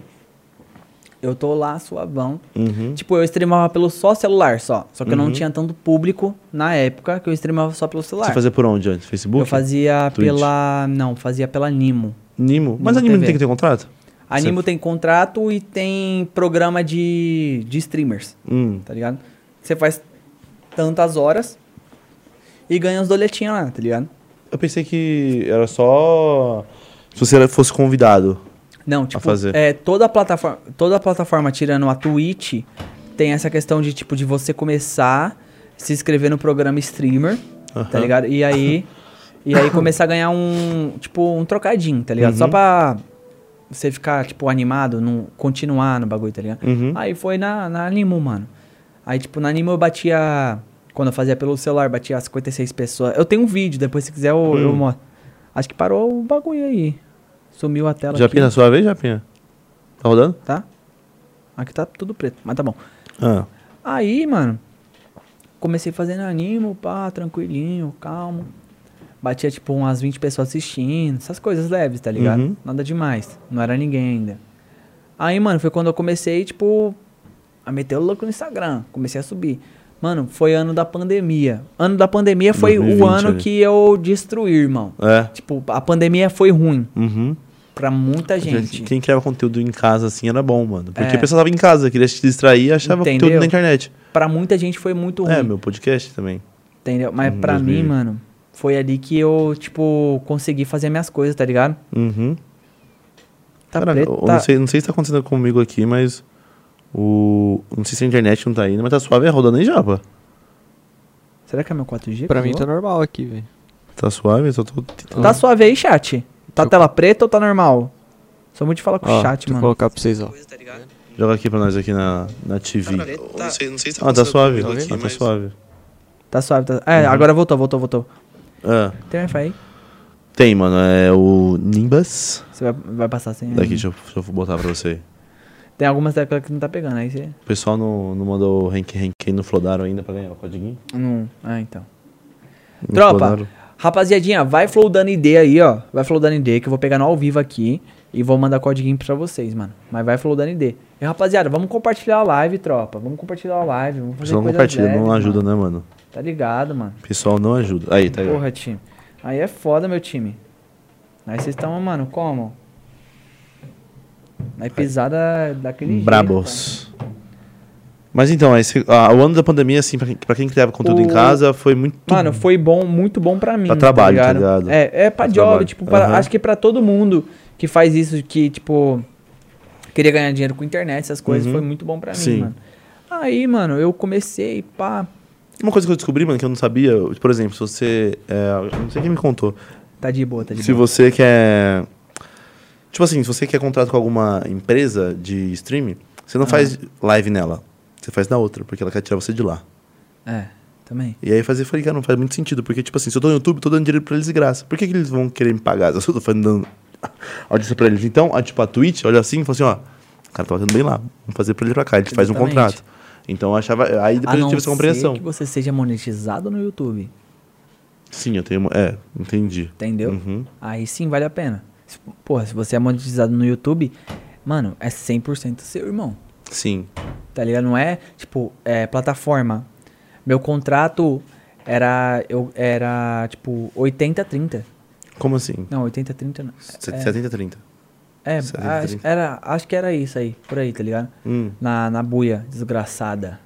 D: Eu tô lá suavão.
B: Uhum.
D: Tipo, eu streamava pelo só celular só. Só que eu não tinha tanto público na época que eu streamava só pelo celular.
B: Você fazia por onde antes? Facebook?
D: Eu fazia
B: Twitch?
D: pela. Não, fazia pela Nimo.
B: Nimo. Mas
D: Nimo
B: a Nimo não
D: TV.
B: tem que ter contrato?
D: A
B: Você-
D: Nimo tem contrato e tem programa de, de streamers,
B: Hum.
D: tá ligado? Você faz tantas horas e ganha uns doletinhos lá, tá ligado?
B: Eu pensei que era só. Se você era- fosse convidado.
D: Não, tipo,
B: fazer.
D: é toda a plataforma, toda a plataforma tirando a Twitch tem essa questão de tipo de você começar se inscrever no programa streamer, tá ligado? E aí e aí começar a ganhar um, tipo, um trocadinho, tá ligado?
B: Uhum.
D: Só pra você ficar tipo animado, não continuar no bagulho, tá ligado?
B: Uhum.
D: Aí foi na na Animo, mano. Aí, tipo, na Anima eu batia. Quando eu fazia pelo celular, batia 56 pessoas. Eu tenho um vídeo, depois se quiser eu,
B: Hum.
D: eu mostro. Acho que parou o bagulho aí. Sumiu a tela aqui,
B: Japinha, na sua vez, Japinha? Tá rodando?
D: tá? Aqui tá tudo preto, mas tá bom.
B: Ah.
D: Aí, mano, comecei fazendo animo, pá, tranquilinho, calmo. Batia, tipo, umas 20 pessoas assistindo, essas coisas leves, tá ligado?
B: Uhum.
D: Nada demais, não era ninguém ainda. Aí, mano, foi quando eu comecei, tipo, a meter o louco no Instagram, comecei a subir. Mano, foi ano da pandemia. Ano da pandemia foi
B: 2020
D: o ano
B: ali.
D: que eu destruí, irmão.
B: É.
D: Tipo, a pandemia foi ruim
B: Uhum.
D: pra muita gente.
B: Quem criava conteúdo em casa assim era bom, mano. Porque
D: É.
B: a pessoa tava em casa, queria se distrair e achava
D: Entendeu? Uhum.
B: conteúdo na internet.
D: Pra muita gente foi muito ruim.
B: É, meu podcast também.
D: Entendeu? Mas
B: Hum,
D: pra
B: 2000.
D: mim, mano, foi ali que eu, tipo, consegui fazer minhas coisas, tá ligado?
B: Uhum.
D: Tá
B: Cara,
D: preto,
B: eu
D: tá-
B: não sei, não sei se tá acontecendo comigo aqui, mas o. Não sei se a internet não tá indo, mas tá suave é rodando em japa.
D: Será que é meu 4G?
C: Pra mim tá
D: Pegou?
C: normal aqui, velho.
B: Tá suave, eu só tô. tentando-
D: Tá suave aí, chat? Tá tela preta ou tá normal? Só muito de falar com o
C: Ó,
D: chat,
C: vou
D: mano.
C: colocar pra vocês, ó.
B: Joga aqui pra nós aqui na, Tá na TV.
F: Não sei, não sei se
B: Ah, tá suave.
F: comigo aqui,
B: Ah, tá
F: mas-
B: suave.
D: Tá suave, tá... É,
C: Uhum.
D: agora voltou, voltou, voltou.
B: Ah,
D: Tem Wi-Fi aí?
B: tem, mano. É o Nimbus.
D: Você vai, vai passar sem...
B: Daqui, deixa eu, deixa eu botar pra você.
D: Tem algumas teclas que não tá pegando, aí você...
B: O pessoal não, não mandou o Henk Henk no Flodaro ainda pra ganhar o codiguinho?
D: Não... Ah, então.
B: No
D: Tropa,
B: Flodaro.
D: rapaziadinha, vai flow dando ideia aí, ó. Vai flow dando ideia que eu vou pegar no ao vivo aqui e vou mandar código pra vocês, mano. Mas vai flow dando ideia. E rapaziada, vamos compartilhar a live, tropa. Vamos compartilhar a live. Vamos
B: O
D: fazer
B: pessoal não
D: coisas
B: compartilha, não
D: leves,
B: ajuda,
D: mano.
B: né, mano?
D: Tá ligado, mano.
B: O pessoal não ajuda. Aí, tá aí. ó.
D: Porra, time. Aí é foda, meu time. Aí vocês estão, mano, como? Aí pisada daquele jeito, pai.
B: Brabos. Mas então, esse, ah, o ano da pandemia, assim, pra quem, pra quem criava conteúdo em
D: O-
B: casa, foi muito.
D: Mano, foi bom, muito bom pra mim.
B: Pra trabalho, tá ligado?
D: É, é
B: Pra
D: pra, job,
B: trabalho.
D: tipo, pra-
B: Aham.
D: acho que pra todo mundo que faz isso, que, tipo, queria ganhar dinheiro com internet, essas coisas,
B: Uhum.
D: foi muito bom pra mim,
B: Sim.
D: mano. Aí, mano, eu comecei, pá,
B: Uma coisa que eu descobri, mano, que eu não sabia, por exemplo, se você. É, eu não sei quem me contou.
D: tá de boa, tá de
B: Se
D: boa.
B: você quer. Tipo assim, se você quer contrato com alguma empresa de streaming, você
D: Ah.
B: não faz live nela. Você faz na outra, porque ela quer tirar você de lá.
D: É, também.
B: E aí eu fazia, falei, cara, não faz muito sentido, porque, tipo assim, se eu tô no YouTube, eu tô dando dinheiro pra eles de graça. Por que, que eles vão querer me pagar? Se eu tô fazendo dando audiência pra eles. Então, a, tipo, a Twitch olha assim e fala assim, ó, o cara tá batendo bem lá, vamos fazer pra ele pra cá, a gente faz um
D: Exatamente.
B: contrato. Então eu achava. Aí depois
D: a
B: eu
D: não
B: tive essa
D: ser
B: compreensão.
D: que você seja monetizado no YouTube,
B: Sim, eu tenho. uma- É, entendi.
D: entendeu?
B: Uhum.
D: Aí sim vale a pena. Se- Porra, se você é monetizado no YouTube, mano, é 100% seu irmão.
B: Sim.
D: Tá ligado? Não é, tipo, é, plataforma. Meu contrato era, eu, era tipo, 80-30.
B: Como assim?
D: Não, 80-30 não.
B: Se- 70 30.
D: É,
B: setenta,
D: acho,
B: trinta.
D: era, acho que era isso aí, por aí, tá ligado?
B: Hum.
D: Na, na buia, desgraçada.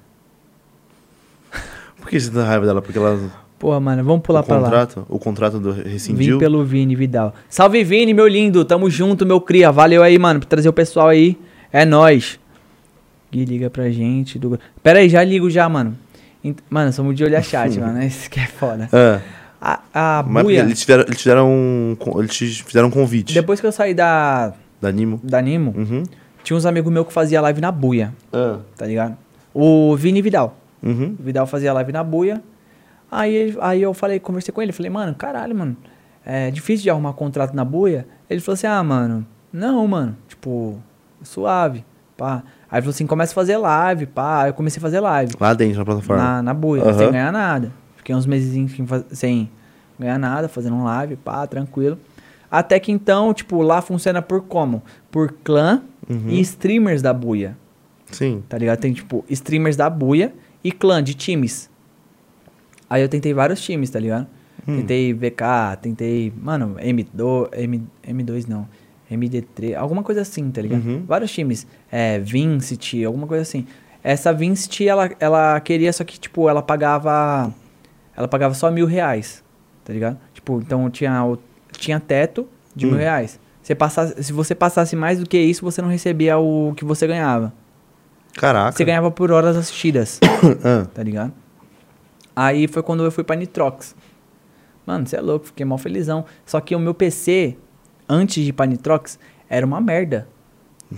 B: Por que você tá raiva dela? Porque ela.
D: Porra, mano, vamos pular
B: o
D: pra lá.
B: contrato, O contrato do rescindiu.
D: Vim pelo Vini Vidal. Salve Vini, meu lindo. Tamo junto, meu cria. Valeu aí, mano, por trazer o pessoal aí. É nóis. Gui liga pra gente. Do... Pera aí, já ligo já, mano. Ent- Mano, somos de olhar chat, mano. Isso que é foda.
B: É.
D: A, a
B: Mas porque
D: buia.
B: eles tiveram, eles tiveram um. con- Eles te fizeram um convite.
D: Depois que eu saí da,
B: Da Nimo.
D: da Nimo,
B: Uhum.
D: tinha uns amigos meus que fazia live na buia,
B: Ah.
D: tá ligado? O Vini Vidal.
B: Uhum.
D: O Vidal fazia live na buia. Aí, ele- aí eu falei, conversei com ele, falei, mano, caralho, mano, é difícil de arrumar contrato na buia. Ele falou assim, ah, mano, não, mano, tipo, suave, pá. Aí ele falou assim, começa a fazer live, pá. Aí eu comecei a fazer live.
B: Lá dentro, na plataforma.
D: Na, na buia,
B: Aham.
D: sem ganhar nada. Fiquei uns meses em- sem fa- sem ganhar nada, fazendo um live, pá, tranquilo. Até que então, tipo, lá funciona por como? Por clã
B: Uhum.
D: e streamers da buia,
B: Sim.
D: tá ligado? Tem, tipo, streamers da buia e clã de times. Aí eu tentei vários times, tá ligado? Tentei VK, tentei, mano, M2, M, M2 não, MD3, alguma coisa assim, tá ligado? Vários times, é, Vincent, alguma coisa assim. Essa Vincent, ela, ela queria, só que, tipo, ela pagava, ela pagava só mil reais, tá ligado? Tipo, então tinha, o- tinha teto de mil reais. Se, passasse, se você passasse mais do que isso, você não recebia o que você ganhava.
B: Caraca.
D: Você ganhava por horas assistidas
B: Ah.
D: tá ligado? Aí foi quando eu fui pra Nitrox. Mano, você é louco, fiquei mal felizão. Só que o meu PC, antes de ir pra Nitrox, era uma merda.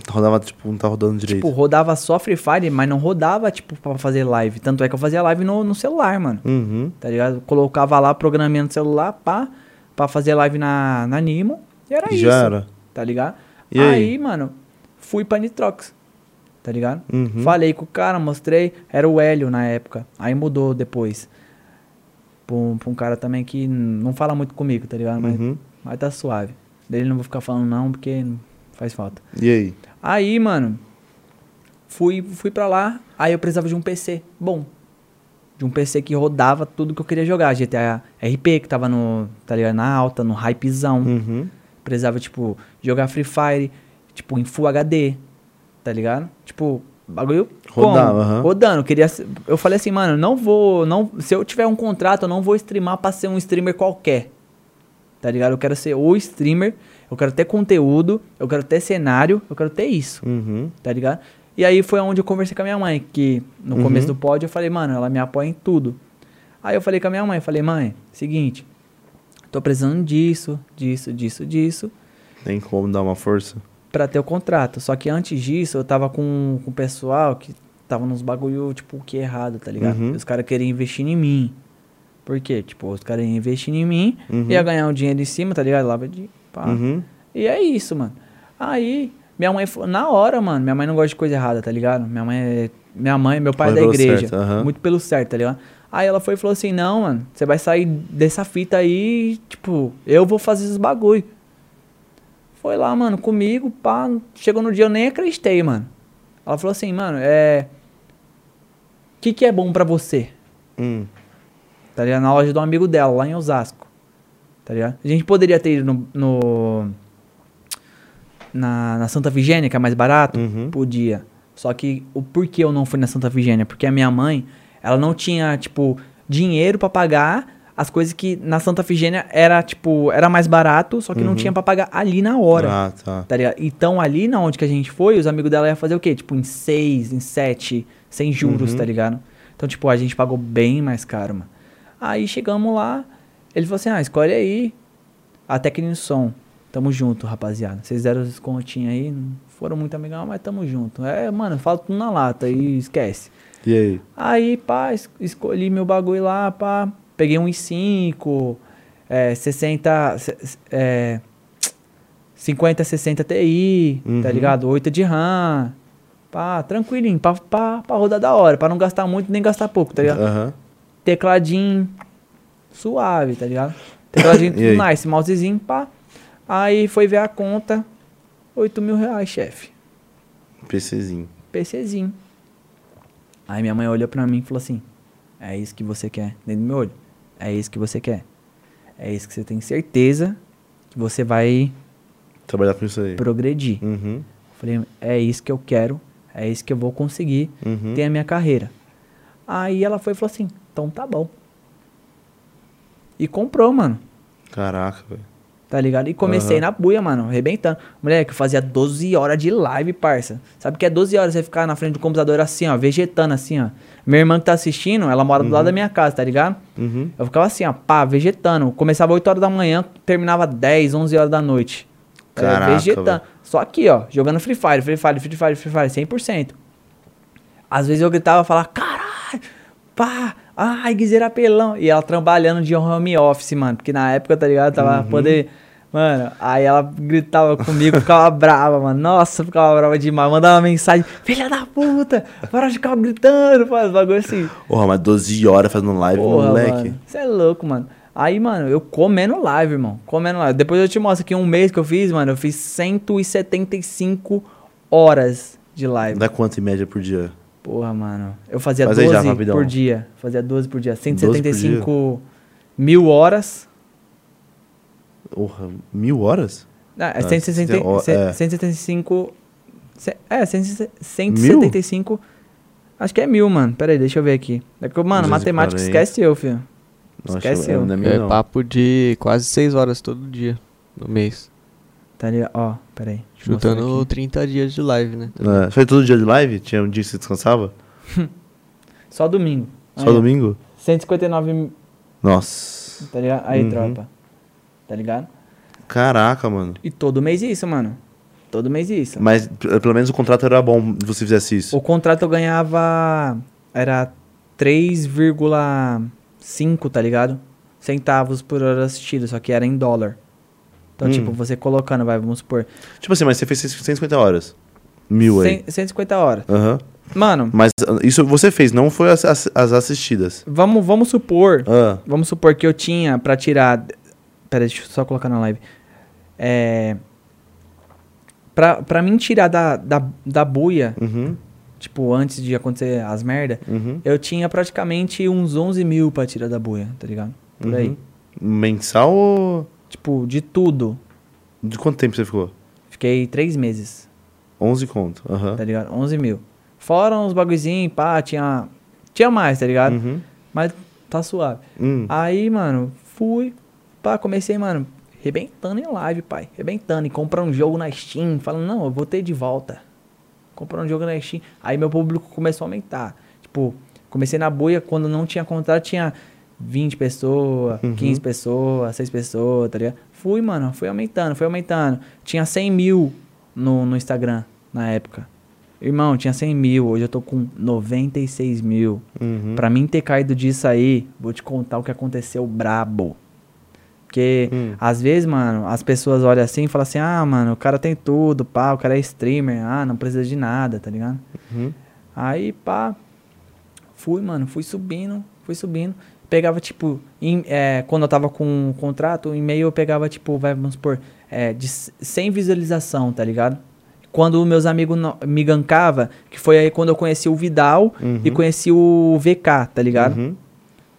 B: Rodava, tipo, não tá rodando direito.
D: Tipo, rodava só Free Fire, mas não rodava, tipo, pra fazer live. Tanto é que eu fazia live no, no celular, mano.
B: Uhum.
D: Tá ligado? Colocava lá programinha no celular, pá, pra fazer live na, na Nimo. E era
B: Já
D: isso.
B: era.
D: Tá ligado?
B: E
D: aí?
B: aí?
D: mano, fui pra Nitrox. Tá ligado?
B: Uhum.
D: Falei com o cara, mostrei. Era o Hélio na época. Aí mudou depois. Pra um, pra um cara também que não fala muito comigo, tá ligado? Mas,
B: Uhum.
D: mas tá suave. Dele não vou ficar falando não, porque faz falta.
B: E aí?
D: Aí, mano, fui, fui pra lá, aí eu precisava de um PC bom. De um PC que rodava tudo que eu queria jogar. GTA RP, que tava no, tá ligado, na alta, no hypezão.
B: Uhum.
D: Precisava, tipo, jogar Free Fire, tipo, em Full HD, tá ligado? Tipo, bagulho como?
B: Rodava, aham.
D: rodando. Eu Queria, ser- eu falei assim, mano, não vou, não, se eu tiver um contrato, eu não vou streamar pra ser um streamer qualquer, tá ligado? Eu quero ser o streamer, eu quero ter conteúdo, eu quero ter cenário, eu quero ter isso
B: Uhum.
D: tá ligado? E aí foi onde eu conversei com a minha mãe, que
B: Uhum.
D: no começo do pod eu falei, mano, ela me apoia em tudo. Aí eu falei com a minha mãe, falei, mãe, seguinte, tô precisando disso, disso, disso, disso,
B: Tem como dar uma força?
D: pra ter o contrato. Só que antes disso eu tava com, com o pessoal que tava nos bagulho, tipo, que errado, tá ligado?
B: Uhum.
D: Os caras queriam investir em mim. Por quê? Tipo, os caras iam investir em mim, ia ganhar um dinheiro em cima, tá ligado? Lá vai de pá.
B: Uhum.
D: E é isso, mano. Aí, minha mãe, fa- na hora, mano, minha mãe não gosta de coisa errada, tá ligado? Minha mãe é. Minha mãe, meu pai é
B: Vai
D: da
B: pelo
D: igreja.
B: certo, aham.
D: Muito pelo certo, tá ligado? Aí ela foi e falou assim: não, mano, você vai sair dessa fita aí, e, tipo, eu vou fazer esses bagulho. Foi lá, mano, comigo, pá. Chegou no dia, eu nem acreditei, mano. Ela falou assim, mano, é. O que, que é bom pra você?
B: Hum.
D: tá ligado? Na loja de um amigo dela, lá em Osasco, tá ligado? A gente poderia ter ido no... no- na, na Santa Vigênia, que é mais barato,
B: Uhum.
D: podia. Só que o porquê eu não fui na Santa Vigênia? Porque a minha mãe, ela não tinha, tipo, dinheiro pra pagar as coisas que na Santa Vigênia era, tipo, era mais barato, só que não tinha pra pagar ali na hora.
B: Ah, tá.
D: Tá ligado? Então ali na onde que a gente foi, os amigos dela iam fazer o quê? Tipo, em 6, em 7, sem juros, tá ligado? Então, tipo, a gente pagou bem mais caro, mano. Aí chegamos lá, ele falou assim, ah, escolhe aí a técnica de som. Tamo junto, rapaziada. Vocês deram os descontinhos aí, não foram muito amigão, mas tamo junto. É, mano, fala tudo na lata e esquece.
B: E aí?
D: Aí, pá, es- escolhi meu bagulho lá, pá. Peguei um i5, é, 60. se- se- É, 50, 60 Ti,
B: Uhum.
D: tá ligado? 8 de RAM. Pá, tranquilinho, pra, pra, pra rodar da hora, pra não gastar muito nem gastar pouco, tá ligado?
B: Aham.
D: Tecladinho suave, tá ligado? Tecladinho
B: E
D: tudo
B: aí?
D: nice, mousezinho, pá. Aí foi ver a conta, 8 mil reais, chefe.
B: PCzinho.
D: PCzinho. Aí minha mãe olhou pra mim e falou assim: É isso que você quer, dentro do meu olho. É isso que você quer. É isso que você tem certeza que você vai
B: Trabalhar com isso aí.
D: progredir.
B: Uhum.
D: Falei: É isso que eu quero. É isso que eu vou conseguir.
B: Uhum.
D: Tem a minha carreira. Aí ela foi e falou assim: Então tá bom. E comprou, mano.
B: Caraca, velho.
D: Tá ligado? E comecei na buia, mano, arrebentando. Moleque, eu fazia 12 horas de live, parça. Sabe o que é 12 horas você ficar na frente do computador assim, ó, vegetando assim, ó. Minha irmã que tá assistindo, ela mora do lado da minha casa, tá ligado?
B: Uhum.
D: Eu ficava assim, ó, pá, vegetando. Começava 8 horas da manhã, terminava 10, 11 horas da noite. É,
B: Caraca, velho.
D: Só aqui, ó, jogando Free Fire, Free Fire, Free Fire, Free Fire, 100%. Às vezes eu gritava, falava, caralho, pá, ai, guiseira pelão. E ela trabalhando de home office, mano, porque na época, tá ligado, tava poder... Mano, aí ela gritava comigo, ficava brava, mano. Nossa, ficava brava demais. Mandava mensagem, filha da puta, para de ficar gritando, faz bagulho assim.
B: Porra, mas 12 horas fazendo live, moleque.
D: Você é louco, mano. Aí, mano, eu comendo live, irmão. Comendo live. Depois eu te mostro aqui um mês que eu fiz, mano. Eu fiz 175 horas de live.
B: Dá é quanto em média por dia?
D: Porra, mano. Eu fazia
B: Faz aí
D: 12
B: já, rapidão.
D: por dia. Fazia 12 por dia.
B: 12
D: 175
B: por
D: mil horas.
B: Porra, mil horas?
D: Ah, é
B: Ah,
D: 160,
B: ó, é.
D: 175. se- É, 100 175. Acho que é mil, mano. Pera aí, deixa eu ver aqui. É que eu- Mano,
B: 240.
D: matemática esquece eu, filho. Esquece eu.
B: Não é mil,
C: É
B: não.
C: papo de quase 6 horas todo dia no mês.
D: Tá ligado? Ó, pera aí. deixa eu mostrar
C: Chutando
D: aqui.
C: 30 dias de live, né?
B: É, foi todo dia de live? Tinha um dia que você descansava?
D: Só domingo.
B: Só
D: Aí, ó.
B: domingo?
D: 159 mil,
B: Nossa.
D: tá ligado? Aí,
B: Uhum.
D: tropa. Tá ligado?
B: Caraca, mano.
D: E todo mês isso, mano. Todo mês isso.
B: Tá. Mas p- pelo menos o contrato era bom se você fizesse isso.
D: O contrato eu ganhava. Era 3,5, tá ligado? Centavos por hora assistida, só que era em dólar.
B: Hum.
D: Então, tipo, você colocando, vai, vamos supor.
B: Tipo assim, mas você fez 150 horas. Mil aí.
D: 100, 150 horas.
B: Aham.
D: Mano,
B: Mas ah, isso você fez, não foi as, as- as assistidas.
D: vamos, vamos supor.
B: Ah,
D: Vamos supor que eu tinha pra tirar. Pera, aí, deixa eu só colocar na live. É. Pra, pra mim tirar da, da, da buia,
B: uhum,
D: tipo, antes de acontecer as merda,
B: uhum.
D: eu tinha praticamente uns 11 mil pra tirar da buia, tá ligado? Por aí.
B: Mensal ou.
D: Tipo, de tudo.
B: De quanto tempo você ficou?
D: Fiquei três meses,
B: 11 conto. Aham.
D: tá ligado? 11 mil. Fora uns bagulhozinhos, pá, tinha. Tinha mais, tá ligado?
B: Uhum.
D: Mas tá suave.
B: Hum.
D: Aí, mano, fui. Pá, comecei, mano, rebentando em live, pai. Rebentando. E comprando um jogo na Steam. Falando, não, eu vou ter de volta. Comprando um jogo na Steam. Aí meu público começou a aumentar. Tipo, comecei na boia quando não tinha contrato, tinha 20 pessoas,
B: Uhum.
D: 15 pessoas, 6 pessoas, tá ligado? Fui, mano, fui aumentando, fui aumentando. Tinha 100 mil no, no Instagram na época. Irmão, tinha 100 mil, hoje eu tô com 96 mil.
B: Hum. Uhum,
D: Pra mim ter caído disso aí, vou te contar o que aconteceu brabo. Porque às vezes, mano, as pessoas olham assim e falam assim: ah, mano, o cara tem tudo, pá, o cara é streamer, ah, não precisa de nada, tá ligado? Aí, pá, fui, mano, fui subindo, fui subindo. Pegava, tipo, em- é, quando eu tava com um contrato, o e-mail eu pegava, tipo, vai, vamos supor, é, de c- 100 visualização, tá ligado? Quando meus amigos no- me gankava, que foi aí quando eu conheci o Vidal e conheci o VK, tá ligado?
B: uhum.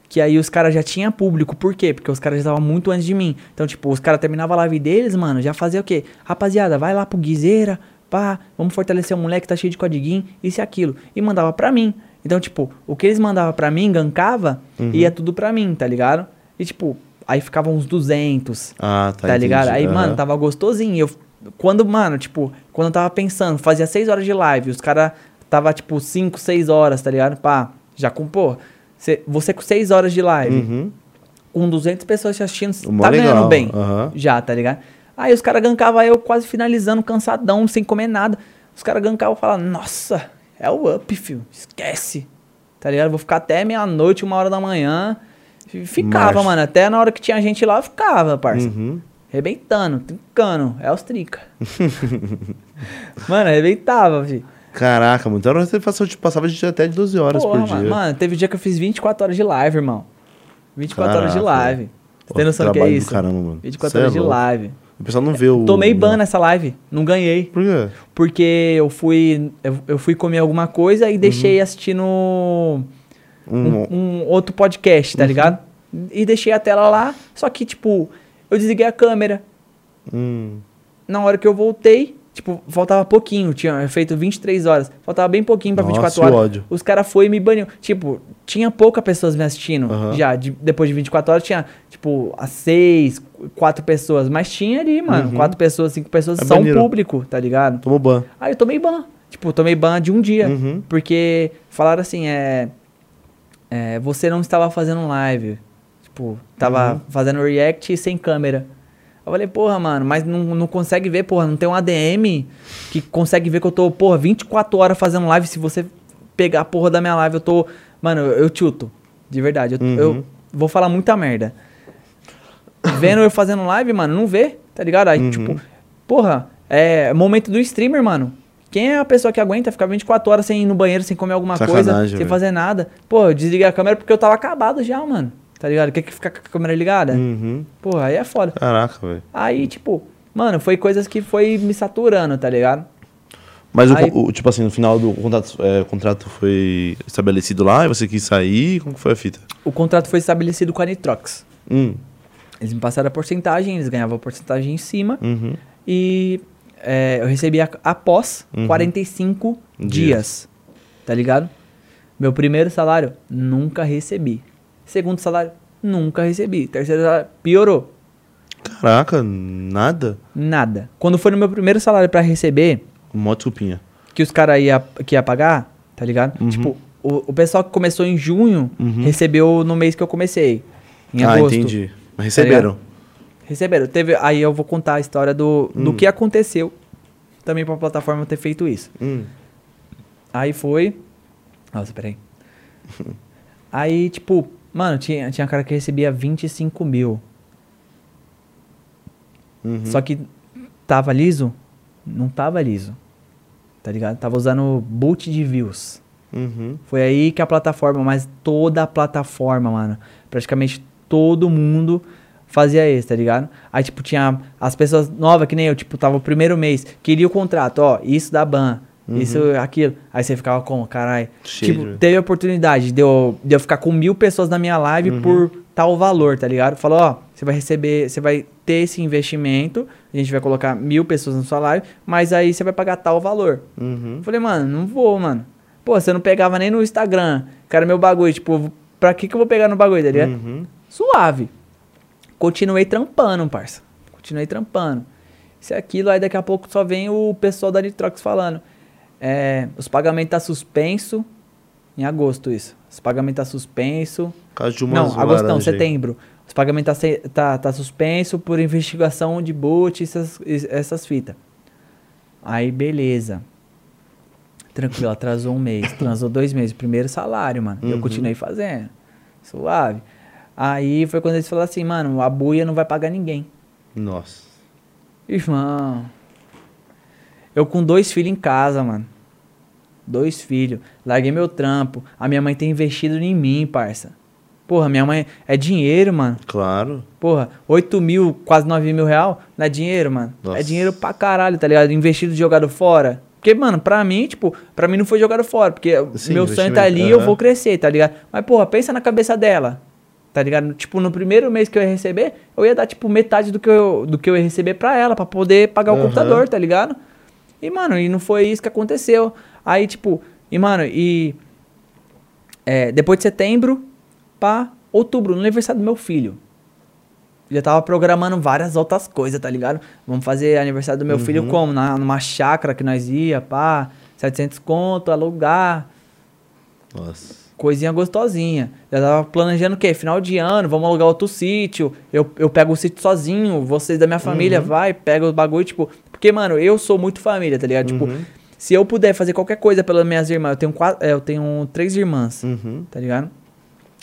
D: Que aí os caras já tinham público. Por quê? Porque os caras já estavam muito antes de mim. Então, tipo, os caras terminavam a live deles, mano, já fazia o quê? Rapaziada, vai lá pro Guizeira, pá, vamos fortalecer o moleque, tá cheio de codiguinho, isso e aquilo. E mandava pra mim. Então, tipo, o que eles mandavam pra mim, gankava, ia tudo pra mim, tá ligado? E, tipo, aí ficavam uns 200,
B: Ah, tá.
D: tá, ligado?
B: entendi.
D: Aí,
B: Aham.
D: mano, tava gostosinho. Eu, quando, mano, tipo, quando eu tava pensando, fazia 6 horas de live, os caras tava, tipo, 5, 6 horas, tá ligado? Pá, já com, pô, cê- você com 6 horas de live,
B: Uhum.
D: com 200 pessoas te assistindo,
B: Mó
D: tá
B: legal,
D: ganhando bem.
B: aham.
D: Já, tá ligado? Aí os caras gankavam eu quase finalizando, cansadão, sem comer nada. Os caras gankavam e falavam, nossa, é o up, filho, esquece. Tá ligado? Vou ficar até meia-noite, uma hora da manhã. E Ficava,
B: Março.
D: mano. Até na hora que tinha gente lá, eu ficava, parça.
B: Uhum.
D: Rebentando, trincando. É os trica. mano, arrebentava, filho.
B: Caraca, mano. Então era você passou, tipo, passava de até de 12 horas
D: Porra,
B: por dia.
D: mano. Mano, teve dia que eu fiz 24 horas de live, irmão. 24 horas de
B: Caraca.
D: live. Você
B: Pô,
D: tem noção do que é
B: trabalho do
D: isso?
B: caramba, mano.
D: 24
B: Cê é
D: horas de
B: louco.
D: live.
B: O pessoal não vê o.
D: Tomei ban né? nessa live. Não ganhei.
B: Por quê?
D: Porque eu fui. Eu, eu fui comer alguma coisa e
B: Uhum.
D: deixei assistindo um,
B: Um-
D: um outro podcast,
B: Uhum.
D: tá ligado? E deixei a tela lá. Só que, tipo, eu desliguei a câmera. um.
B: Hum.
D: Na hora que eu voltei, tipo, faltava pouquinho. Tinha feito 23 horas. Faltava bem pouquinho pra
B: Nossa, e
D: 24
B: o
D: horas.
B: ódio?
D: Os caras foi e me baniu. Tipo, tinha poucas pessoas me assistindo
B: Aham.
D: já. de- depois de 24 horas tinha, tipo, as 6, 4 pessoas. Mas tinha ali, mano. 4 pessoas, 5 pessoas
B: Uhum. É
D: são
B: baniram.
D: público, tá ligado?
B: Tomou ban.
D: Aí eu tomei ban. Tipo, eu tomei ban de um dia.
B: Uhum.
D: Porque falaram assim, é, é, Você não estava fazendo live. Tipo, tava fazendo react sem câmera. Eu falei, porra, mano, mas não, não consegue ver, porra. Não tem um ADM que consegue ver que eu tô, porra, 24 horas fazendo live. Se você pegar a porra da minha live, eu tô. Mano, eu, eu chuto. De verdade. Eu, eu vou falar muita merda vendo eu fazendo live, mano, não vê, tá ligado? Aí,
B: Uhum.
D: tipo, porra, é momento do streamer, mano. Quem é a pessoa que aguenta ficar 24 horas sem ir no banheiro, sem comer alguma coisa,
B: Sacanagem,
D: sem
B: velho.
D: fazer nada? Pô, eu desliguei a câmera porque eu tava acabado já, mano. Tá ligado? Quer que ficar com a câmera ligada?
B: Uhum.
D: Porra, aí é foda.
B: Caraca, velho.
D: Aí, tipo, mano, foi coisas que foi me saturando, tá ligado?
B: Mas o,
D: Aí-
B: o- tipo assim, no final do contrato, é, o contrato foi estabelecido lá e você quis sair. Como que foi a fita?
D: O contrato foi estabelecido com a Nitrox.
B: Hum.
D: Eles me passaram a porcentagem, eles ganhavam a porcentagem em cima.
B: Uhum.
D: E é, eu recebi a- após 45
B: Uhum. Dias.
D: dias. Tá ligado? Meu primeiro salário, nunca recebi. Segundo salário, nunca recebi. Terceiro salário, piorou.
B: Caraca, nada?
D: Nada. Quando foi no meu primeiro salário pra receber,
B: Mó desculpinha.
D: que os caras iam que ia pagar, tá ligado?
B: Uhum.
D: Tipo, o, o pessoal que começou em junho recebeu no mês que eu comecei. Em
B: ah,
D: agosto. Tá
B: entendi. Mas receberam.
D: Receberam. Teve, aí eu vou contar a história do, do que aconteceu também pra plataforma ter feito isso.
B: Hum,
D: Aí foi. Nossa, peraí. Aí, tipo, mano, tinha, tinha cara que recebia 25 mil. Só que tava liso? Não tava liso. Tá ligado? Tava usando boot de views.
B: Uhum.
D: Foi aí que a plataforma, mas toda a plataforma, mano, praticamente todo mundo fazia isso, tá ligado? Aí, tipo, tinha as pessoas novas, que nem eu, tipo, tava o primeiro mês, queria o contrato, ó, isso da ban, isso, aquilo. Aí você ficava com, caralho.
B: Cheio
D: Tipo,
B: de-
D: teve a oportunidade de eu, de eu ficar com mil pessoas na minha live por tal valor, tá ligado? Falou, ó, você vai receber, você vai ter esse investimento, a gente vai colocar mil pessoas na sua live, mas aí você vai pagar tal valor. Eu Falei, mano, não vou, mano. Pô, você não pegava nem no Instagram, cara, meu bagulho, tipo, pra que que eu vou pegar no bagulho, tá ligado? Suave. Continuei trampando, parça. Continuei trampando. Isso e aquilo, aí daqui a pouco só vem o pessoal da Nitrox falando. É, os pagamentos tá suspenso. Em agosto, isso. Os pagamentos tá suspenso.
B: Por causa de uma né,
D: Não, agosto não,
B: laranja aí.
D: setembro. Os pagamentos tá, se- tá, tá suspenso por investigação de boot, essas, essas fitas. Aí, beleza. Tranquilo, atrasou um mês, atrasou dois meses. Primeiro salário, mano. E Eu continuei fazendo. Suave. Aí foi quando eles falaram assim, mano, a buia não vai pagar ninguém.
B: Nossa.
D: Irmão. Eu com dois filhos em casa, mano. Dois filhos. Larguei meu trampo. A minha mãe tem investido em mim, parça. Porra, minha mãe. É dinheiro, mano.
B: Claro.
D: Porra, 8 mil, quase 9 mil real, não é dinheiro, mano.
B: Nossa.
D: É dinheiro pra caralho, tá ligado? Investido de jogado fora. Porque, mano, pra mim, tipo, pra mim não foi jogado fora. Porque
B: Sim,
D: meu sonho
B: investimento,
D: tá ali e eu
B: aham.
D: vou crescer, tá ligado? Mas, porra, pensa na cabeça dela. Tá ligado? Tipo, no primeiro mês que eu ia receber, eu ia dar, tipo, metade do que eu, do que eu ia receber pra ela, pra poder pagar o
B: Aham.
D: computador, tá ligado? E, mano, e não foi isso que aconteceu. Aí, tipo, e, mano, e. é, depois de setembro pra outubro, no aniversário do meu filho. Já tava programando várias outras coisas, tá ligado? Vamos fazer aniversário do meu filho
B: Uhum.
D: como? Na, numa chácara que nós ia, pá. 700 conto, alugar.
B: Nossa.
D: Coisinha gostosinha. Já tava planejando o quê? Final de ano, vamos alugar outro sítio. Eu, eu pego o sítio sozinho, vocês da minha família
B: Uhum.
D: vai, pega os bagulho, tipo. Porque, mano, eu sou muito família, tá ligado?
B: Uhum.
D: Tipo, se eu puder fazer qualquer coisa pelas minhas irmãs, eu tenho quatro. é, eu tenho três irmãs,
B: Uhum.
D: tá ligado?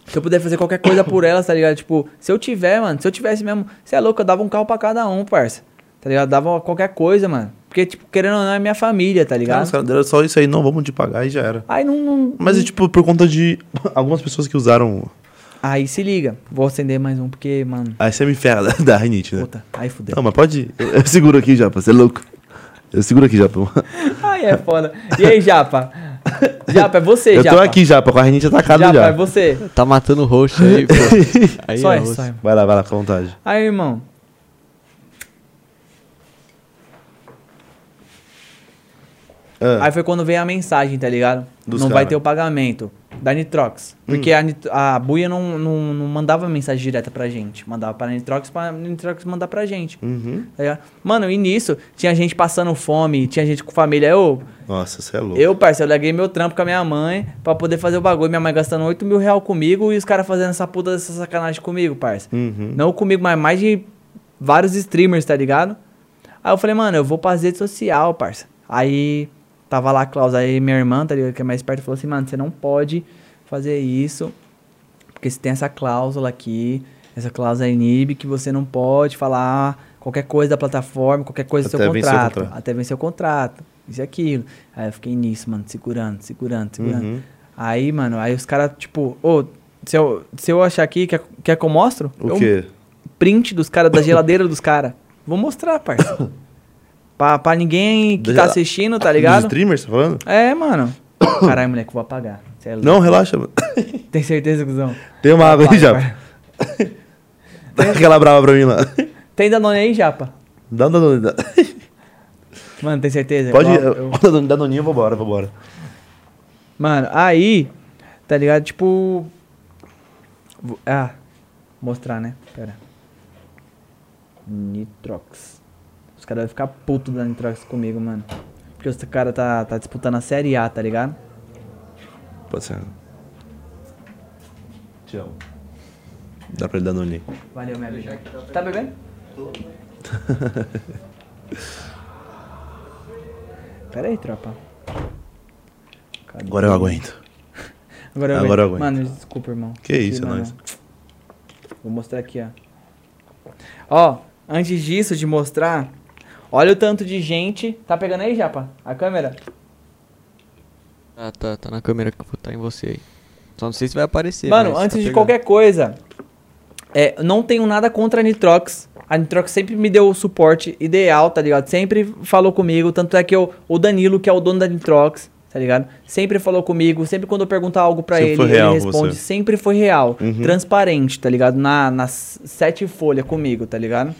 D: Se eu puder fazer qualquer coisa por elas, tá ligado? Tipo, se eu tiver, mano, se eu tivesse mesmo. Você é louco, eu dava um carro pra cada um, parça. Tá ligado? Dava qualquer coisa, mano. Porque, tipo, querendo ou não, é minha família, tá
B: Cara,
D: ligado?
B: os caras deram só isso aí, não, vamos te pagar e já era.
D: Aí não. não
B: Mas, é, tipo, por conta de algumas pessoas que usaram.
D: Aí se liga. Vou acender mais um, porque, mano.
B: Aí você me ferra da, da rinite, né?
D: Puta, aí fudeu.
B: Não, mas pode ir. Eu, eu seguro aqui, Japa, você é louco. Eu seguro aqui, Japa.
D: Aí é foda. E aí, Japa? Japa, é você,
B: eu tô
D: Japa.
B: aqui, Japa, com a rinite atacada
D: Japa,
B: já.
D: é você.
C: Tá matando o roxo aí, pô. Aí
D: só
C: é
D: é,
C: roxo.
D: só é.
B: Vai lá, vai lá, fica à vontade.
D: Aí, irmão.
B: Ah,
D: Aí foi quando veio a mensagem, tá ligado?
B: É. Dos
D: não
B: cara. Hum.
D: vai ter o pagamento da Nitrox. Porque a, Nit- a buia não, não, não mandava mensagem direta pra gente. Mandava pra Nitrox, pra Nitrox mandar pra gente.
B: Hum.
D: Tá ligado? Mano, e nisso, tinha gente passando fome, tinha gente com família. Eu,
B: Nossa, você é louco.
D: eu parceiro, eu larguei meu trampo com a minha mãe pra poder fazer o bagulho. Minha mãe gastando 8 mil reais comigo e os caras fazendo essa puta dessa sacanagem comigo, parça.
B: Uhum.
D: Não comigo, mas mais de vários streamers, tá ligado? Aí eu falei, mano, eu vou pra rede social, parça. Aí tava lá a Klaus, aí minha irmã, tá ligado, que é mais perto, falou assim, mano, você não pode fazer isso, porque se tem essa cláusula aqui, essa cláusula é inibe que você não pode falar qualquer coisa da plataforma, qualquer coisa do seu
B: Até vencer o
D: contrato,
B: contrato.
D: até vencer o contrato, isso e aquilo. Aí eu fiquei nisso, mano, segurando, segurando, segurando.
B: Uhum.
D: Aí, mano, aí os caras, tipo, ô, se, eu, se eu achar aqui, quer, quer que eu mostro?
B: O
D: eu
B: quê?
D: print dos caras, da geladeira dos caras. Vou mostrar, parça. pra, pra ninguém que
B: Da
D: tá
B: gela-
D: assistindo, tá
B: Dos
D: ligado?
B: streamers, tá falando?
D: É, mano. Caralho, moleque, vou apagar. Cê é louco.
B: Não, relaxa, mano.
D: Tem certeza, cuzão?
B: Tem uma água aí,
D: Vai,
B: Japa.
D: vai.
B: Dá aquela brava pra mim lá.
D: Tem Danone aí, Japa?
B: Dá um danoninho. dá-
D: Mano, tem certeza?
B: Pode
D: Ó,
B: ir. um
D: eu-
B: Eu... Danoninho, vambora, vambora.
D: Mano, aí, tá ligado? Tipo. vo- Ah, mostrar, né? Pera. Nitrox. Os caras vão ficar puto da Nitrox comigo, mano. Porque os cara tá, tá disputando a Série A, tá ligado?
B: Pode ser. Tchau. Dá pra ele um danoninho.
D: Valeu, minha vida. Tá bebendo? Pera aí, tropa. Cadê?
B: Agora eu aguento.
D: Agora eu,
B: Agora eu
D: aguento.
B: aguento.
D: Mano, desculpa, irmão.
B: Que isso, é
D: mano.
B: nóis.
D: Vou mostrar aqui, ó. Ó, antes disso de mostrar, olha o tanto de gente. Tá pegando aí, Japa? A câmera?
C: Ah, tá, tá na câmera que tá em você aí. Só não sei se vai aparecer.
D: Mano,
C: mas tá
D: antes de
C: pegando.
D: qualquer coisa, é, não tenho nada contra a Nitrox. A Nitrox sempre me deu o suporte ideal, tá ligado? Sempre falou comigo. Tanto é que eu, o Danilo, que é o dono da Nitrox, tá ligado? Sempre falou comigo. Sempre quando eu perguntar algo pra
B: Sempre
D: ele,
B: foi real
D: ele
B: com
D: responde.
B: você. Uhum.
D: Sempre foi real. Transparente, tá ligado? Na, nas sete folhas comigo, tá ligado?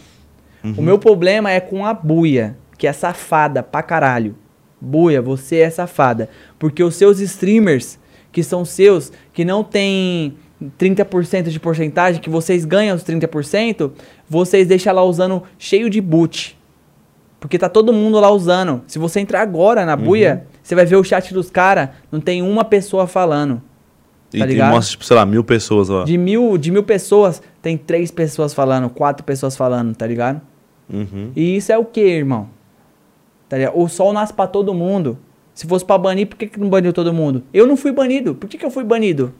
D: O meu problema é com a buia, que é safada pra caralho. Buia, você é safada. Porque os seus streamers, que são seus, que não tem 30% de porcentagem, que vocês ganham os 30%, vocês deixam lá usando cheio de boot. Porque tá todo mundo lá usando. Se você entrar agora na buia, você vai ver o chat dos caras, não tem uma pessoa falando.
B: E
D: Tá
B: tem,
D: ligado?
B: mostra, tipo, sei lá, mil pessoas lá.
D: De mil, de mil pessoas, tem três pessoas falando, quatro pessoas falando, tá ligado?
B: Uhum.
D: E isso é o que, irmão? Tá ligado? O sol nasce pra todo mundo. Se fosse pra banir, por que, que não baniu todo mundo? Eu não fui banido. Por que, que eu fui banido?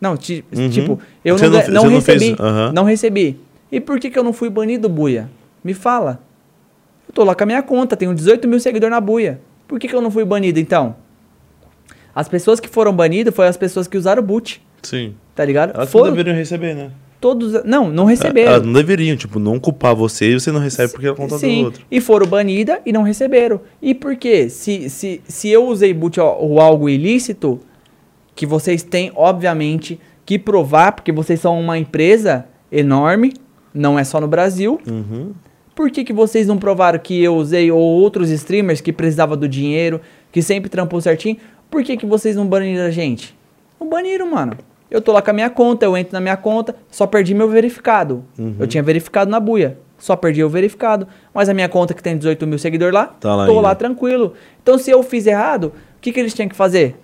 D: Não, ti-
B: Uhum.
D: tipo, eu
B: Você
D: não,
B: não
D: ga-
B: fe-
D: não
B: você não
D: recebi.
B: fez-
D: Não,
B: aham.
D: recebi. E por que, que eu não fui banido, Buia? Me fala. Eu tô lá com a minha conta, tenho 18 mil seguidores na Buia. Por que, que eu não fui banido, então? As pessoas que foram banidas foram as pessoas que usaram o boot,
B: Sim.
D: tá ligado?
B: Elas não
D: foram
B: deveriam receber, né?
D: todos. Não, não
B: É,
D: receberam.
B: Elas não deveriam, tipo, não culpar você e você não recebe porque é conta
D: Sim,
B: do outro.
D: E foram banidas e não receberam. E por quê? Se, se, se eu usei boot ou- ou algo ilícito, que vocês têm, obviamente, que provar, porque vocês são uma empresa enorme, não é só no Brasil.
B: Uhum.
D: Por que, que vocês não provaram que eu usei ou outros streamers que precisava do dinheiro, que sempre trampou certinho? Por que, que vocês não baniram a gente? Não baniram, mano. Eu tô lá com a minha conta, eu entro na minha conta, só perdi meu verificado.
B: Uhum.
D: Eu tinha verificado na buia, só perdi o verificado. Mas a minha conta que tem 18 mil seguidores lá,
B: Tá lá
D: tô lá
B: ainda.
D: tranquilo. Então se eu fiz errado, o que, que eles tinham que fazer?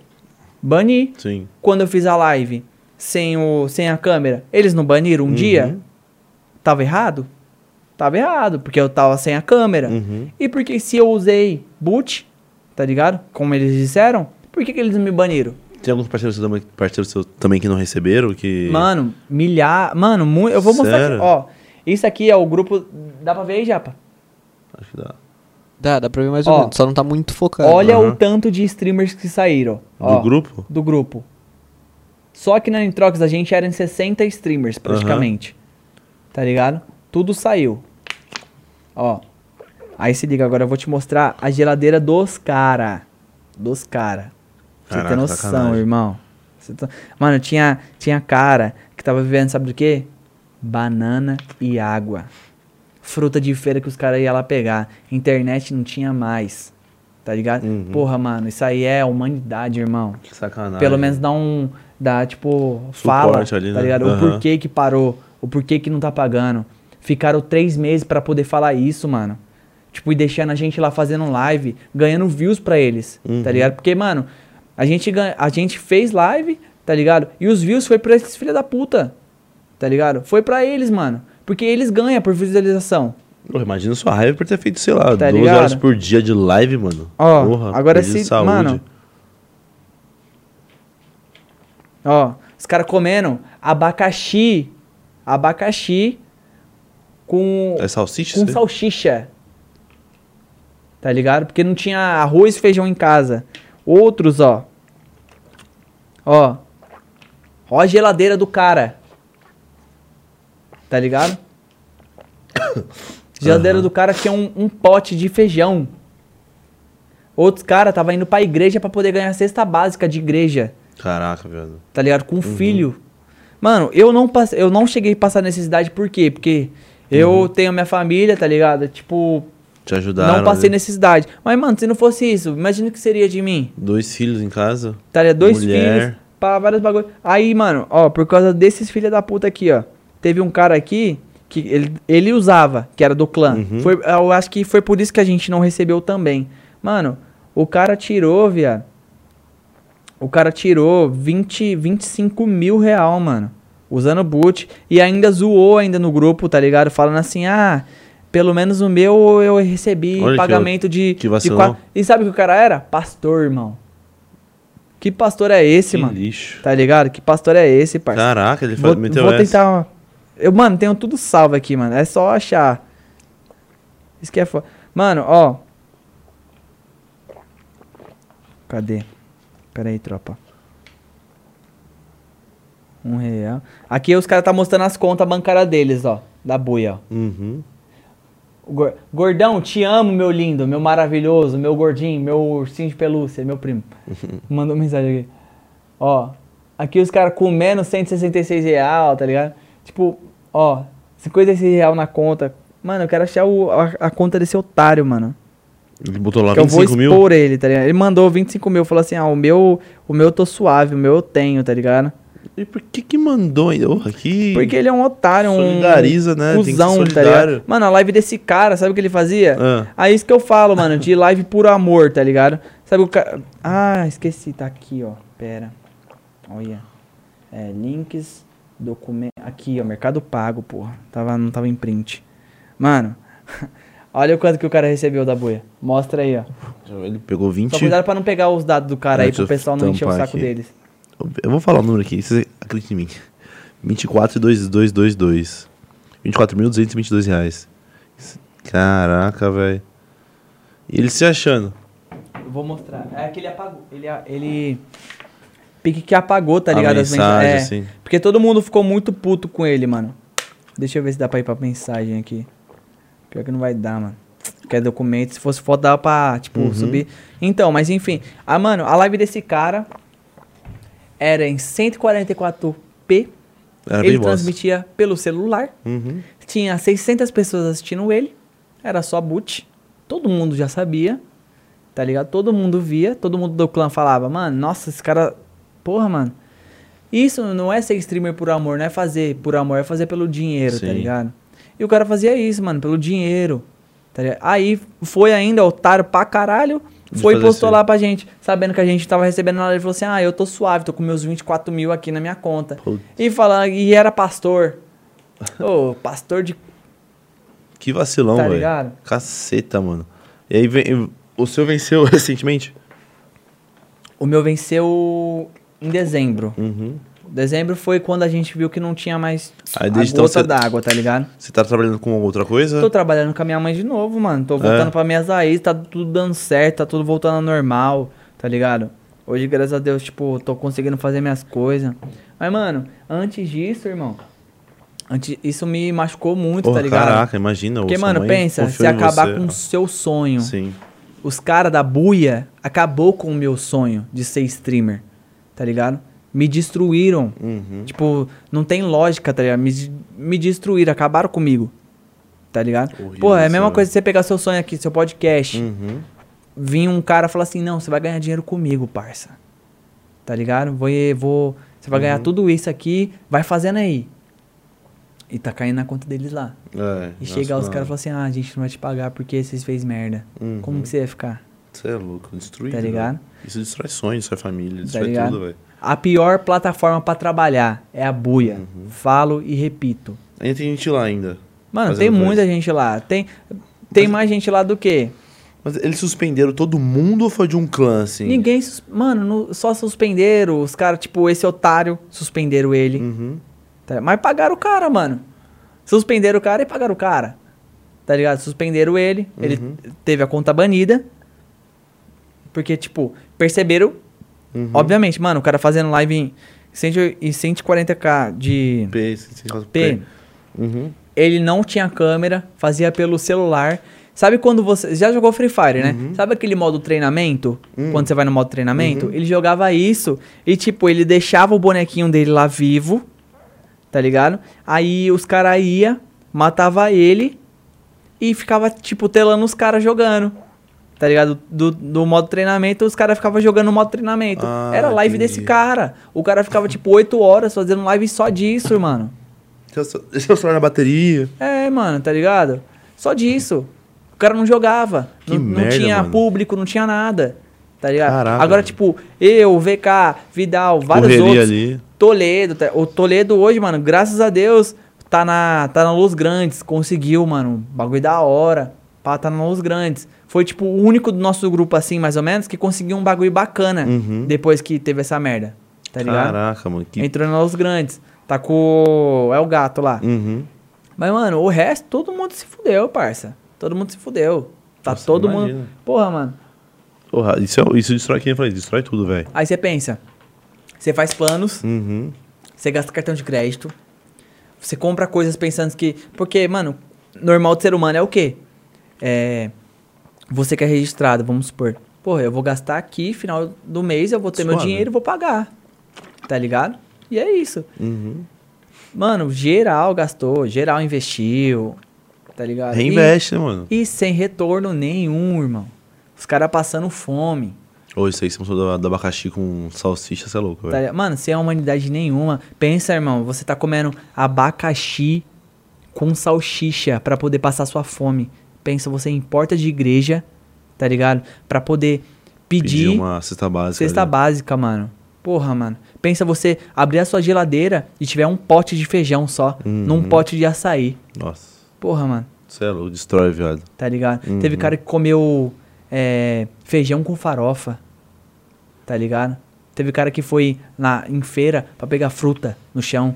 D: Banir
B: Sim.
D: quando eu fiz a live sem, o, sem a câmera, eles não baniram
B: Uhum.
D: um dia? Tava errado? Tava errado, porque eu tava sem a câmera.
B: Uhum.
D: E porque se eu usei boot, tá ligado? Como eles disseram, por que, que eles não me baniram?
B: Tem alguns parceiros seus, também- parceiros seus também que não receberam? Que...
D: Mano, milhar. Mano, mu- eu vou mostrar aqui,
B: Sério?
D: ó. Isso aqui é o grupo. Dá pra ver aí, Japa?
B: Acho que dá.
C: Dá, dá pra ver mais ou
D: Ó.
C: menos. Só não tá muito focado.
D: Olha
B: aham.
D: o tanto de streamers que saíram. ó.
B: Do grupo?
D: do grupo. Só que na Nitrox a gente era em 60 streamers, praticamente. Tá ligado? Tudo saiu. Ó. Aí se liga, agora eu vou te mostrar a geladeira dos cara. Dos cara. Pra Você
B: Caraca,
D: tem noção,
B: sacanagem.
D: irmão. Você tá- Mano, tinha, tinha cara que tava vivendo, sabe do quê? Banana e água. Fruta de feira que os caras iam lá pegar. Internet não tinha mais. Tá ligado?
B: Uhum.
D: Porra, mano, isso aí é humanidade, irmão.
B: Que sacanagem.
D: Pelo menos dá um. Dá, tipo, fala.
B: ali,
D: tá
B: né?
D: ligado? O
B: Aham.
D: porquê que parou. O porquê que não tá pagando. Ficaram três meses pra poder falar isso, mano. Tipo, e deixando a gente lá fazendo live, ganhando views pra eles,
B: Uhum.
D: tá ligado? Porque, mano, a gente, ganha, a gente fez live, tá ligado? E os views foi pra esses filha da puta, tá ligado? Foi pra eles, mano. Porque eles ganham por visualização.
B: Pô, imagina sua raiva por ter feito, sei lá,
D: Tá
B: duas
D: ligado?
B: horas por dia de live, mano.
D: Ó, agora
B: perdi
D: se- mano. Ó, os caras comendo abacaxi. Abacaxi com.
B: É salsicha?
D: com
B: isso aí?
D: salsicha. Tá ligado? Porque não tinha arroz e feijão em casa. Outros, ó. Ó. Ó a geladeira do cara. Tá ligado? geladeira do cara tinha um, um pote de feijão. Outros cara tava indo pra igreja pra poder ganhar a cesta básica de igreja
B: Caraca, velho.
D: tá ligado? Com um filho. Mano, eu não, passe... eu não cheguei a passar necessidade, por quê? Porque eu tenho minha família, tá ligado? Tipo,
B: Te ajudaram.
D: não passei
B: né?
D: necessidade. Mas, mano, se não fosse isso, imagina o que seria de mim.
B: Dois filhos em casa.
D: Tá ligado? Dois
B: Mulher.
D: filhos, pá, vários bagulho. Aí, mano, ó, por causa desses filhos da puta aqui, ó. Teve um cara aqui que ele, ele usava, que era do clã.
B: Uhum.
D: Foi, eu acho que foi por isso que a gente não recebeu também. Mano, o cara tirou, viado. O cara tirou 20, 25 mil real, mano. Usando boot. E ainda zoou ainda no grupo, tá ligado? Falando assim, ah, Pelo menos o meu eu recebi
B: Olha que
D: pagamento de.
B: que
D: de
B: vacilão.
D: qua- E sabe o que o cara era? Pastor, irmão. Que pastor é esse,
B: Que
D: mano?
B: lixo.
D: Tá ligado? Que pastor é esse, parça?
B: Caraca, ele
D: vou
B: fa- meteu
D: vou
B: essa.
D: tentar. Eu, mano, tenho tudo salvo aqui, mano. É só achar. Isso que é foda. Mano, ó. Cadê? Pera aí, tropa. Um real. Aqui os caras tá mostrando as contas bancárias deles, ó. Da buia, ó.
B: Uhum.
D: O gor- Gordão, te amo, meu lindo, meu maravilhoso, meu gordinho, meu ursinho de pelúcia, meu primo. Mandou mensagem aqui. Ó, aqui os caras comendo 166 real, tá ligado? Tipo, ó, 56 real na conta. Mano, eu quero achar o- a, a conta desse otário, mano.
B: Ele botou lá
D: que eu vou
B: 25 mil.
D: expor ele, tá ligado? Ele mandou 25 mil, falou assim, ah, o meu, o meu eu tô suave, o meu eu tenho, tá ligado?
B: E por que que mandou ainda? Porra, que...
D: Porque ele é um otário, um
B: Solidariza, né? Tem que ser
D: cuzão, tá
B: solidário.
D: ligado? Mano, a live desse cara, sabe o que ele fazia?
B: Ah.
D: Aí É isso que eu falo, mano, de live por amor, tá ligado? Sabe o cara... Ah, esqueci, tá aqui, ó, pera. Olha. É, links, documento... Aqui, ó, Mercado Pago, porra. Tava, não tava em print. Mano, olha o quanto que o cara recebeu da boia. Mostra aí, ó.
B: Ele pegou 20...
D: Só cuidado pra não pegar os dados do cara aí,
B: Deixa
D: pro
B: eu
D: pessoal não encher o
B: tampar
D: saco
B: aqui.
D: deles.
B: Eu vou falar o número aqui, vocês acreditem em mim. 24.2222. 24.222 reais. Caraca, velho. E ele se achando.
D: Eu vou mostrar. É que ele apagou. Ele. a- ele... Pique que apagou, tá
B: A
D: ligado?
B: mensagem,
D: mensa-
B: sim.
D: Porque todo mundo ficou muito puto com ele, mano. Deixa eu ver se dá pra ir pra mensagem aqui. Pior que não vai dar, mano. Porque é documento. Se fosse foto, dava pra, tipo,
B: Uhum.
D: subir. Então, mas enfim. Ah, mano, a live desse cara era em 144p.
B: Era
D: ele
B: bem bosta.
D: transmitia pelo celular.
B: Uhum.
D: Tinha 600 pessoas assistindo ele. Era só boot. Todo mundo já sabia. Tá ligado? Todo mundo via. Todo mundo do clã falava, mano, nossa, esse cara. Porra, mano. Isso não é ser streamer por amor, não é fazer por amor, é fazer pelo dinheiro, tá
B: Sim.
D: ligado? E o cara fazia isso, mano, pelo dinheiro. Tá ligado? Aí foi ainda, otário pra caralho.
B: De
D: Foi e
B: fazer
D: postou
B: isso.
D: lá pra gente, sabendo que a gente tava recebendo nada. Ele falou assim: ah, eu tô suave, tô com meus 24 mil aqui na minha conta.
B: Putz.
D: E falando, e era pastor. Ô, pastor de.
B: Que vacilão,
D: Tá
B: velho.
D: ligado?
B: Caceta, mano. E aí, vem- o seu venceu recentemente?
D: O meu venceu em dezembro.
B: Uhum.
D: Dezembro foi quando a gente viu que não tinha mais
B: Aí
D: a
B: desde então
D: gota
B: você-
D: d'água, tá ligado?
B: Você tá trabalhando com outra coisa?
D: Tô trabalhando com a minha mãe de novo, mano.
B: É.
D: Tô voltando pra minhas raízes, tá tudo dando certo, tá tudo voltando ao normal, tá ligado? Hoje, graças a Deus, tipo, tô conseguindo fazer minhas coisas. Mas, mano, antes disso, irmão, antes, isso me machucou muito,
B: Porra,
D: tá ligado?
B: Caraca, imagina.
D: Porque,
B: sua
D: mano,
B: mãe
D: pensa,
B: confiou
D: se
B: em
D: acabar
B: você.
D: com o seu sonho,
B: Sim.
D: os caras da buia acabou com o meu sonho de ser streamer, tá ligado? Me destruíram.
B: Uhum.
D: Tipo, não tem lógica, tá ligado? Me, de- me destruíram, acabaram comigo. Tá ligado?
B: Horrível
D: Porra, é a
B: isso,
D: mesma
B: né?
D: coisa você pegar seu sonho aqui, seu podcast.
B: Uhum.
D: Vinha um cara e falar assim: não, você vai ganhar dinheiro comigo, parça. Tá ligado? Vou, vou, você vai
B: Uhum.
D: ganhar tudo isso aqui, vai fazendo aí. E tá caindo na conta deles lá.
B: É,
D: E chegar os
B: nossa,
D: caras e falar assim: ah, a gente não vai te pagar porque vocês fez merda.
B: Uhum.
D: Como que você ia ficar?
B: Você é louco, destruído.
D: Tá ligado?
B: velho. Isso destrói sonhos, destrói família,
D: Tá
B: destrói
D: ligado?
B: tudo, velho.
D: A pior plataforma pra trabalhar é a buia.
B: Uhum.
D: Falo e repito.
B: Ainda tem gente lá ainda.
D: Mano,
B: fazendo
D: tem
B: coisa.
D: muita gente lá. Tem, tem mais gente lá do que?
B: Mas eles suspenderam todo mundo ou foi de um clã, assim?
D: Ninguém. sus- Mano, no- só suspenderam. Os caras, tipo, esse otário, suspenderam ele.
B: Uhum.
D: tá? Mas pagaram o cara, mano. Suspenderam o cara e pagaram o cara. Tá ligado? Suspenderam ele.
B: Uhum.
D: Ele teve a conta banida. Porque, tipo, perceberam.
B: Uhum.
D: Obviamente, mano, o cara fazendo live em 100 e 140k de.
B: P, esse- esse- esse-
D: P.
B: Uhum.
D: Ele não tinha câmera, fazia pelo celular. Sabe quando você. Já jogou Free Fire, né?
B: Uhum.
D: Sabe aquele modo treinamento?
B: Hum.
D: Quando você vai no modo treinamento? Ele jogava isso e, tipo, ele deixava o bonequinho dele lá vivo, tá ligado? Aí os caras iam, matava ele e ficava, tipo, telando os caras jogando. Tá ligado? Do, do modo treinamento, os caras ficavam jogando no modo treinamento.
B: Ah,
D: Era live desse
B: entendi.
D: cara. O cara ficava, tipo, 8 horas fazendo live só disso, mano.
B: Seu cel- Seu celular na bateria.
D: É, mano, tá ligado? Só disso. O cara não jogava.
B: Que
D: não, não
B: merda,
D: tinha
B: mano.
D: público, não tinha nada. Tá ligado?
B: Caraca,
D: Agora,
B: mano.
D: tipo, eu, VK, Vidal, vários
B: Correria
D: outros.
B: ali.
D: Toledo. tá- O Toledo hoje, mano, graças a Deus, tá na, tá na Luz Grandes, conseguiu, mano. Bagulho da hora. Pá, tá na Luz Grandes. Foi, tipo, o único do nosso grupo, assim, mais ou menos, que conseguiu um bagulho bacana
B: Uhum.
D: depois que teve essa merda. Tá ligado?
B: Caraca, mano. Que...
D: Entrou na Luz Grandes. Tá com. o- É o gato lá.
B: Uhum.
D: Mas, mano, o resto, todo mundo se fudeu, parça. Todo mundo se fudeu. Tá
B: Nossa,
D: todo
B: imagina.
D: mundo. Porra, mano.
B: Porra, isso, é- isso destrói quem eu falei, destrói tudo, velho.
D: Aí você pensa. Você faz planos,
B: Uhum.
D: você gasta cartão de crédito, você compra coisas pensando que. Porque, mano, normal de ser humano é o quê? É. Você que é registrado, vamos supor. Porra, eu vou gastar aqui, final do mês, eu vou ter meu
B: Suave.
D: dinheiro e vou pagar. Tá ligado? E é isso.
B: Uhum.
D: Mano, geral gastou, geral investiu. Tá ligado? E-
B: Reinveste, né, mano?
D: E sem retorno nenhum, irmão. Os caras passando fome.
B: Ou isso aí, você mostrou do, do abacaxi com salsicha, você é louco,
D: tá
B: velho.
D: ligado? Mano, sem humanidade nenhuma. Pensa, irmão, você tá comendo abacaxi com salsicha pra poder passar sua fome. Pensa, você em porta de igreja, tá ligado? Pra poder
B: Pedir
D: pedir,
B: uma né? cesta básica.
D: cesta
B: ali.
D: básica, mano. Porra, mano. Pensa você abrir a sua geladeira e tiver um pote de feijão só, num pote de açaí.
B: Nossa,
D: Porra, mano.
B: você é louco, destrói, viado.
D: tá ligado? Teve cara que comeu é, feijão com farofa, tá ligado? Teve cara que foi na, em feira pra pegar fruta no chão.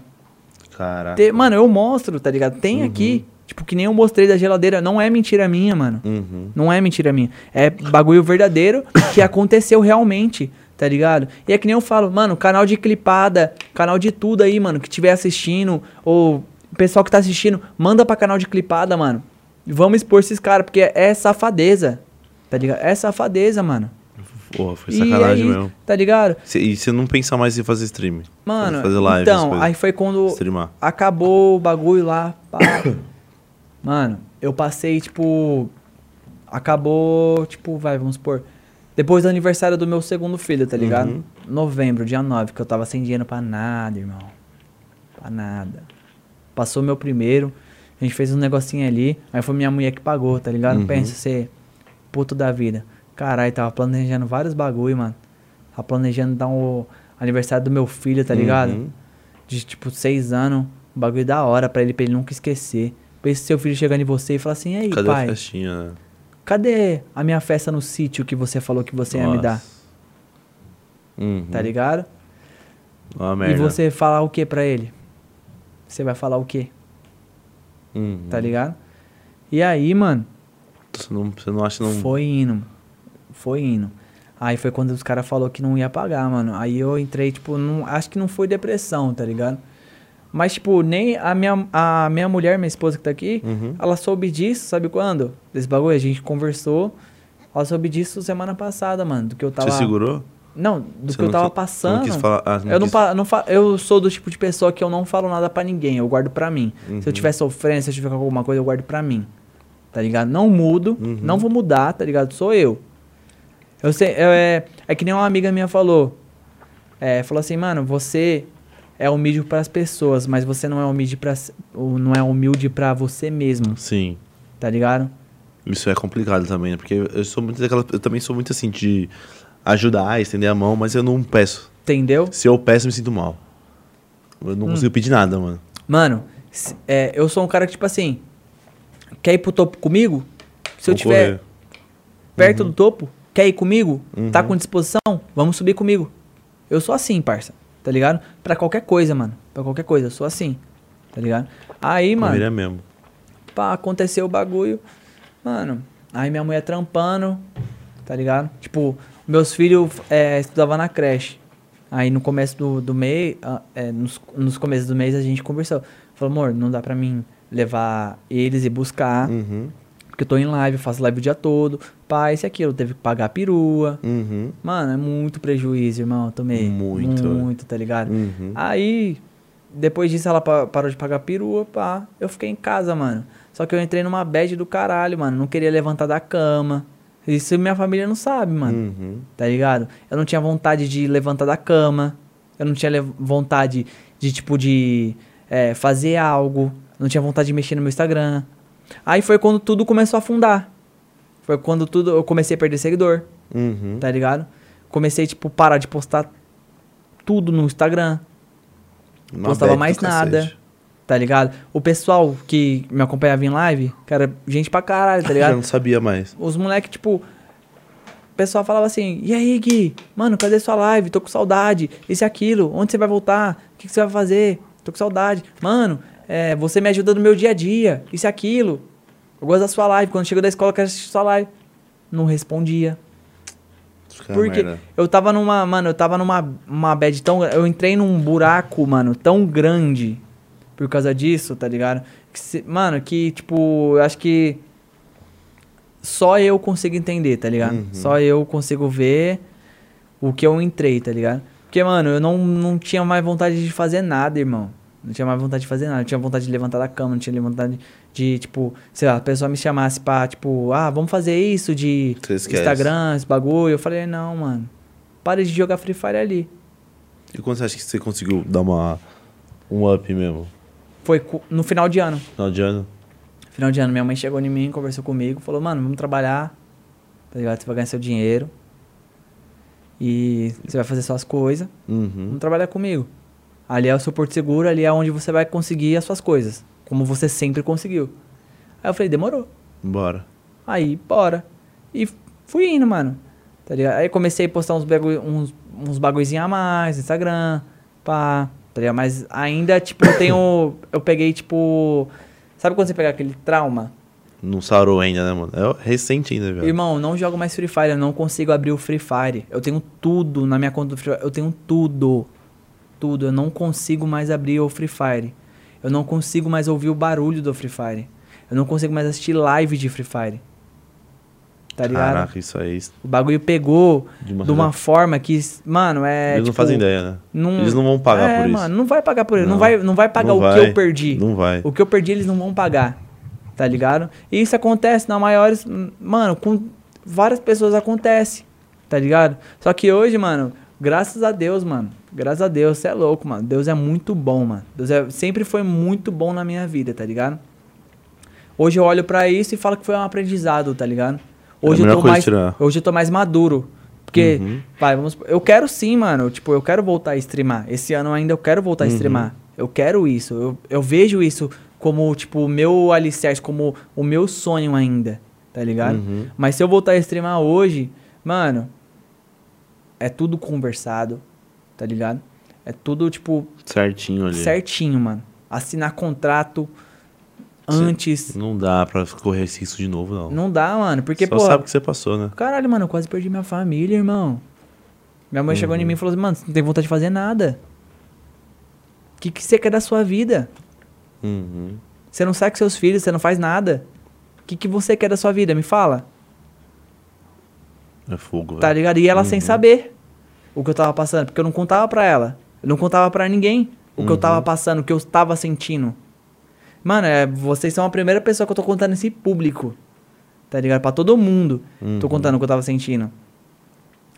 B: Caraca.
D: Te- mano, eu mostro, tá ligado? Tem aqui. Tipo, que nem eu mostrei da geladeira. Não é mentira minha, mano.
B: Uhum.
D: Não é mentira minha. É bagulho verdadeiro que aconteceu realmente, tá ligado? E é que nem eu falo, mano, canal de clipada, canal de tudo aí, mano, que tiver assistindo, ou pessoal que tá assistindo, manda pra canal de clipada, mano. Vamos expor esses caras, porque é safadeza, tá ligado? É safadeza, mano.
B: Porra, foi
D: E
B: sacanagem
D: aí,
B: mesmo.
D: Tá ligado?
B: Cê- e você não pensa mais em fazer stream?
D: Mano,
B: fazer live, essas
D: então,
B: coisas.
D: aí foi quando
B: Streamar.
D: acabou o bagulho lá. pá. Mano, eu passei, tipo. Acabou, tipo, vai, vamos supor. Depois do aniversário do meu segundo filho, tá ligado? Novembro, dia 9, que eu tava sem dinheiro pra nada, irmão. Pra nada. Passou meu primeiro, a gente fez um negocinho ali, aí foi minha mulher que pagou, tá ligado? Pensa, você, puto da vida. Caralho, tava planejando vários bagulho, mano. Tava planejando dar um aniversário do meu filho, tá ligado?
B: Uhum.
D: De tipo, seis anos, um bagulho da hora pra ele, pra ele nunca esquecer. Pensa se seu filho chegando em você e falar assim, e aí,
B: Cadê
D: pai,
B: a festinha? né?
D: cadê a minha festa no sítio que você falou que você ia me dar?
B: Nossa. Uhum.
D: Tá ligado?
B: Uma merda.
D: E você falar o que pra ele? Você vai falar o quê?
B: Uhum.
D: Tá ligado? E aí, mano,
B: Você não, você não acha não.
D: Foi indo. mano. Foi indo. Aí foi quando os caras falou que não ia pagar, mano. Aí eu entrei, tipo, não, acho que não foi depressão, tá ligado? Mas, tipo, nem a minha, a minha mulher, minha esposa que tá aqui,
B: Uhum.
D: ela soube disso, sabe quando? Desse bagulho, a gente conversou. Ela soube disso semana passada, mano. Do que eu tava.
B: Você segurou?
D: Não, tá do
B: Você
D: que eu
B: não
D: tava
B: quis-
D: passando.
B: não quis falar- ah, não
D: eu não,
B: quis-
D: pa- não fa- eu sou do tipo de pessoa que eu não falo nada pra ninguém, eu guardo pra mim. Se eu
B: Uhum.
D: tiver sofrendo, se eu tiver com alguma coisa, eu guardo pra mim. Tá ligado? Não mudo,
B: Uhum.
D: não vou mudar, tá ligado? Sou eu. Eu sei, eu- é, é que nem uma amiga minha falou. É, falou assim, mano, você é humilde pras pessoas, mas você não é humilde para não é humilde para você mesmo,
B: Sim.
D: tá ligado?
B: Isso é complicado também, né? Porque eu sou muito daquela. Eu também sou muito assim de ajudar, estender a mão, mas eu não peço.
D: Entendeu?
B: Se eu peço, eu me sinto mal. Eu
D: Hum.
B: não consigo pedir nada, mano.
D: Mano, se- é, eu sou um cara que, tipo assim, quer ir pro topo comigo? Se eu
B: Vou
D: tiver
B: correr.
D: perto do topo, quer ir comigo? Tá com disposição? Vamos subir comigo. Eu sou assim, parça. Tá ligado? Pra qualquer coisa, mano. Pra qualquer coisa, eu sou assim. Tá ligado? Aí, mano
B: Correria mesmo.
D: pá, aconteceu o bagulho. Mano, aí minha mulher trampando, tá ligado? Tipo, meus filhos é, estudavam na creche. Aí no começo do, do mês, ah, é, nos, nos começos do mês a gente conversou. Falou, amor, não dá pra mim levar eles e buscar.
B: Uhum.
D: Porque eu tô em live, eu faço live o dia todo. Pá, esse e aquilo, teve que pagar a perua.
B: Uhum.
D: Mano, é muito prejuízo, irmão. Eu tomei.
B: Muito.
D: Muito, tá ligado?
B: Uhum.
D: Aí, depois disso, ela pa- parou de pagar perua, pá. Eu fiquei em casa, mano. Só que eu entrei numa bad do caralho, mano. Não queria levantar da cama. Isso minha família não sabe, mano.
B: Uhum.
D: Tá ligado? Eu não tinha vontade de levantar da cama. Eu não tinha le- vontade de, tipo, de é, fazer algo. Não tinha vontade de mexer no meu Instagram. Aí foi quando tudo começou a afundar. Foi quando tudo eu comecei a perder seguidor
B: Uhum.
D: tá ligado? Comecei, tipo, parar de postar tudo no Instagram.
B: Uma
D: postava
B: bad do
D: mais nada.
B: cacete.
D: tá ligado? O pessoal que me acompanhava em live, cara, gente pra caralho, tá
B: Eu já
D: ligado?
B: não sabia mais.
D: Os moleques, tipo. O pessoal falava assim: E aí, Gui? Mano, cadê sua live? Tô com saudade. Isso e aquilo. Onde você vai voltar? O que, que você vai fazer? Tô com saudade. Mano, é, você me ajuda no meu dia a dia. Isso e aquilo. Eu gosto da sua live. Quando chego da escola, eu quero assistir sua live. Não respondia. Porque
B: Tá Merda.
D: eu tava numa, mano, eu tava numa uma bad tão, eu entrei num buraco, mano, tão grande por causa disso, tá ligado? Que se- mano, que tipo, eu acho que só eu consigo entender, tá ligado?
B: Uhum.
D: Só eu consigo ver o que eu entrei, tá ligado? Porque, mano, eu não, não tinha mais vontade de fazer nada, irmão. Não tinha mais vontade de fazer nada. Não tinha vontade de levantar da cama, não tinha vontade de, tipo, sei lá, a pessoa me chamasse pra, tipo, ah, vamos fazer isso de
B: Você esquece.
D: Instagram, esse bagulho. Eu falei, não, mano. Pare de jogar Free Fire ali.
B: E quando você acha que você conseguiu dar uma, um up mesmo?
D: Foi cu- no final de ano.
B: Final de ano?
D: Final de ano, minha mãe chegou em mim, conversou comigo, falou, mano, vamos trabalhar, tá ligado? Você vai ganhar seu dinheiro e você vai fazer suas coisas,
B: Uhum.
D: vamos trabalhar comigo. Ali é o seu porto seguro, ali é onde você vai conseguir as suas coisas, como você sempre conseguiu. Aí eu falei, demorou.
B: Bora.
D: Aí, bora. E fui indo, mano. Tá ligado? Aí comecei a postar uns, bagulho, uns, uns bagulhozinhos a mais no Instagram, pá. Tá ligado? Mas ainda, tipo, eu tenho. Eu peguei, tipo. Sabe quando você pega aquele trauma?
B: Não sarou ainda, né, mano? É recente ainda, velho.
D: Irmão, não jogo mais Free Fire, eu não consigo abrir o Free Fire. Eu tenho tudo na minha conta do Free Fire, eu tenho tudo. Tudo, eu não consigo mais abrir o Free Fire. Eu não consigo mais ouvir o barulho do Free Fire. Eu não consigo mais assistir live de Free Fire. Tá ligado?
B: Caraca, isso aí.
D: O bagulho pegou
B: De
D: de
B: uma-
D: uma, forma que, mano, é.
B: eles não
D: tipo,
B: fazem ideia, né?
D: não-
B: Eles não vão pagar
D: é,
B: por isso.
D: mano, não vai pagar por isso. Não,
B: Não.
D: vai, não vai pagar
B: Não
D: o que
B: vai.
D: eu perdi.
B: Não vai.
D: O que eu perdi, eles não vão pagar. Tá ligado? E isso acontece na maiores. Mano, com várias pessoas acontece. Tá ligado? Só que hoje, mano, graças a Deus, mano. Graças a Deus, você é louco, mano. Deus é muito bom, mano. Deus é- sempre foi muito bom na minha vida, tá ligado? Hoje eu olho pra isso e falo que foi um aprendizado, tá ligado?
B: É a
D: Hoje, eu,
B: melhor
D: tô
B: coisa
D: mais,
B: tirar.
D: hoje eu tô mais maduro. Porque,
B: Uhum.
D: vai, vamos. Eu quero sim, mano. Tipo, eu quero voltar a streamar. Esse ano ainda eu quero voltar
B: Uhum.
D: a streamar. Eu quero isso. Eu, eu vejo isso como, tipo, o meu alicerce, como o meu sonho ainda, tá ligado?
B: Uhum.
D: Mas se eu voltar a streamar hoje, mano, é tudo conversado, tá ligado? É tudo, tipo,
B: Certinho ali.
D: certinho, mano. Assinar contrato antes.
B: Não dá pra correr esse risco de novo, não.
D: Não dá, mano. Porque,
B: Só
D: pô.
B: sabe o que você passou, né?
D: Caralho, mano, eu quase perdi minha família, irmão. Minha mãe chegou em mim e falou assim, mano, você não tem vontade de fazer nada. O que, que você quer da sua vida?
B: Uhum.
D: Você não sai com seus filhos, você não faz nada. O que, que você quer da sua vida? Me fala.
B: É Uhum. fogo,
D: Tá
B: velho.
D: ligado? E ela sem saber o que eu tava passando, porque eu não contava pra ela. Eu não contava pra ninguém o que eu tava
B: Uhum.
D: passando, o que eu tava sentindo. Mano, é, vocês são a primeira pessoa que eu tô contando esse público. Tá ligado? Pra todo mundo. Tô
B: Uhum.
D: contando o que eu tava sentindo.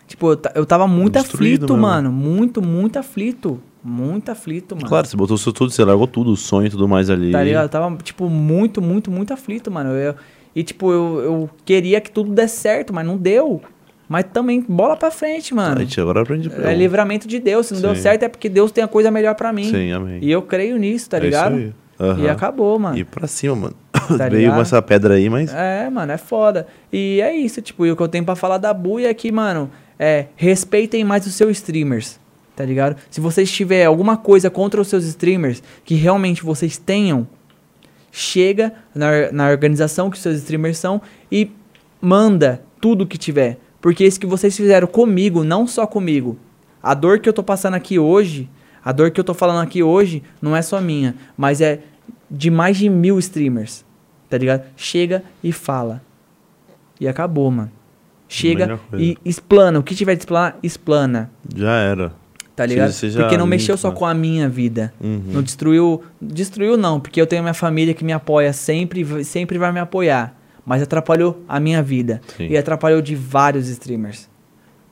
D: Tipo, eu, ta- eu tava muito
B: Destruído
D: aflito,
B: mesmo.
D: mano. Muito, muito aflito. Muito aflito, mano.
B: Claro, você botou seu tudo, você largou tudo, o sonho e tudo mais ali.
D: Tá ligado? Eu tava, tipo, muito, muito, muito aflito, mano. Eu, e, tipo, eu, eu queria que tudo desse certo, mas não deu. Mas também, bola pra frente, mano.
B: Aí, tio, agora aprende
D: É livramento de Deus. Se não deu
B: Sim.
D: certo, é porque Deus tem a coisa melhor pra mim.
B: Sim, amém.
D: E eu creio nisso, tá
B: É isso
D: ligado?
B: aí. Aham.
D: E acabou, mano.
B: E pra cima, mano.
D: Tá
B: Veio
D: ligado?
B: essa pedra aí, mas.
D: É, mano, é foda. E é isso, tipo, e o que eu tenho pra falar da buia é que, mano, é, respeitem mais os seus streamers, tá ligado? Se vocês tiverem alguma coisa contra os seus streamers que realmente vocês tenham, chega na, or- na organização que os seus streamers são e manda tudo que tiver. Porque isso que vocês fizeram comigo, não só comigo. A dor que eu tô passando aqui hoje, a dor que eu tô falando aqui hoje, não é só minha, mas é de mais de mil streamers. Tá ligado? Chega e fala. E acabou, mano. Chega
B: Melhor coisa.
D: e explana. O que tiver de explanar, explana.
B: Já era.
D: Tá
B: Você-
D: ligado?
B: você já
D: porque não
B: limpa,
D: mexeu só
B: né?
D: com a minha vida.
B: Uhum.
D: Não destruiu. Destruiu, não, porque eu tenho minha família que me apoia sempre e vai- sempre vai me apoiar. Mas atrapalhou a minha vida.
B: Sim.
D: E atrapalhou de vários streamers.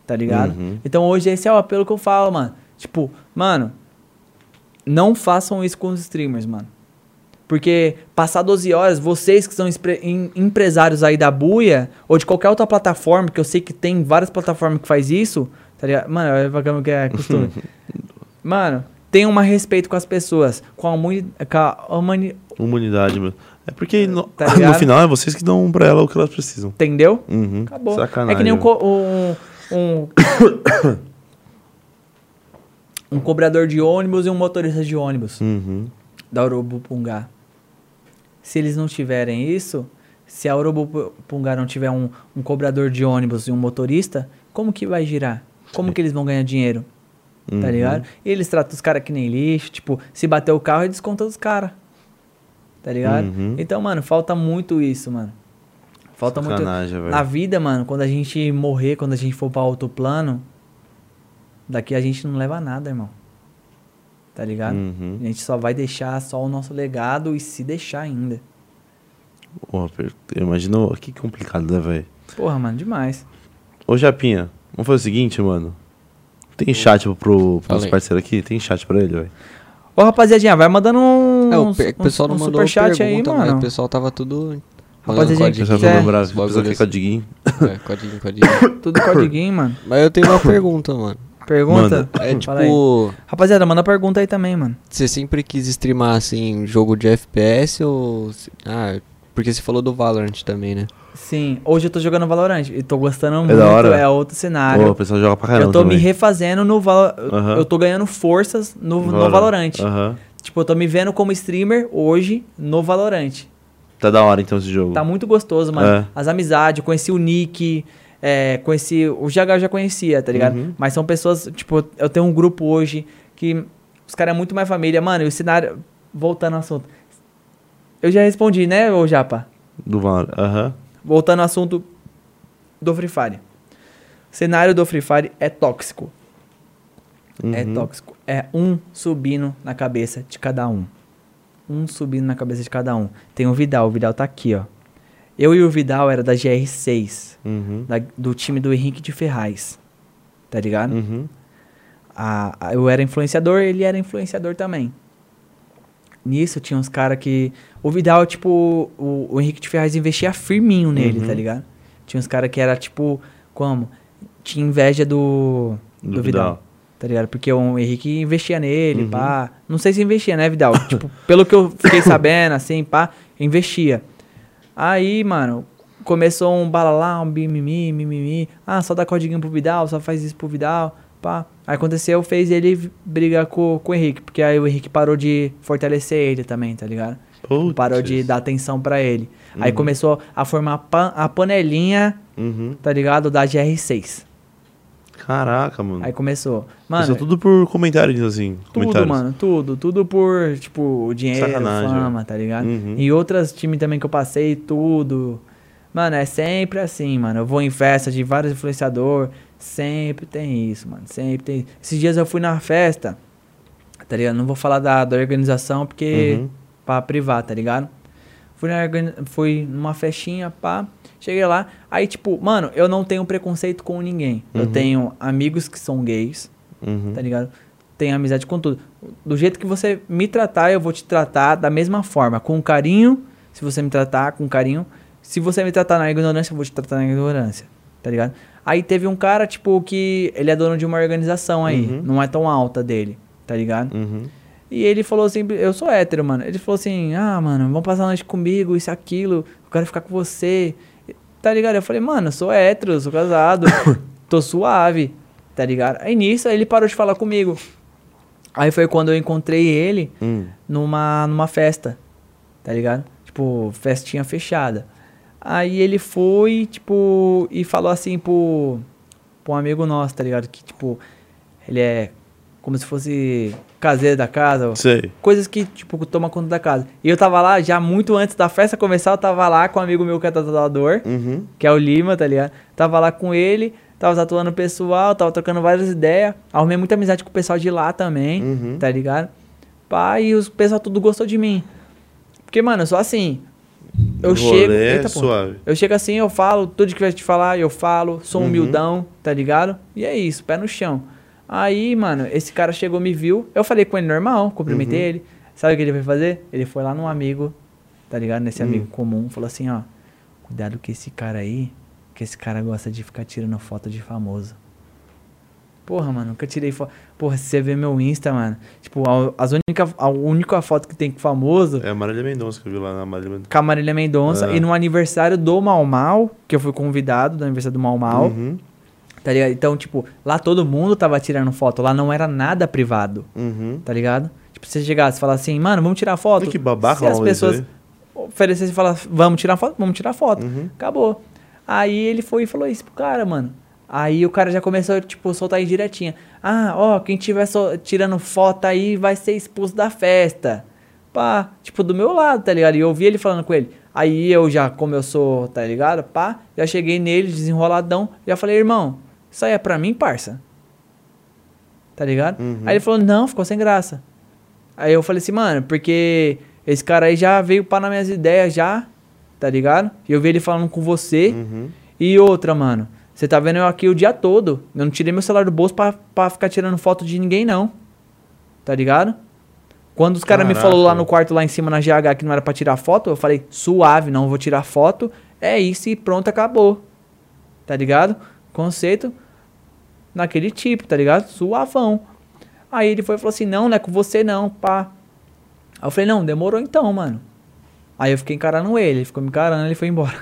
D: Tá ligado?
B: Uhum.
D: Então hoje esse é o apelo que eu falo, mano. Tipo, mano, não façam isso com os streamers, mano. Porque passar 12 horas, vocês que são empre- em- empresários aí da buia, ou de qualquer outra plataforma, que eu sei que tem várias plataformas que faz isso, tá ligado? Mano, é bacana que é costume. Mano, Tenha um respeito com as pessoas, com a, humani- com a humani-
B: Humanidade, meu. É porque no,
D: Tá
B: no
D: ligado?
B: final é vocês que dão pra ela o que elas precisam.
D: Entendeu?
B: Uhum.
D: Acabou.
B: Sacanagem.
D: É que nem um. co- um, um um cobrador de ônibus e um motorista de ônibus
B: Uhum.
D: da Urubupungá. Se eles não tiverem isso, se a Urubupungá não tiver um, um cobrador de ônibus e um motorista, como que vai girar? Como que eles vão ganhar dinheiro?
B: Uhum.
D: Tá ligado? E eles tratam os caras que nem lixo, tipo, se bater o carro, eles descontam os caras. Tá ligado?
B: Uhum.
D: Então, mano, falta muito isso, mano. Falta
B: Sacanagem,
D: muito.
B: velho.
D: Na vida, mano, quando a gente morrer, quando a gente for pra outro plano, daqui a gente não leva nada, irmão. Tá ligado?
B: Uhum.
D: A gente só vai deixar só o nosso legado e se deixar ainda.
B: Porra, per- eu imagino. Que complicado, né, velho?
D: Porra, mano, demais.
B: Ô, Japinha, vamos fazer o seguinte, mano. Tem chat pro, pro nosso
C: Falei.
B: parceiro aqui? Tem chat pra ele, velho?
D: Ô, rapaziadinha, vai mandando um,
C: É, o
D: uns-
C: pe- o pessoal
D: uns-
C: não
D: uns
C: mandou
D: superchat
C: pergunta, né?
D: aí,
C: mas
D: mano.
C: o pessoal tava tudo...
D: Rapaziada,
C: mandando
D: quem
B: Pessoal
D: quiser.
B: ficou bravo.
C: esses
B: Pessoal quer
C: bagulho
B: codiguinho.
C: assim. É, codiguinho, codiguinho.
D: Tudo codiguinho, mano.
C: Mas eu tenho uma pergunta, mano.
D: Pergunta?
C: É
D: Fala aí.
C: tipo,
D: Rapaziada, manda pergunta aí também, mano.
C: você sempre quis streamar, assim, jogo de FPS ou... se- Ah, porque você falou do Valorant também, né?
D: Sim, hoje eu tô jogando Valorant e tô gostando muito,
B: da hora?
D: é outro
B: Pô, o
D: cenário.
B: pessoal joga pra caramba.
D: eu tô
B: também.
D: me refazendo no Valorant.
B: Aham.
D: Eu tô ganhando forças no, no
B: Valorant.
D: Valorant.
B: Aham.
D: Tipo, eu tô me vendo como streamer hoje no Valorant.
B: Tá da hora então esse jogo.
D: Tá muito gostoso, mano.
B: É.
D: As amizades, eu conheci o Nick, é, conheci. O GH eu já conhecia, tá ligado? Mas são pessoas, tipo, eu tenho um grupo hoje que os caras é muito mais família. Mano, e o cenário. Voltando ao assunto. Eu já respondi, né, ô Japa?
B: Do Valor. Aham.
D: Voltando ao assunto do Free Fire. O cenário do Free Fire é tóxico. É
B: Uhum.
D: tóxico. É um subindo na cabeça de cada um. Um subindo na cabeça de cada um. Tem o Vidal, o Vidal tá aqui, ó. Eu e o Vidal era da GR6,
B: Uhum.
D: da- do time do Henrique de Ferraz. Tá ligado?
B: Uhum.
D: a- a- eu era influenciador, ele era influenciador também. Nisso tinha uns caras que. O Vidal, tipo, o, o Henrique de Ferraz investia firminho nele, tá ligado? Tinha uns caras que era tipo, como? Tinha inveja do. Do,
B: Do
D: Vidal. Uhum.
B: Vidal.
D: Tá ligado? Porque o Henrique investia nele, pá. Não sei se investia, né, Vidal? tipo, pelo que eu fiquei sabendo, assim, pá, investia. Aí, mano, começou um balalá, um mimimi, mimimi. Ah, só dá codiguinho pro Vidal, só faz isso pro Vidal, pá. Aí aconteceu, fez ele v- brigar com, com o Henrique, porque aí o Henrique parou de fortalecer ele também, tá ligado?
B: Putz.
D: Parou de dar atenção pra ele. Aí começou a formar pan- a panelinha,
B: Uhum.
D: tá ligado? Da GR6.
B: Caraca, mano.
D: Aí começou.
B: Isso
D: Mano,
B: é Hum. tudo por comentários, assim.
D: tudo,
B: comentários.
D: mano, tudo. Tudo por, tipo, dinheiro,
B: Sacanagem, é.
D: fama, tá ligado?
B: Uhum.
D: E outras times também que eu passei, tudo. Mano, é sempre assim, mano. Eu vou em festa de vários influenciadores, sempre tem isso, mano. Sempre tem. Esses dias eu fui na festa, tá ligado? Não vou falar da, da organização porque.
B: Uhum.
D: pra privar, tá ligado? Fui, na organi- fui numa festinha, pá. Cheguei lá. Aí, tipo, mano, eu não tenho preconceito com ninguém. Eu tenho amigos que são gays,
B: Uhum.
D: tá ligado? Tenho amizade com tudo. Do jeito que você me tratar, eu vou te tratar da mesma forma. Com carinho, se você me tratar com carinho. Se você me tratar na ignorância, eu vou te tratar na ignorância, tá ligado? Aí teve um cara, tipo, que ele é dono de uma organização aí. Não é tão alta dele, tá ligado?
B: Uhum.
D: E ele falou assim, eu sou hétero, mano. Ele falou assim, ah, mano, vão passar a noite comigo, isso, aquilo, eu quero ficar com você. Tá ligado? Eu falei, mano, eu sou hétero, eu sou casado, tô suave, tá ligado? Aí nisso, aí ele parou de falar comigo. Aí foi quando eu encontrei ele
B: Hum.
D: numa, numa festa, tá ligado? Tipo, festinha fechada. Aí ele foi, tipo, e falou assim pro, pro um amigo nosso, tá ligado? Que, tipo, ele é como se fosse caseiro da casa. ó.
B: Sei.
D: Coisas que, tipo, toma conta da casa. E eu tava lá, já muito antes da festa começar, eu tava lá com um amigo meu que é tatuador
B: Uhum.
D: que é o Lima, tá ligado? Tava lá com ele, tava tatuando o pessoal, tava trocando várias ideias. Arrumei muita amizade com o pessoal de lá também,
B: Uhum.
D: tá ligado? Pá, e os pessoal tudo gostou de mim. Porque, mano, eu sou assim. Eu
B: Rolê é
D: chego. porra.
B: suave.
D: Eu chego assim, eu falo, tudo que vai te falar, eu falo, sou humildão, tá ligado? E é isso, pé no chão. Aí, mano, esse cara chegou, me viu. Eu falei com ele normal, cumprimentei ele. Sabe o que ele foi fazer? Ele foi lá num amigo, tá ligado? Nesse amigo comum, falou assim, ó. Cuidado com esse cara aí, que esse cara gosta de ficar tirando foto de famoso. Porra, mano, nunca tirei foto. Porra, se você ver meu Insta, mano. Tipo, a, as única, a única foto que tem com famoso
B: É a Marília Mendonça que eu vi lá na Marília Mendonça.
D: com a Marília Mendonça.
B: Ah.
D: E no aniversário do Mal Mal, que eu fui convidado do aniversário do Mal Mal.
B: Uhum,
D: Tá ligado? Então, tipo, lá todo mundo tava tirando foto. Lá não era nada privado.
B: uhum.
D: Tá ligado? Tipo, se você chegasse e falasse assim, mano, vamos tirar foto.
B: Olha que babaca
D: Se as
B: maluco isso
D: pessoas oferecessem e falassem, vamos tirar foto, vamos tirar foto.
B: Uhum.
D: Acabou. Aí ele foi e falou isso pro cara, mano. Aí o cara já começou, tipo, a soltar indiretinha. Ah, ó, quem tiver so- tirando foto aí vai ser expulso da festa. Pá, tipo, do meu lado, tá ligado? E eu ouvi ele falando com ele. Aí eu já, como eu sou, tá ligado? Pá, já cheguei nele, desenroladão. Já falei, irmão, isso aí é pra mim, parça? Tá ligado? Aí ele falou, não, ficou sem graça. Aí eu falei assim, mano, porque esse cara aí já veio para nas minhas ideias já, tá ligado? E eu vi ele falando com você. E outra, mano, você tá vendo eu aqui o dia todo. Eu não tirei meu celular do bolso pra, pra ficar tirando foto de ninguém, não. Tá ligado? Quando os caras me
B: Caraca.
D: falou lá no quarto, lá em cima, na GH, que não era pra tirar foto, eu falei, suave, não vou tirar foto. É isso e pronto, acabou. Tá ligado? Conceito naquele tipo, tá ligado? Suavão. Aí ele foi e falou assim, não, não é com você não, pá. Aí eu falei, não, demorou então, mano. Aí eu fiquei encarando ele, ele ficou me encarando, ele foi embora.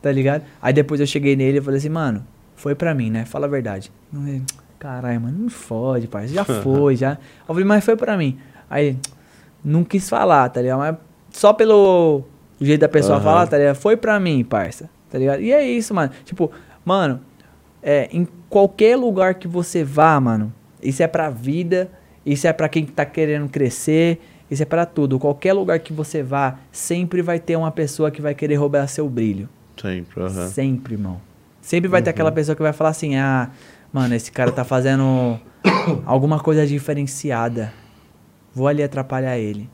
D: tá ligado? Aí depois eu cheguei nele e falei assim, mano, foi pra mim, né? Fala a verdade. Não, ele, Caralho, mano, não fode, parceiro. Já foi, já. Aí Eu falei, mas foi pra mim. Aí ele não quis falar, tá ligado? Mas só pelo jeito da pessoa
B: Aham.
D: falar, tá ligado? Foi pra mim, parça. Tá ligado? E é isso, mano. Tipo, mano, é, em qualquer lugar que você vá, mano, isso é pra vida, isso é pra quem tá querendo crescer, isso é pra tudo. Qualquer lugar que você vá, sempre vai ter uma pessoa que vai querer roubar seu brilho.
B: Sempre, aham. Uhum.
D: Sempre, irmão. Sempre vai ter aquela pessoa que vai falar assim: ah, mano, esse cara tá fazendo alguma coisa diferenciada. Vou ali atrapalhar ele.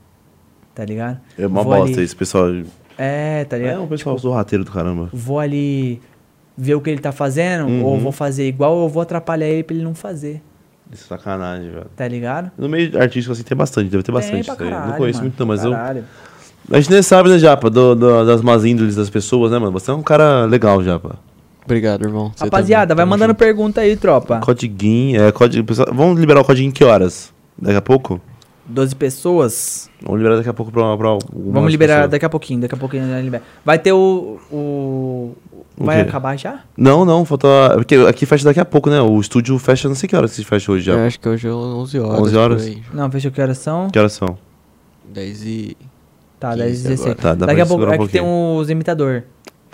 D: Tá ligado?
B: É uma
D: Vou
B: bosta
D: ali-
B: isso, pessoal.
D: É, tá ligado?
B: É um pessoal sorrateiro do caramba.
D: vou ali ver o que ele tá fazendo,
B: Uhum.
D: ou vou fazer igual, ou vou atrapalhar ele pra ele não fazer,
B: Que Sacanagem, velho.
D: tá ligado?
B: No meio artístico, assim, tem bastante, deve ter bastante
D: Tem pra
B: isso aí.
D: caralho,
B: Não conheço
D: mano.
B: muito, não, mas
D: Caralho.
B: eu. A gente nem sabe, né, Japa, do- do- das más índoles das pessoas, né, mano? Você é um cara legal, Japa.
C: Obrigado, irmão. Você
D: Rapaziada,
C: também.
D: vai
C: Tamo
D: mandando
C: junto.
D: pergunta aí, tropa.
B: Codiguinho, é, código. pessoal, Vamos liberar o código em que horas? Daqui a pouco?
D: 12 pessoas.
B: Vamos liberar daqui a pouco pra. pra
D: Vamos liberar daqui a pouquinho, daqui a pouquinho a gente libera. Vai ter o. o
B: O
D: vai
B: quê?
D: acabar já?
B: Não, não, falta. Porque aqui fecha daqui a pouco, né? O estúdio fecha, não sei que horas que se fecha hoje já.
C: Eu acho que hoje é 11 horas.
B: 11
C: por
B: horas?
C: aí.
D: Não, fechou que horas são?
B: Que horas são?
C: 10 e...
D: Tá, 10
C: 15
D: 16.
C: agora.
B: Tá, dá
D: daqui
B: pra
D: a pouco
B: segurar um
D: é que tem os imitador.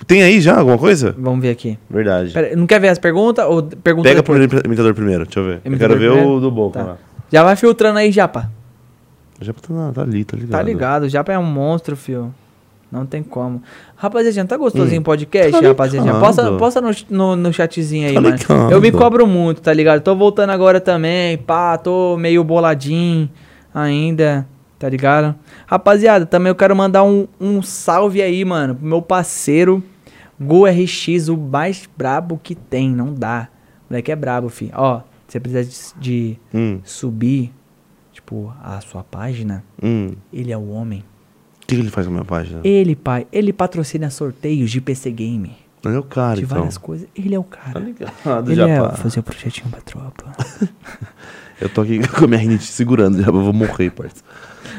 B: Tem aí já alguma coisa?
D: Vamos ver aqui.
B: Verdade.
D: Pera, não quer ver as perguntas? Ou pergunta
B: Pega o
D: depois?
B: primeiro imitador primeiro, deixa eu ver. eu
D: Imitador
B: quero ver
D: primeiro?
B: o do Boca
D: Tá.
B: lá.
D: Já vai filtrando aí, Japa.
B: Já tá, na- tá ali, tá ligado.
D: Tá ligado, o Japa é um monstro, fio. Não tem como. Rapaziada, tá gostosinho o podcast,
B: Tá
D: rapaziada?
B: ligado.
D: Posta, posta no, no, no chatzinho aí,
B: Tá
D: mano.
B: ligado.
D: Eu me cobro muito, tá ligado? Tô voltando agora também, pá, tô meio boladinho ainda, tá ligado? Rapaziada, também eu quero mandar um, um salve aí, mano, pro meu parceiro Go RX, o mais brabo que tem, não dá. O moleque é brabo, fi. Ó, você precisa de, de
B: Hum,
D: subir, tipo, a sua página.
B: hum.
D: Ele é o homem.
B: O que, que ele faz com a minha página?
D: Ele, pai, ele patrocina sorteios de PC Game.
B: Ele é o cara,
D: de
B: então. Tá
D: várias coisas. Ele é o cara.
B: ligado,
D: Ele é
B: Japa.
D: fazer o projetinho pra tropa.
B: Eu tô aqui com a minha rinite segurando, Japa. Eu vou morrer, parça.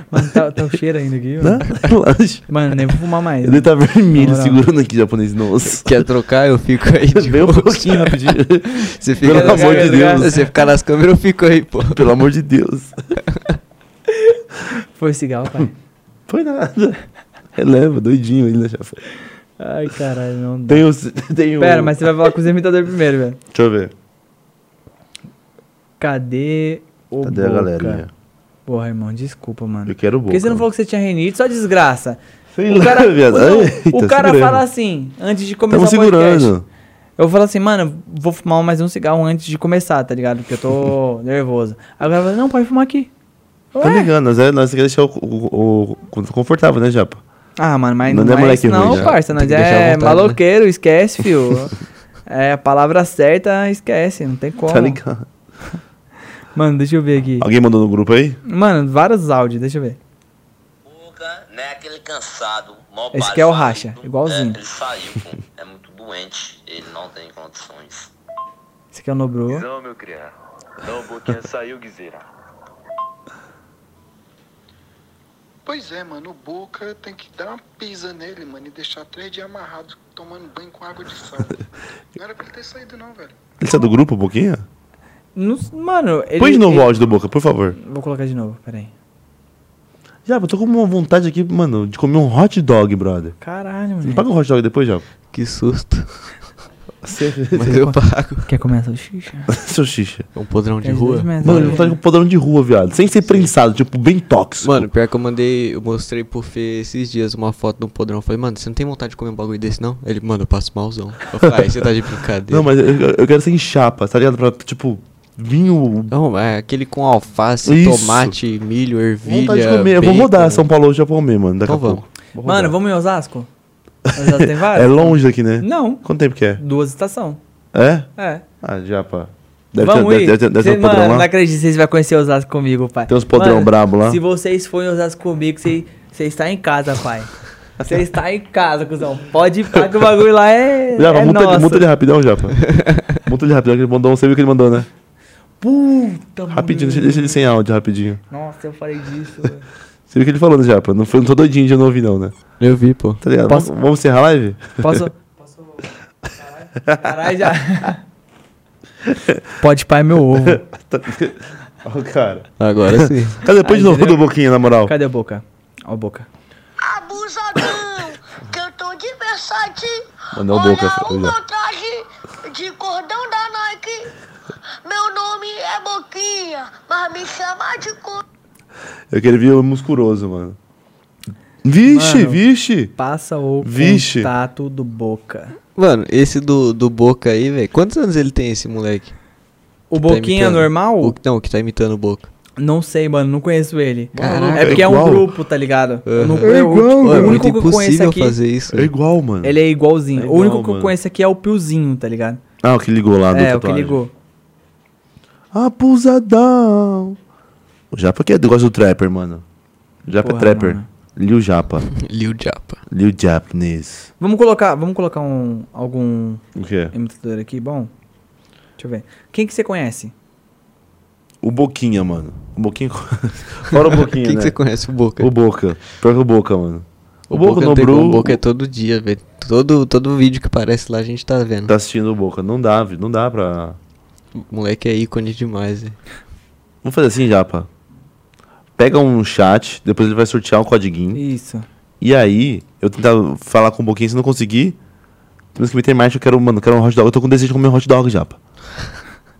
D: Mano, tá, tá o cheiro ainda aqui,
B: Né?
D: mano.
B: Relaxa.
D: Mano, nem vou fumar mais.
B: Ele tá vermelho
D: Na moral.
B: segurando aqui, japonês. Nossa.
C: Quer trocar? Eu fico aí. de
B: Vem um
C: boa.
B: pouquinho rapidinho.
C: Você fica né?
B: Pelo
D: amor de Deus.
C: Você ficar nas câmeras, eu fico aí, pô.
B: Pelo amor de Deus. tá-
D: Foi cigarro, pai.
B: Foi nada. Releva, doidinho ele, né, Japa?
D: Ai, caralho, não dá.
B: Tem o. Tem o...
D: Pera, mas você vai falar com os imitadores primeiro, velho.
B: Deixa eu ver.
D: Cadê o
B: Cadê
D: Boca?
B: a galerinha?
D: Porra, irmão, desculpa, mano.
B: Eu quero o
D: Por que você não falou que você tinha renite? Só desgraça.
B: Sei
D: O
B: lá,
D: cara,
B: viado.
D: não,
B: Eita,
D: o cara
B: segurando.
D: fala assim, antes de começar
B: Tamo
D: o podcast.
B: segurando.
D: Eu falo assim, mano, vou fumar mais um cigarro antes de começar, tá ligado? Porque eu tô nervoso. Aí o cara fala, não, pode fumar aqui. Eu,
B: Tá
D: "É."
B: ligado, nós, é- nós quer deixar o, o- o- confortável, né, Japa?
D: Ah, mano, mas
B: Não
D: não,
B: é
D: é
B: moleque
D: isso não,
B: ruim, né?
D: parça.
C: Tem
D: Nós
C: que deixar à
D: é
C: vontade,
D: maloqueiro, esquece, fio. é, a palavra certa, esquece, não tem como.
B: Tá ligado.
D: Mano, deixa eu ver aqui.
B: Alguém mandou no grupo aí?
D: Mano, vários áudios, deixa eu ver.
E: Boca, né? Aquele cansado, mó
D: Esse que é o
E: basado.
D: Racha, igualzinho.
E: É, ele saiu, pô. É muito doente, ele não tem condições.
D: Esse Esse aqui é o Nobru.
F: Não, meu criado. Não, boquinha saiu, Guizeira.
G: Pois é, mano, o Boca tem que dar uma pisa nele, mano, e deixar três dias amarrado tomando banho com água de sal. não era pra ele ter saído, não, velho.
B: Ele saiu do grupo, Boquinha?
D: Não s- Mano, ele.
B: Põe de novo o
D: ele-
B: áudio do Boca, por favor.
D: Vou colocar de novo, peraí.
B: Já, eu tô com uma vontade aqui, mano, de comer um hot dog, brother.
D: Caralho,
B: Você
D: mano.
B: não paga o hot dog depois, já?
C: Que susto. Mas eu pago.
D: Quer começar o xixi?
B: Seu xixa.
C: É um podrão de
D: Faz dois
C: rua.
D: meses,
B: Mano,
D: né?
B: ele vontade de um podrão de rua, viado. Sem ser prensado, tipo, bem tóxico.
C: Mano, pior que eu mandei, eu mostrei pro Fê esses dias uma foto de um podrão. Eu falei, mano, você não tem vontade de comer um bagulho desse, não? Ele, mano, eu passo malzão. Eu falei, ah, você tá de brincadeira.
B: Não, mas eu, eu quero ser em chapa, tá ligado? Pra, tipo, vinho.
C: Não, é aquele com alface,
B: Isso.
C: tomate, milho, ervilha.
B: Vontade de comer. Eu vou
C: bacon.
B: rodar São Paulo hoje já pra comer, mano. Daqui
C: Então
B: a pouco. Vou rodar.
D: Mano, vamos em Osasco? Osasco tem vários?
B: É longe daqui, né?
D: Não,
B: Quanto tempo que é?
D: duas estações.
B: É?
D: É.
B: Ah, já, pá. Deve ter,
D: Vamos
B: deve,
D: ir.
B: deve ter, deve ter
D: Cê-
B: um
D: mano,
B: podrão
D: não
B: lá.
D: acredito que vocês vão conhecer Osasco comigo, pai.
B: Tem uns podrão
D: Mano,
B: brabo lá.
D: Se vocês forem Osasco comigo, você você está em casa, pai. Você está em casa, cuzão. Pode ir pra que o bagulho lá é.
B: Japa,
D: é
B: multa, ele-
D: nosso.
B: multa ele rapidão, Japa. multa ele rapidão, que ele mandou, você viu que ele mandou, né?
D: Puta, mano.
B: Rapidinho, deixa, deixa ele sem áudio, rapidinho.
D: Nossa, eu falei disso. velho.
B: Você viu que ele falou, né, Japa? Não, foi, não tô doidinho de não ouvir, não, né?
C: Eu vi, pô.
B: Tá ligado?
D: Posso-
B: Vamos, vamos encerrar a live?
D: Posso. Posso. Caralho, Caralho, já. Pode pai meu ovo.
B: Tá- Ó, o cara.
C: Agora sim.
B: Cadê? Põe de
D: Aí,
B: novo do
D: entendeu?
B: Boquinha, na moral.
D: Cadê a boca? Ó, a boca.
A: Abusadão, que eu tô de versátil.
B: Mandou o Boca,
A: Olha o
B: olha.
A: meu traje de cordão da Nike. Meu nome é Boquinha, mas me chama de cor.
B: Eu queria ver o muscuroso, mano. Vixe,
D: Mano.
B: vixe.
D: Passa o
B: Vixe.
D: contato do boca.
C: Mano, esse do, do Boca aí, velho. Quantos anos ele tem, esse moleque?
D: O
C: Que tá
D: boquinha é
C: imitando?
D: normal?
C: O, não, o que tá imitando o Boca.
D: Não sei, mano. Não conheço ele.
C: Caraca,
D: é porque é,
B: é
D: um
B: igual.
D: grupo, tá ligado? Eu não-
C: Uhum.
B: É
D: eu-
B: igual,
D: tipo,
C: Pô,
B: mano.
C: é
D: o
C: muito
D: único que eu conheço
C: impossível
D: aqui.
C: fazer isso. né?
B: É igual, mano.
D: Ele é igualzinho.
B: É
D: o
B: igual,
D: único que eu
B: mano.
D: conheço aqui é o Piozinho, tá ligado?
B: Ah, o que ligou lá do
D: é, o que
B: tatuagem.
D: ligou.
B: Abusadão. O Japa que é- gosta do trapper, mano. O Japa
D: Porra,
B: é trapper.
D: mano.
B: Lil Japa.
C: Liu Japa.
B: Lil Japanese.
D: Vamos colocar, vamos colocar um, algum
B: O que é?
D: imitador aqui, bom? Deixa eu ver. Quem que você conhece?
B: O Boquinha, mano. O Boquinha. Fora o Boquinha,
C: Quem
B: né?
C: que você conhece o Boca?
B: O Boca. Pior que o Boca, mano. O,
C: O
B: Boca,
C: Boca
B: no
C: não tem como,
B: Bru.
C: o Boca é todo dia, velho. Todo, todo vídeo que aparece lá a gente tá vendo.
B: Tá assistindo o Boca. Não dá, vi- não dá pra.
C: O moleque é ícone demais, velho.
B: Vamos fazer assim, Japa. Pega um chat, depois ele vai sortear um codiguinho.
D: Isso.
B: E aí, eu tentar falar com o Boquinha, se não conseguir, temos que meter marcha, eu quero, mano, eu quero um hot dog. Eu tô com desejo de comer um hot dog, Japa.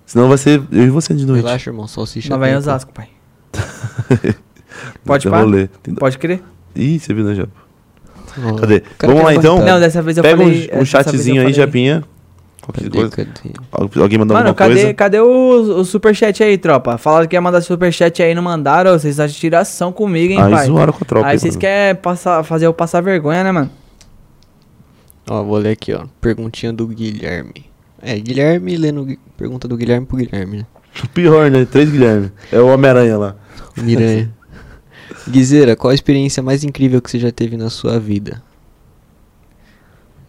B: Senão vai ser eu e você de noite.
C: Relaxa, irmão, salsicha.
D: Nós vai em
C: tem,
D: Osasco, pai. Pode
B: Dá
D: pá?
B: rolê. Tem-
D: Pode crer?
B: Ih, você viu, né, Japa?
C: pô.
B: Cadê?
C: O cara
B: Vamos
C: quer
B: lá, então?
C: vontade.
D: Não, dessa vez eu
B: Pega um-
D: falei...
B: um,
D: dessa vez
B: chatzinho
D: eu
B: aí,
D: falei-
B: Japinha. Qualquer
C: Cadê,
B: coisa.
C: cadê?
B: Al- Alguém mandou
D: Mano,
B: alguma
D: cadê,
B: coisa?
D: cadê o, o superchat aí, tropa? Falaram que ia mandar superchat aí, não mandaram. Vocês estão de tiração comigo, hein,
B: Aí
D: pai?
B: zoaram com a tropa,
D: Aí
B: hein,
D: vocês
B: mano.
D: querem passar, fazer eu passar vergonha, né, mano?
C: Ó, vou ler aqui, ó. Perguntinha do Guilherme. É, Guilherme lendo gui- pergunta do Guilherme pro Guilherme, né?
B: Pior, né? Três Guilherme. É o Homem-Aranha lá.
C: Miranha. Guizeira, qual a experiência mais incrível que você já teve na sua vida?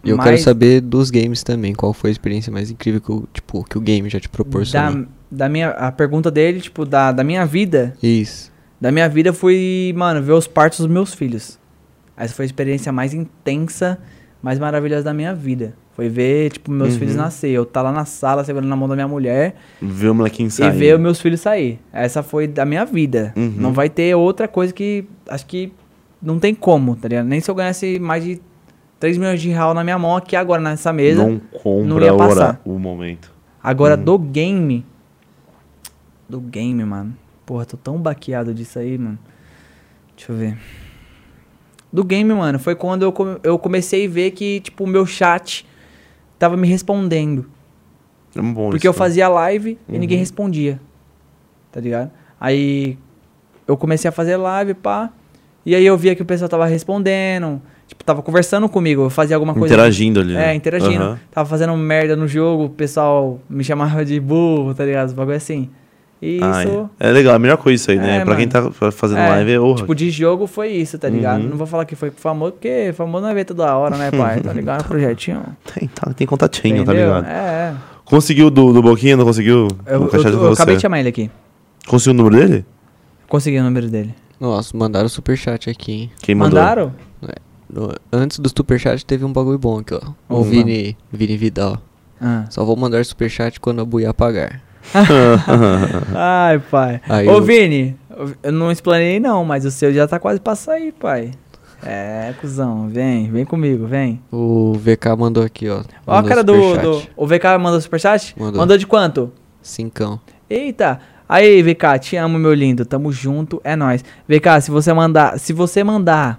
C: E eu quero
D: Mais-
C: saber dos games também. Qual foi a experiência mais incrível que o, tipo, que o game já te proporcionou?
D: Da, da minha, a pergunta dele, tipo, da, da minha vida.
C: Isso.
D: Da minha vida foi, mano, ver os partos dos meus filhos. Essa foi a experiência mais intensa, mais maravilhosa da minha vida. Foi ver, tipo,
B: Uhum.
D: meus filhos nascer. Eu tá lá na sala, segurando na mão da minha mulher
B: Vê o molequinho
D: e
B: saindo.
D: ver os meus filhos sair. Essa foi da minha vida.
B: Uhum.
D: Não vai ter outra coisa que. Acho que não tem como, tá ligado? Nem se eu ganhasse mais de 3 milhões de real na minha mão aqui agora nessa mesa.
B: Não Uhum.
D: não
B: compra
D: ia
B: a hora,
D: passar.
B: o momento.
D: Agora do game. Do game, mano. Porra, tô tão baqueado disso aí, mano. Deixa eu ver. Do game, mano, foi quando eu, come- eu comecei a ver que, tipo, o meu chat tava me respondendo.
B: É bom
D: Porque
B: isso,
D: eu
B: né?
D: fazia live e ninguém respondia. Tá ligado? Aí eu comecei a fazer live, pá. E aí eu via que o pessoal tava respondendo. Tipo, tava conversando comigo. Eu fazia alguma coisa.
B: Interagindo ali. né?
D: É, interagindo.
B: Aham.
D: Tava fazendo merda no jogo, o pessoal me chamava de burro, tá ligado? Os bagulho assim. E
B: Ah,
D: isso.
B: é. É legal, a melhor coisa isso aí, né?
D: É,
B: pra quem tá
D: mano.
B: fazendo
D: é,
B: live é Uhum. orra.
D: Tipo, de jogo foi isso, tá ligado? Não vou falar que foi famoso, porque famoso não é ver toda hora, né, pai? tá ligado? É um projetinho.
B: Tem, tá, tem contatinho,
D: Entendeu?
B: tá ligado?
D: É, é.
B: Conseguiu do, do Boquinha, não conseguiu?
D: Eu,
B: Vou encaixar
D: eu-
B: junto
D: eu
B: com
D: acabei
B: você.
D: de chamar ele aqui.
B: Conseguiu o número dele?
D: Consegui o número dele.
C: Nossa, mandaram superchat aqui, hein?
B: Quem mandou?
D: Mandaram?
C: No- antes do superchat teve um bagulho bom aqui, ó. O
D: Opa.
C: Vini, Vini Vidal.
D: Ah.
C: Só vou mandar superchat quando a buia apagar.
D: Ai, pai.
C: Aí
D: Ô,
C: eu-
D: Vini, eu não explanei não, mas o seu já tá quase pra sair, pai. É, cuzão, vem, vem comigo, vem.
C: O VK mandou aqui, ó.
D: Ó a
C: Mandou
D: cara do, do...
C: superchat.
D: O VK mandou superchat?
C: Mandou.
D: Mandou de quanto?
C: Cincão.
D: Eita! Aí, VK, te amo, meu lindo. Tamo junto, é nóis. VK, se você mandar, se você mandar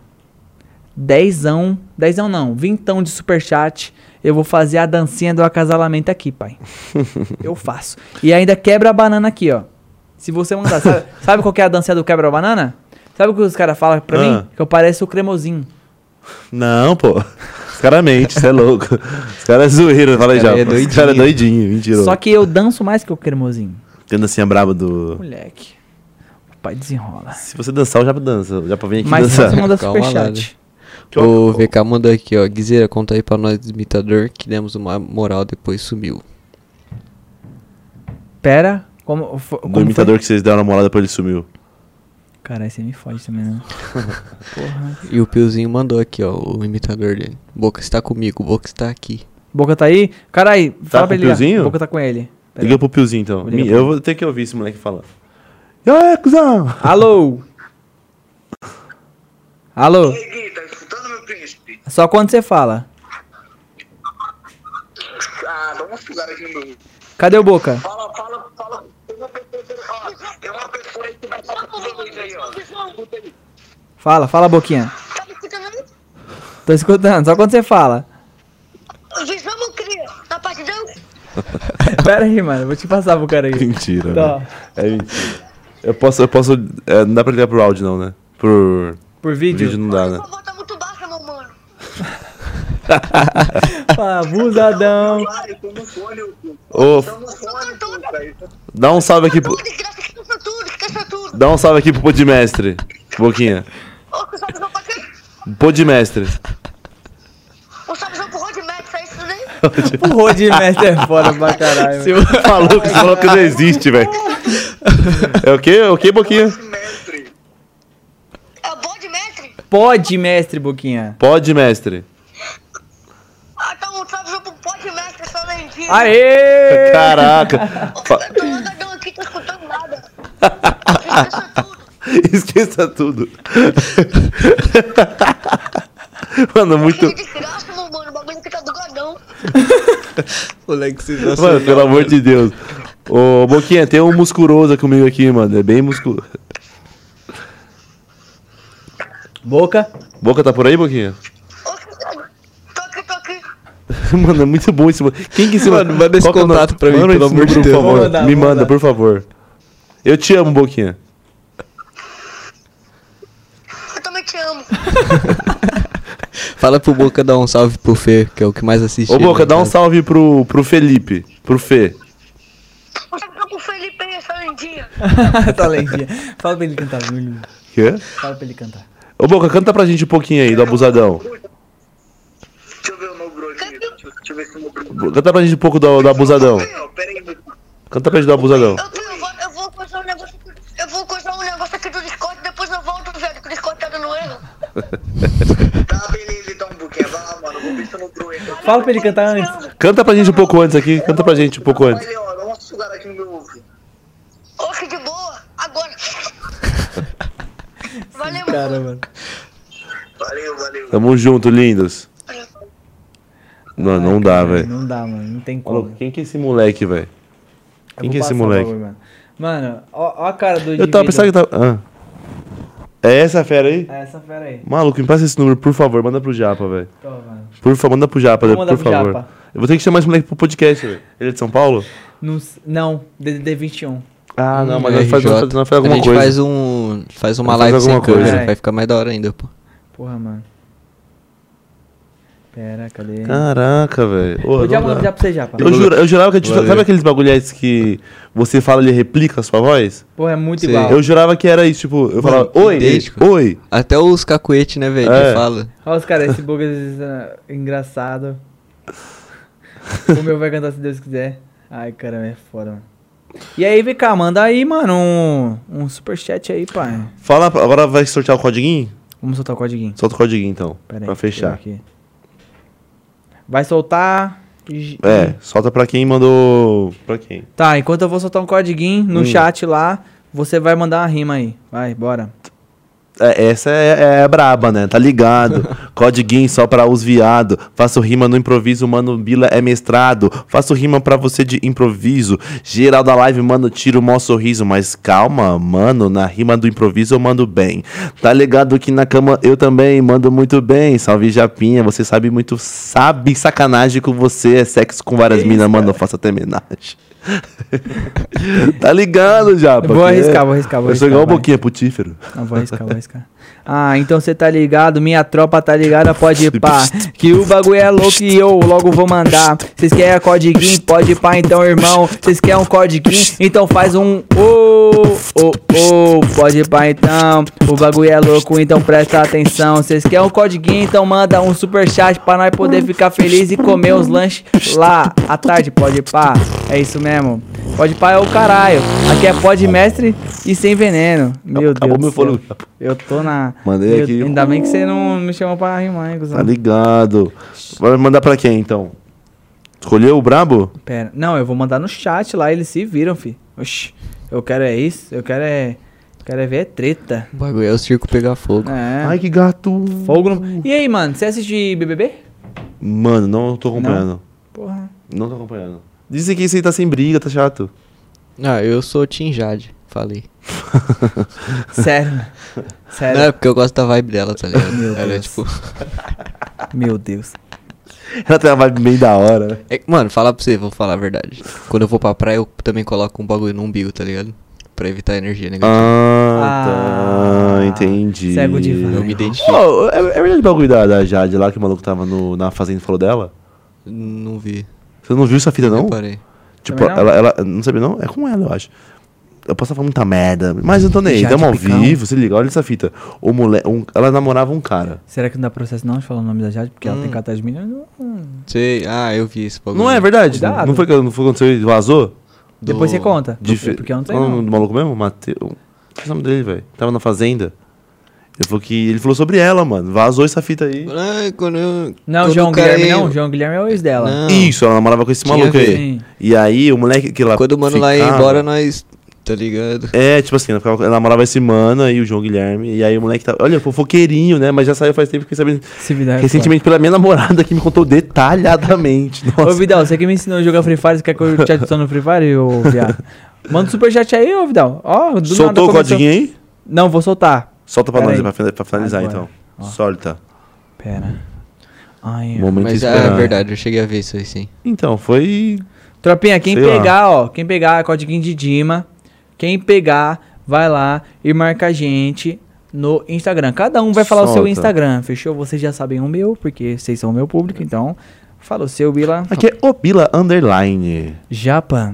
D: dezão, dezão não, vintão de superchat, eu vou fazer a dancinha do acasalamento aqui, pai. eu faço. E ainda quebra a banana aqui, ó. Se você mandar, sabe, sabe qual que é a dancinha do quebra a banana? Sabe o que os caras falam pra
B: Ah.
D: mim? Que eu pareço o cremosinho.
B: Não, pô. Os caras mentem, você é louco. Os caras zoeiram, falei
C: Cara,
B: já.
C: é
B: os caras é
C: doidinho.
B: doidinho, mentira.
D: Só que eu danço mais que o cremosinho.
B: Tendo assim a braba do.
D: Moleque. O pai desenrola.
B: Se você dançar, eu já dança. Já pra vir aqui
D: Mas se
B: dançar.
D: você mandar
C: Calma lá,
D: superchat.
C: O VK mandou aqui, ó. Guizeira, conta aí pra nós do imitador que demos uma moral depois sumiu.
D: Pera, como, fo- como
B: Do
D: foi?
B: imitador que vocês deram a morada pra ele sumiu.
D: Caralho, você me fode também, né? Porra.
C: E o Piozinho mandou aqui, ó, o imitador dele. Boca está comigo, Boca está aqui.
D: Boca tá aí? Caralho, fala
B: com
D: pra
B: o
D: ele ligar.
B: Piozinho?
D: Boca tá com ele. Pera.
B: Liga pro Piozinho então.
D: Liga
B: Me-
D: pro-
B: Eu vou ter que ouvir esse moleque falando. E aí, cuzão?
D: Alô? Alô?
E: Ei, Gui, tá escutando, meu príncipe?
D: Só quando você fala.
E: Ah, dá uma sugada aqui no meu.
D: Cadê o Boca?
E: Fala, fala, fala. Tem uma pessoa, ó, tem uma pessoa aí que vai falar com vocês aí, ó. Escuta aí.
D: Fala, fala, Boquinha.
A: Tá me escutando?
D: Tô escutando, só quando você fala.
A: Visão cria, na partidão.
D: Pera aí, mano, vou te passar pro cara aí.
B: Mentira.
D: Tá.
B: né? É mentira. Eu posso. Eu posso é, não dá pra ligar pro áudio, não, né? Por.
D: Por
B: Vídeo,
D: vídeo?
B: não dá,
A: Por
B: né?
A: favor, tá muito baixa, meu mano.
D: Abusadão.
E: Vai, tô no fone, eu tô.
B: Ô,
E: Tô no fone, tu, velho.
B: dá um salve aqui pro.
A: Tudo, desgraça, esqueça tudo, esqueça tudo.
B: Dá um salve aqui pro Podmestre. Boquinha.
A: Ô, que salve, salve pra quem?
B: Podmestre.
A: Um salve, salve pro Rodmax, é isso daí?
D: O Rodimestre é foda pra caralho. mano.
B: Falou que falou que não existe, velho. É o quê? É o quê, Boquinha?
E: Mestre.
A: É o Bodmestre?
D: Pode, mestre, Boquinha.
B: Podmestre.
A: Ah, então um salve, salve pro Bodmestre, essa lendinha.
D: Aê!
B: Caraca.
A: Ô,
B: Fa-
A: Eu tô largadão aqui, tô escutando nada. Esqueça tudo.
B: Esqueça tudo. Mano, muito.
A: Que desgraça, meu mano, o bagulho aqui tá do gadão.
C: Moleque, vocês
B: Mano, pelo amor de Deus. Ô, Boquinha, tem um muscuroso comigo aqui, mano. É bem musculoso.
D: Boca?
B: Boca tá por aí, Boquinha?
A: Ô, que- Tô aqui, tô aqui.
B: Mano, é muito bom esse. Quem que esse
C: Mano, manda esse
B: Qual que é o
C: contato
B: nome-
C: pra mim,
B: Manda
C: pelo
B: esse
C: amor
B: número,
C: de Deus.
B: Por favor.
D: Vou mandar,
B: Me
D: vou
B: manda,
D: mandar.
B: por favor. Eu te amo, Boquinha.
A: Eu também te amo.
C: Fala pro Boca dar um salve pro Fê, que é o que mais assiste.
B: Ô,
C: ele,
B: Boca,
C: né,
B: dá um
C: cara?
B: salve pro, pro Felipe. Pro Fê.
A: Um salve, salve pro Felipe aí, essa lendinha.
D: tá lentinha. Fala pra ele cantar, Bruno.
B: Quê?
D: Fala pra ele cantar.
B: Ô, Boca, canta pra gente um pouquinho aí do Abusadão.
E: Deixa eu ver o Nobro aqui. Deixa eu- deixa eu ver se o Nobro.
B: Canta pra gente um pouco do, do Abusadão.
E: Não, pera aí, meu.
B: Canta pra gente do Abusadão.
A: Eu, tenho- eu vou, eu vou coisar um negócio aqui. Eu vou coisar um negócio aqui do Discord, depois eu volto, velho, que o Discord tá dando erro.
E: Tá, beleza, então, Buquinha. Vai lá, mano. Vou ver se o Nobro entra.
B: um
D: Fala pra ele cantar antes.
B: Canta pra gente um pouco antes aqui. Canta pra gente um pouco antes.
E: Olha, ó, dá uma sugada aqui no meu ouvido.
A: Oxe, de boa, agora. Valeu,
D: Cara, mano.
E: Valeu, valeu.
B: Tamo junto, lindos. Não, não dá, Tá, velho.
D: Não dá, mano. Não tem
B: Ô,
D: como.
B: louco, Quem que é esse moleque, velho?
D: Eu
B: Quem
D: vou
B: que é esse
D: passar o
B: moleque?
D: bagulho, mano, mano ó, ó a cara do
B: Eu tava pensando que tava. Ah. É essa fera aí?
D: É essa fera aí.
B: Maluco, me passa esse número, por favor. Manda pro Japa, velho.
D: Tô, mano.
B: Por favor, manda pro Japa,
D: Vou
B: por
D: mandar pro
B: favor.
D: Japa.
B: Eu vou ter que chamar esse moleque pro podcast, velho. Ele é de São Paulo?
D: Não, s- não, DDD 21.
B: Ah, não, mas
C: Hum,
B: nós faz, nós
C: RJ.
B: faz, nós faz
C: a
B: alguma
C: gente
B: coisa.
C: faz um. Faz uma
B: Faz
C: live sem
B: alguma coisa.
C: câmera,
D: É.
C: vai ficar mais da hora ainda, pô.
D: Porra, mano. Pera, cadê?
B: Caraca, velho. Ô,
D: Vou já
B: não dá.
D: mandar pra você, Japa.
B: Eu, jura- eu jurava que a gente.
C: Valeu.
B: Sabe aqueles bagulhetes que você fala e ele replica a sua voz?
D: Porra, é muito
C: Sei.
D: igual.
B: Eu jurava que era isso, tipo, eu falava, oi,
C: idêntico.
B: ele- oi.
C: Até os cacuete, né, velho?
B: É.
C: que Fala.
D: Olha os caras, esse bug às vezes é engraçado. o meu vai cantar se Deus quiser. Ai, caramba, é foda, mano. E aí, VK, manda aí, mano, um, um superchat aí, pai.
B: Fala, agora vai sortear o codiguinho?
D: Vamos soltar o codiguinho.
B: Solta o codiguinho então,
D: Pera aí.
B: pra fechar.
D: deixa eu ver aqui. Vai soltar. J-
B: É, solta pra quem mandou. Pra quem?
D: Tá, enquanto eu vou soltar um codiguinho no
B: Hum.
D: chat lá, você vai mandar uma rima aí. Vai, bora.
B: É, essa é, é braba, né? Tá ligado? Codiguinho só pra os viado. Faço rima no improviso, mano. Bila é mestrado. Faço rima pra você de improviso. Geral da live, mano, tira o maior sorriso. Mas calma, mano. Na rima do improviso eu mando bem. Tá ligado que na cama eu também mando muito bem. Salve Japinha, você sabe muito. Sabe sacanagem com você. É sexo com várias minas, mano. Eu faço até homenagem. tá ligado, Japa?
D: Vou
B: que
D: arriscar, vou arriscar, vou
B: Eu sou
D: arriscar,
B: igual um
D: vai.
B: pouquinho, é putífero.
D: Não, vou arriscar, vou arriscar. Ah, então você tá ligado, minha tropa tá ligada, pode ir pá. Que o bagulho é louco e eu logo vou mandar. Vocês querem codiguinho? Pode ir pá, então, irmão. Vocês querem um codiguinho? Então faz um ô, ô, ô. Pode ir pá, então. O bagulho é louco, então presta atenção. Vocês querem um codiguinho? Então manda um superchat pra nós poder ficar feliz e comer os lanches lá à tarde, pode ir pá. É isso mesmo. Pode ir pá é o caralho. Aqui é pode mestre e sem veneno. Meu
B: Acabou meu
D: Deus. do céu.
B: fôlego.
D: Eu tô na.
B: Mandei
D: eu-
B: aqui.
D: Ainda bem que você não me chamou pra rimar, hein, cuzão.
B: Tá ligado. Vai mandar pra quem, então? Escolheu o brabo?
D: Pera. Não, eu vou mandar no chat lá, eles se viram, fi. Oxi. Eu quero é isso, eu quero é. Eu quero é ver é treta.
C: O bagulho é o circo pegar fogo.
D: É.
B: Ai, que gato.
D: Fogo no. E aí, mano, você assiste BBB?
B: Mano, não tô acompanhando.
D: Porra.
B: Não, tô acompanhando. Dizem que isso aí tá sem briga, tá chato.
C: Ah, eu sou Tim Jade, falei.
D: Sério. Sério.
C: Não, é porque eu gosto da vibe dela, tá ligado? Ela é
D: Deus.
C: tipo.
D: Meu Deus.
B: Ela tem uma vibe bem da hora, né?
C: É que, mano, falar pra você, vou falar a verdade. Quando eu vou pra praia, eu também coloco um bagulho no umbigo, tá ligado? Pra evitar energia negativa.
B: Ah, tá.
D: Ah,
B: Entendi.
D: cego de vibe.
C: eu me identifico.
B: Pô, é, é verdade o bagulho da, da Jade lá que o maluco tava no, na fazenda e falou dela?
C: Não vi.
B: Você não viu essa fita, não?
C: Reparei.
B: Tipo,
D: Também não?
B: ela, ela. Não sabia, não? É com ela, eu acho. Eu posso falar muita merda, mas eu tô nem aí.
D: Jade
B: Tamo ao
D: Picão.
B: vivo, se liga, olha essa fita. O mole, um- ela namorava um cara.
D: Será que não dá processo não de falar o nome da Jade? Porque ela tem 14 milhões.
C: Sei, ah, eu vi esse bagulho.
B: Não é verdade?
D: Cuidado.
B: Não foi que não foi quando você vazou?
D: Depois você conta.
B: De
D: Porque-
B: fe-
D: Porque eu não
B: Qual é o
D: tenho.
B: nome
D: Não.
B: do maluco mesmo? Mateus. Qual é o nome dele, velho? Tava na fazenda. Ele falou que. Ele falou sobre ela, mano. Vazou essa fita aí.
C: Ah, quando eu-
D: Não,
C: quando
D: João
C: o cara
D: Guilherme
C: ia-
D: não. João Guilherme é o ex dela.
C: Não.
B: Isso, ela namorava com esse
C: Tinha
B: maluco
C: a
B: aí.
C: ver.
D: Sim.
B: E aí, o moleque que lá.
C: Quando o mano lá ia
B: ficava-
C: embora, nós. Tá ligado?
B: É, tipo assim, ela, ficava, ela namorava esse mano aí, o João Guilherme. E aí o moleque tava. Olha, fofoqueirinho, né? Mas já saiu faz tempo, fiquei sabendo.
D: Se virar é
B: Recentemente pela minha namorada que me contou detalhadamente.
D: Ô,
B: Nossa.
D: Vidal, você que me ensinou a jogar Free Fire, você quer que eu te adicione no Free Fire, ô viado? Manda um superchat aí, ô Vidal. Ó, do nada
B: Soltou o
D: começou.
B: codiguinho aí?
D: Não, vou soltar.
B: Solta pra
D: Pera
B: nós
D: aí.
B: pra fin- pra finalizar
D: Agora.
B: então. Solta.
D: Pera. Ai, ó.
B: Momento
C: Mas é
B: esperado.
C: verdade, eu cheguei a ver isso aí sim.
B: Então, foi.
D: Tropinha, quem
B: Sei lá.
D: pegar, ó, quem pegar código de Dima, quem pegar, vai lá e marca a gente no Instagram. Cada um vai falar o seu
B: Solta.
D: Instagram, fechou? Vocês já sabem o meu, porque vocês são o meu público, então fala o seu, Bila.
B: Aqui é Obila Underline.
D: Japa.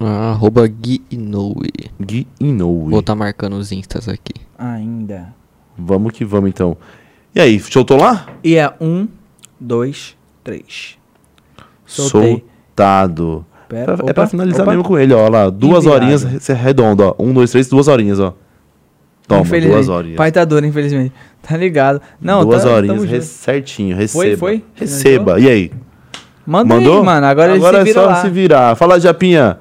C: Ah, arroba Gui Inoue.
B: Gui Inoue.
C: Vou tá marcando os instas aqui.
D: Ainda.
B: Vamos que vamos então. E aí, soltou lá?
D: E é um, dois, três. Soltei.
B: Soltado.
D: Pera,
B: Pra-
D: opa,
B: é pra finalizar
D: opa.
B: mesmo com ele, ó. Lá, duas
D: Enviado.
B: horinhas, você é redondo, ó. Um, dois, três, duas horinhas, ó. Toma,
D: Infelizmente.
B: duas horinhas.
D: Pai tá duro, infelizmente. Tá ligado. Não,
B: duas
D: tá,
B: horinhas,
D: tamo
B: re-
D: junto.
B: certinho, receba.
D: foi?
B: Receba. E aí?
D: Manda
B: Mandou?
D: aí, mano. Agora,
B: Agora
D: ele se
B: é
D: vira
B: só
D: lá.
B: se virar. Fala, Japinha.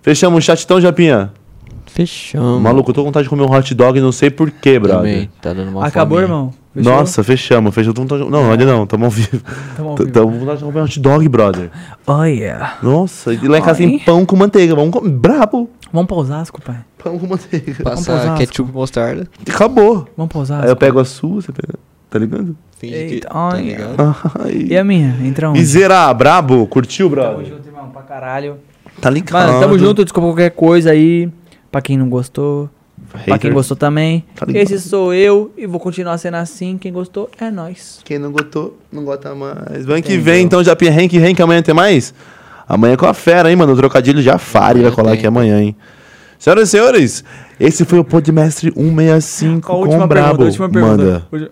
B: Fechamos o chat então, Japinha.
D: Hum.
C: Fechamos.
B: Maluco, eu tô com vontade de comer um hot dog, não sei porquê, brother.
C: Também, tá dando uma
D: Acabou,
C: fominha.
D: irmão? Fechou?
B: Nossa, fechamos, fechamos. Tô com vontade de- Não, olha não, tamo ao vivo.
D: Tamo ao
B: Tô
D: vivo.
B: tô com vontade de comer um hot dog, brother.
D: Olha.
B: Nossa, e lá em casa tem
D: Ai.
B: pão com manteiga. Vamos comer. Brabo!
D: Vamos pra Osasco, pai.
B: Pão com manteiga.
D: Vamos pro
C: Passar
D: Vasco.
C: ketchup e mostarda.
B: Acabou.
D: Vamos pra
B: Aí eu
D: Osasco.
B: pego a sua, você pega. Tá ligando?
C: Finge
D: Eita,
C: que. Tá
D: olha.
C: ligado?
B: Ai.
D: E a minha? Entra onde?
B: E zerar, brabo? Curtiu,
D: Tamo
B: brother?
D: junto, irmão. um Pra caralho.
B: Tá ligado?
D: Mano, tamo junto. Desculpa qualquer coisa aí. Pra quem não gostou. Pra quem
B: Hater.
D: gostou também.
B: Tá ligado.
D: Esse sou eu. E vou continuar sendo assim. Quem gostou é nós.
B: Quem não gostou, não gosta mais. Vem que vem, então, Japinha Rank, Rank, amanhã tem mais? Amanhã é com a fera, hein, mano? O trocadilho já Fari vai
C: Amanhã
B: colar
C: tem.
B: aqui amanhã, hein? Senhoras e senhores, esse foi o Podmestre 165
D: Qual a
B: com
D: última
B: o Brabo.
D: pergunta? Última pergunta.
B: Manda.
D: Ulti-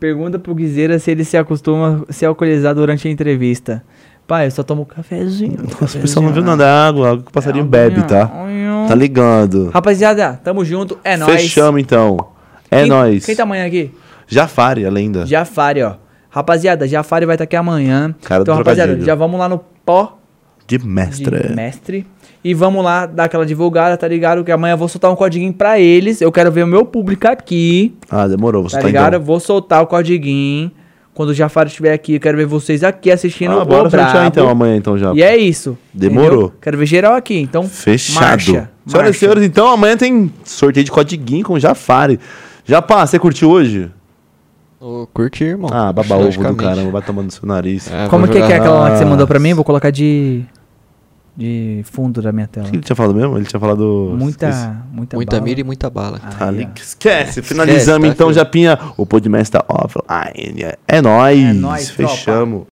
D: Pergunta pro Guizeira se ele se acostuma a se alcoolizar durante a entrevista. Pai, eu só tomo cafezinho. né?
B: Nossa, o pessoal não viu nada da água, água que o passarinho bebe, tá? Tá ligando.
D: Rapaziada, tamo junto. É nóis.
B: Fechamos então. É
D: Quem-
B: nóis.
D: Quem tá amanhã aqui?
B: Jafari, a lenda.
D: Jafari, ó. Rapaziada, Jafari vai estar aqui amanhã.
B: Cara do
D: então, rapaziada,
B: trocadilho.
D: já vamos lá no pó
B: De
D: de
B: mestre.
D: mestre. E vamos lá dar aquela divulgada, tá ligado? Que amanhã eu vou soltar um codiguinho pra eles. Eu quero ver o meu público aqui.
B: Ah, demorou. Você
D: Tá
B: tá,
D: ligado? Eu
B: indo.
D: Vou soltar o codiguinho. Quando o Jafari estiver aqui, eu quero ver vocês aqui assistindo
B: Ah,
D: o
B: bora
D: Brabo.
B: sortear então amanhã, então já.
D: E é isso.
B: Demorou.
D: entendeu? Quero ver geral aqui, então.
B: Fechado.
D: Marcha,
B: Senhoras
D: marcha.
B: e senhores, então amanhã tem sorteio de codiguinho com Jafari. Japá, você curtiu hoje?
C: Ô, curti, irmão.
B: Ah, baba ovo do
C: Logicamente.
B: caramba, vai tomando no seu nariz.
C: É,
D: Como
C: vou
D: que é,
C: jogar
D: que é aquela lá que você
B: na-
D: mandou pra mim? Vou colocar de. de fundo da minha tela.
B: O que ele tinha falado mesmo? Ele tinha falado.
D: Muita.
B: Esqueci.
D: Muita,
C: Muita
D: bala.
C: mira e muita bala.
B: Tá ali- Esquece, finalizamos
C: tá,
B: então,
C: filho.
B: Japinha. O Podmestre tá off. Ah, é- é nóis.
D: É nóis, tropa.
B: Fechamos.